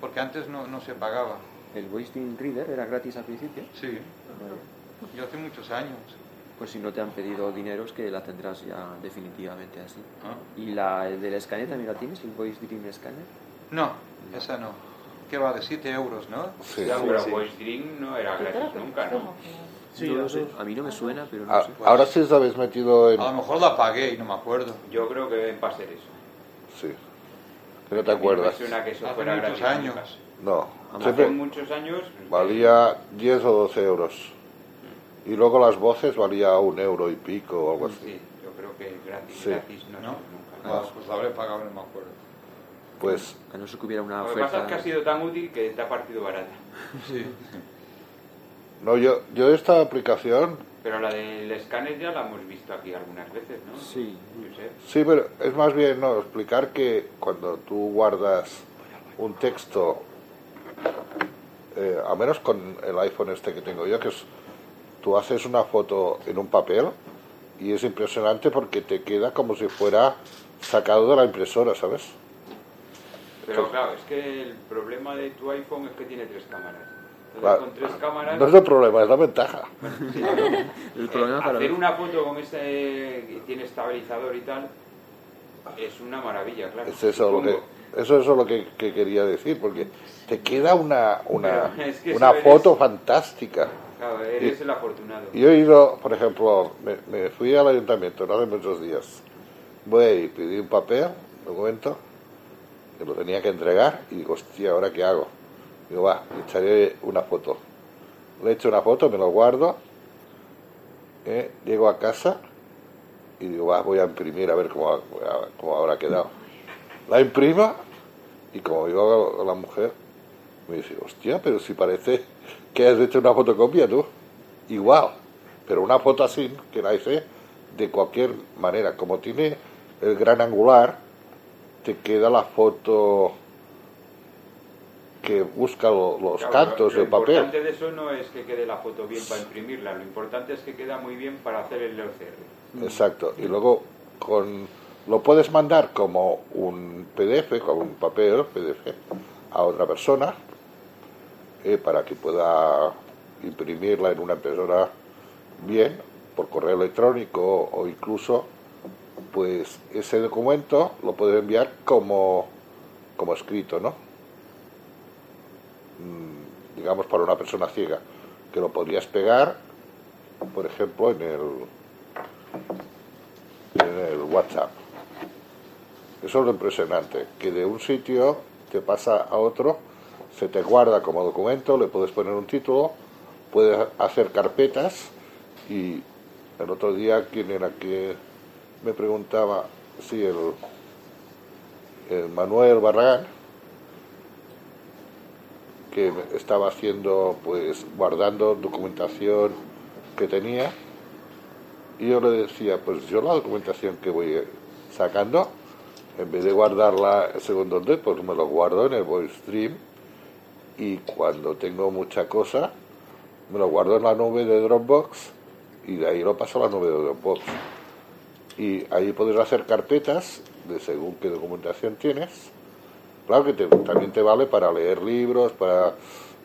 Speaker 3: Porque antes no, no se pagaba.
Speaker 5: El Wasting Reader era gratis al principio.
Speaker 3: Sí. Yo hace muchos años.
Speaker 5: Pues si no te han pedido dinero es que la tendrás ya definitivamente así.
Speaker 3: Ah.
Speaker 5: ¿Y la del escáner también la tienes? ¿El Voice Dream Scanner?
Speaker 3: No, esa no. ¿Qué vale? 7 euros, ¿no?
Speaker 5: Sí, Ya, sí, pero sí. Voice
Speaker 3: Dream no era
Speaker 14: gratis nunca, ¿no?
Speaker 5: Yo no sé, A mí no me suena, pero no
Speaker 4: A-
Speaker 5: sé.
Speaker 4: Ah,
Speaker 5: Ah.
Speaker 4: ahora sí os habéis metido en...
Speaker 3: A lo mejor la pagué y no me acuerdo.
Speaker 14: Yo creo que va a ser eso.
Speaker 4: Sí. Que no te acuerdas.
Speaker 14: Me suena que eso
Speaker 3: Hace
Speaker 14: fuera
Speaker 3: muchos
Speaker 14: gratis
Speaker 3: años.
Speaker 14: nunca.
Speaker 4: No.
Speaker 14: Hace
Speaker 4: Siempre
Speaker 14: muchos años.
Speaker 4: valía 10 o 12 euros. Y luego las voces valía un euro y pico o algo así.
Speaker 14: Mm. Sí, yo creo que gratis,
Speaker 4: Sí.
Speaker 14: gratis no,
Speaker 3: ¿No?
Speaker 14: sé, nunca.
Speaker 3: Ah, pues la habré pagado, no me acuerdo.
Speaker 4: Pues...
Speaker 5: A no ser que hubiera una
Speaker 14: Lo que pasa
Speaker 5: oferta...
Speaker 14: es que ha sido tan útil que te ha partido barata.
Speaker 3: Sí.
Speaker 4: No, yo, yo esta aplicación...
Speaker 14: Pero la del escáner ya la hemos visto aquí algunas veces, ¿no? Sí.
Speaker 4: Sí, pero es más bien no explicar que cuando tú guardas un texto, eh, a menos con el iPhone este que tengo yo, que es, tú haces una foto en un papel y es impresionante porque te queda como si fuera sacado de la impresora, ¿sabes?
Speaker 14: Pero claro, es que el problema de tu iPhone es que tiene tres cámaras. Entonces
Speaker 4: Claro.
Speaker 14: con tres cámaras...
Speaker 4: No es el problema, es la ventaja.
Speaker 14: Sí, pero,
Speaker 5: El
Speaker 14: eh,
Speaker 5: problema para
Speaker 14: hacer
Speaker 5: mí-
Speaker 14: una foto con este que tiene estabilizador y tal es una maravilla, claro.
Speaker 4: Es eso lo que,
Speaker 14: supongo.
Speaker 4: eso es lo que, que quería decir, porque te queda una, una,
Speaker 14: Pero es que
Speaker 4: una
Speaker 14: eso eres-
Speaker 4: foto fantástica.
Speaker 14: Claro, eres el afortunado.
Speaker 4: Yo he ido, por ejemplo, me, me fui al ayuntamiento no hace muchos días. Voy ahí, pedí un papel, un documento, que lo tenía que entregar y digo, hostia, ¿ahora qué hago? Digo, va, le echaré una foto. Le echo una foto, me lo guardo, eh, llego a casa y digo, va, voy a imprimir a ver cómo, ha- cómo habrá quedado. La imprima y como vio la mujer, me dice, hostia, pero si parece que has hecho una fotocopia tú igual, pero una foto así que la hice de cualquier manera. Como tiene el gran angular, te queda la foto que busca lo- los
Speaker 14: Claro,
Speaker 4: cantos
Speaker 14: lo
Speaker 4: del papel.
Speaker 14: importante de eso no es que quede la foto bien para imprimirla, lo importante es que queda muy bien para hacer el OCR.
Speaker 4: Exacto. Y luego con lo puedes mandar como un PDF, como un papel PDF, a otra persona eh, para que pueda imprimirla en una impresora bien por correo electrónico o incluso pues ese documento lo puedes enviar como, como escrito, ¿no? Mm, digamos para una persona ciega que lo podrías pegar, por ejemplo, en el en el WhatsApp. Eso es lo impresionante, que de un sitio te pasa a otro, se te guarda como documento, le puedes poner un título, puedes hacer carpetas y el otro día quien era que me preguntaba si el, el Manuel Barragán que me- estaba haciendo pues guardando documentación que tenía y yo le decía, pues yo la documentación que voy sacando, en vez de guardarla en segundo D, pues me lo guardo en el voice stream y cuando tengo mucha cosa, me lo guardo en la nube de Dropbox y de ahí lo paso a la nube de Dropbox. Y ahí puedes hacer carpetas de según qué documentación tienes. Claro que te- también te vale para leer libros, para...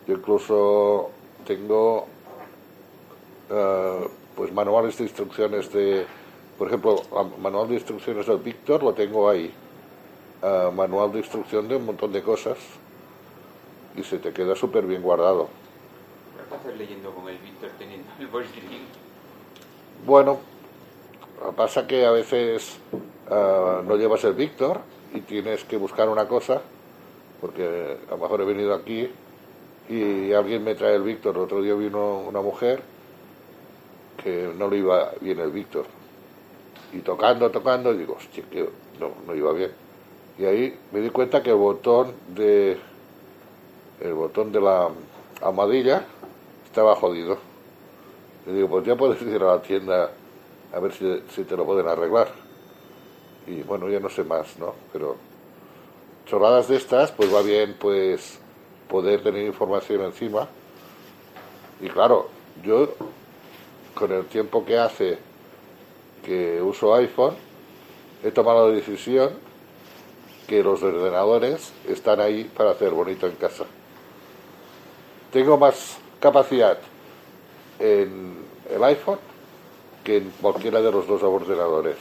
Speaker 4: Yo incluso tengo eh, pues manuales de instrucciones de, por ejemplo, el manual de instrucciones del Víctor lo tengo ahí, Eh, manual de instrucción de un montón de cosas y se te queda súper bien guardado.
Speaker 14: ¿Qué haces leyendo con el Víctor teniendo el bolsillo?
Speaker 4: Bueno, lo que pasa que a veces eh, no llevas el Víctor y tienes que buscar una cosa, porque a lo mejor he venido aquí y alguien me trae el Víctor. El otro día vino una mujer que no le iba bien el Víctor. Y tocando, tocando, digo, hostia, que no, no iba bien. Y ahí me di cuenta que el botón de el botón de la almohadilla estaba jodido. Le digo, pues ya puedes ir a la tienda a ver si, si te lo pueden arreglar. Y bueno, ya no sé más, ¿no? Pero chorradas de estas, pues va bien, pues poder tener información encima. Y claro, yo con el tiempo que hace que uso iPhone, he tomado la decisión que los ordenadores están ahí para hacer bonito en casa. tengo más capacidad en el iPhone que en cualquiera de los dos ordenadores.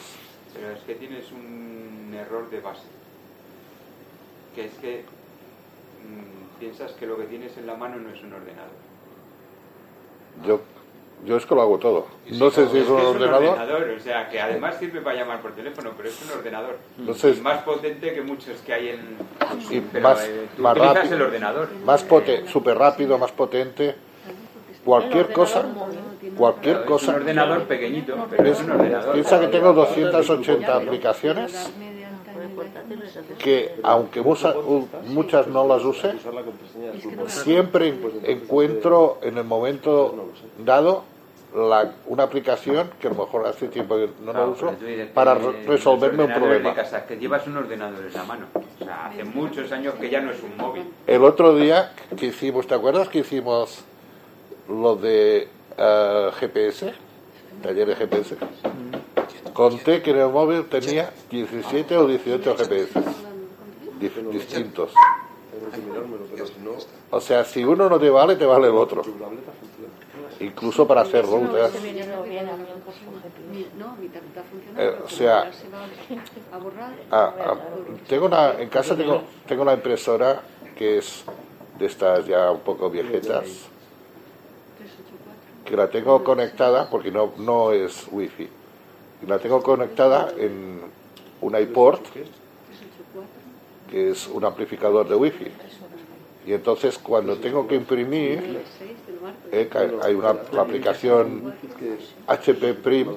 Speaker 14: Pero es que tienes un error de base. Que es que mm, piensas que lo que tienes en la mano no es un ordenador.
Speaker 4: Yo, yo es que lo hago todo. No sé si es un
Speaker 14: que
Speaker 4: ordenador.
Speaker 14: ordenador, O sea, que además sirve para llamar por teléfono, pero es un ordenador.
Speaker 4: Mm. Entonces-
Speaker 14: Y más potente que muchos que hay en.
Speaker 4: y
Speaker 14: pero,
Speaker 4: más,
Speaker 14: eh, tú
Speaker 4: más
Speaker 14: utilizas
Speaker 4: rápido,
Speaker 14: el ordenador.
Speaker 4: más potente, súper rápido, más potente, cualquier cosa, cualquier
Speaker 14: Claro, Es
Speaker 4: cosa.
Speaker 14: un ordenador pequeñito, pero es un ordenador.
Speaker 4: Piensa que tengo 280 aplicaciones que aunque musa- u- muchas no las use, siempre encuentro en el momento dado la- una aplicación que a lo mejor hace tiempo que no la
Speaker 3: Ah,
Speaker 14: Claro,
Speaker 4: uso
Speaker 3: pues
Speaker 14: pero tú dices que
Speaker 4: para
Speaker 14: los
Speaker 4: re- resolverme un
Speaker 14: ordenadores
Speaker 4: problema.
Speaker 14: de casa, que llevas un ordenador en la mano. O sea, hace muchos años que ya no es un móvil.
Speaker 4: El otro día que hicimos, ¿te acuerdas que hicimos lo de eh, GPS? Taller de GPS. Conté que en el móvil tenía 17 o 18 GPS dif- distintos. O sea, si uno no te vale, te vale el otro. Incluso para hacer rutas.
Speaker 10: No, mi tableta
Speaker 4: Eh,
Speaker 10: funciona. pero
Speaker 4: o
Speaker 10: como
Speaker 4: sea,
Speaker 10: ahora se va a borrar.
Speaker 4: Ah, ah, tengo una, en casa tengo, tengo una impresora que es de estas ya un poco viejetas. Que la tengo conectada, porque no, no es wifi. La tengo conectada en un iPod, que es un amplificador de wifi. Y entonces cuando tengo que imprimir, eh, ca- hay una la aplicación HP Prim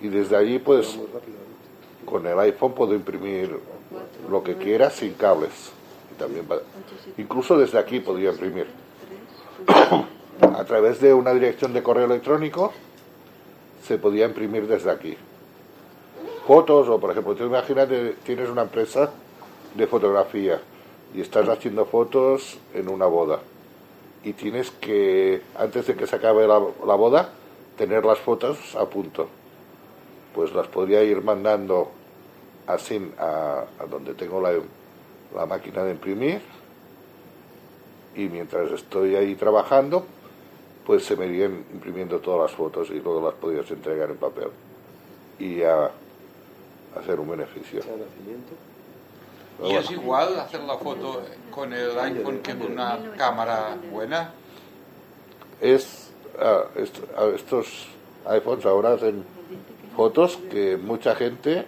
Speaker 4: y desde allí puedes con el iPhone puedo imprimir lo que quiera sin cables. Y también va- incluso desde aquí podría imprimir. A través de una dirección de correo electrónico se podía imprimir desde aquí. Fotos o, por ejemplo, tú imagínate, tienes una empresa de fotografía y estás haciendo fotos en una boda. Y tienes que, antes de que se acabe la, la boda, tener las fotos a punto. Pues las podría ir mandando así a, a donde tengo la, la máquina de imprimir y mientras estoy ahí trabajando pues se me irían imprimiendo todas las fotos y luego las podías entregar en papel y ya hacer un beneficio. Pero
Speaker 3: ¿Y
Speaker 4: bueno,
Speaker 3: es igual hacer la foto con el iPhone que con una cámara buena?
Speaker 4: es, ah, est- ah, estos iPhones ahora hacen fotos que mucha gente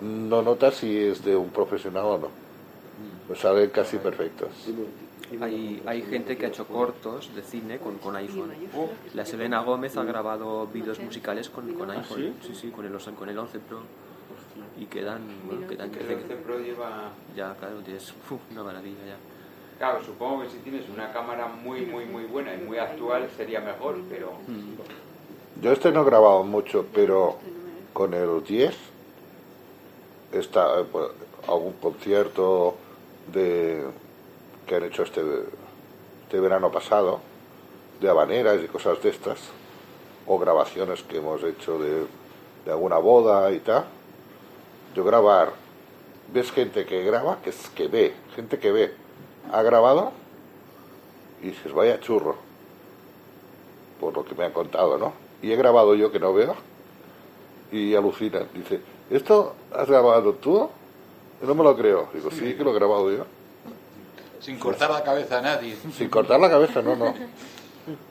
Speaker 4: no nota si es de un profesional o no. Pues salen casi perfectos.
Speaker 5: Hay, hay gente que ha hecho cortos de cine con, con iPhone. La Selena Gómez ha grabado vídeos musicales con, con iPhone. Sí, sí, con el, os- con el 11 Pro. Y quedan, bueno, quedan
Speaker 14: El 11 Pro lleva-
Speaker 5: Ya, claro, tienes uf, una maravilla ya.
Speaker 14: Claro, supongo que si tienes una cámara muy, muy, muy buena y muy actual sería mejor, pero.
Speaker 4: Yo este no he grabado mucho, pero con el 10 está eh, pues, algún concierto de que han hecho este, este verano pasado de habaneras y cosas de estas o grabaciones que hemos hecho de, de alguna boda y tal yo grabar ves gente que graba que es que ve gente que ve ha grabado y dices vaya churro por lo que me han contado, ¿no? Y he grabado yo que no veo y alucinan. Dice, ¿esto has grabado tú? No me lo creo. Digo, sí, que lo he grabado yo.
Speaker 3: Sin cortar la cabeza a nadie.
Speaker 4: Sin cortar la cabeza, no, no.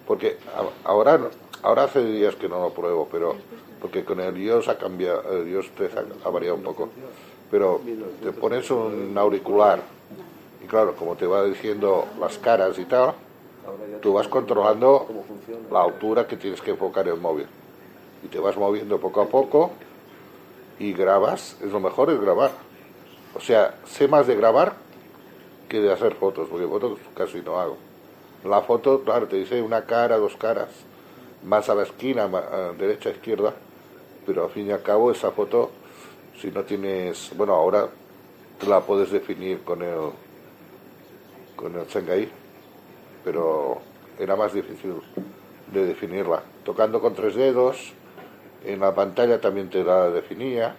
Speaker 4: Porque a- ahora, no- ahora hace días que no lo pruebo, pero porque con el iOS ha cambiado, el iOS 3 ha, ha variado un poco. Pero te pones un auricular y claro, como te va diciendo las caras y tal, tú vas controlando la altura que tienes que enfocar el móvil. Y te vas moviendo poco a poco y grabas, es lo mejor es grabar. O sea, sé más de grabar que de hacer fotos, porque fotos casi no hago. La foto, claro, te dice una cara, dos caras, más a la esquina, ma- a derecha, izquierda, pero al fin y al cabo esa foto, si no tienes, bueno, ahora te la puedes definir con el con el Shanghai, pero era más difícil de definirla. Tocando con tres dedos, en la pantalla también te la definía,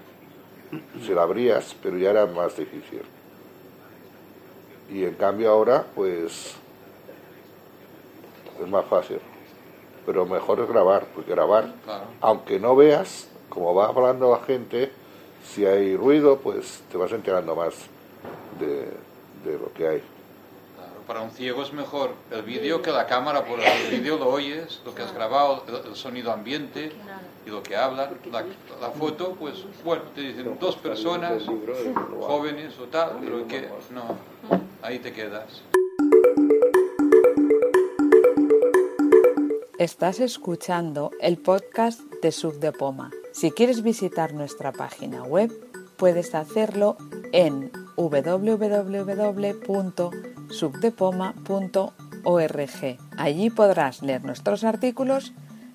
Speaker 4: se la abrías, pero ya era más difícil. Y en cambio ahora, pues, es más fácil. Pero mejor es grabar, porque grabar,
Speaker 3: Claro.
Speaker 4: aunque no veas, como va hablando la gente, si hay ruido, pues te vas enterando más de, de lo que hay.
Speaker 3: Para un ciego es mejor el vídeo que la cámara, porque el vídeo lo oyes, lo que has grabado, el, el sonido ambiente y lo que hablan. La, la foto, pues, bueno, te dicen dos personas, jóvenes o tal, pero que no, ahí te quedas.
Speaker 15: Estás escuchando el podcast de Sub de Poma. Si quieres visitar nuestra página web, puedes hacerlo en www.subdepoma.org. Allí podrás leer nuestros artículos,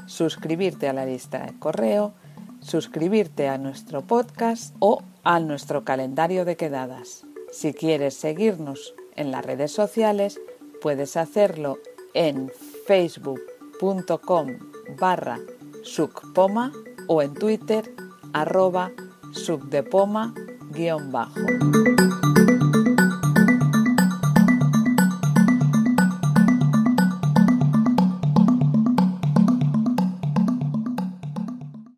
Speaker 15: suscribirte a la lista de correo, suscribirte a nuestro podcast o a nuestro calendario de quedadas. Si quieres seguirnos en las redes sociales, puedes hacerlo en facebook.com barra sucpoma o en twitter arroba subdepoma guión bajo.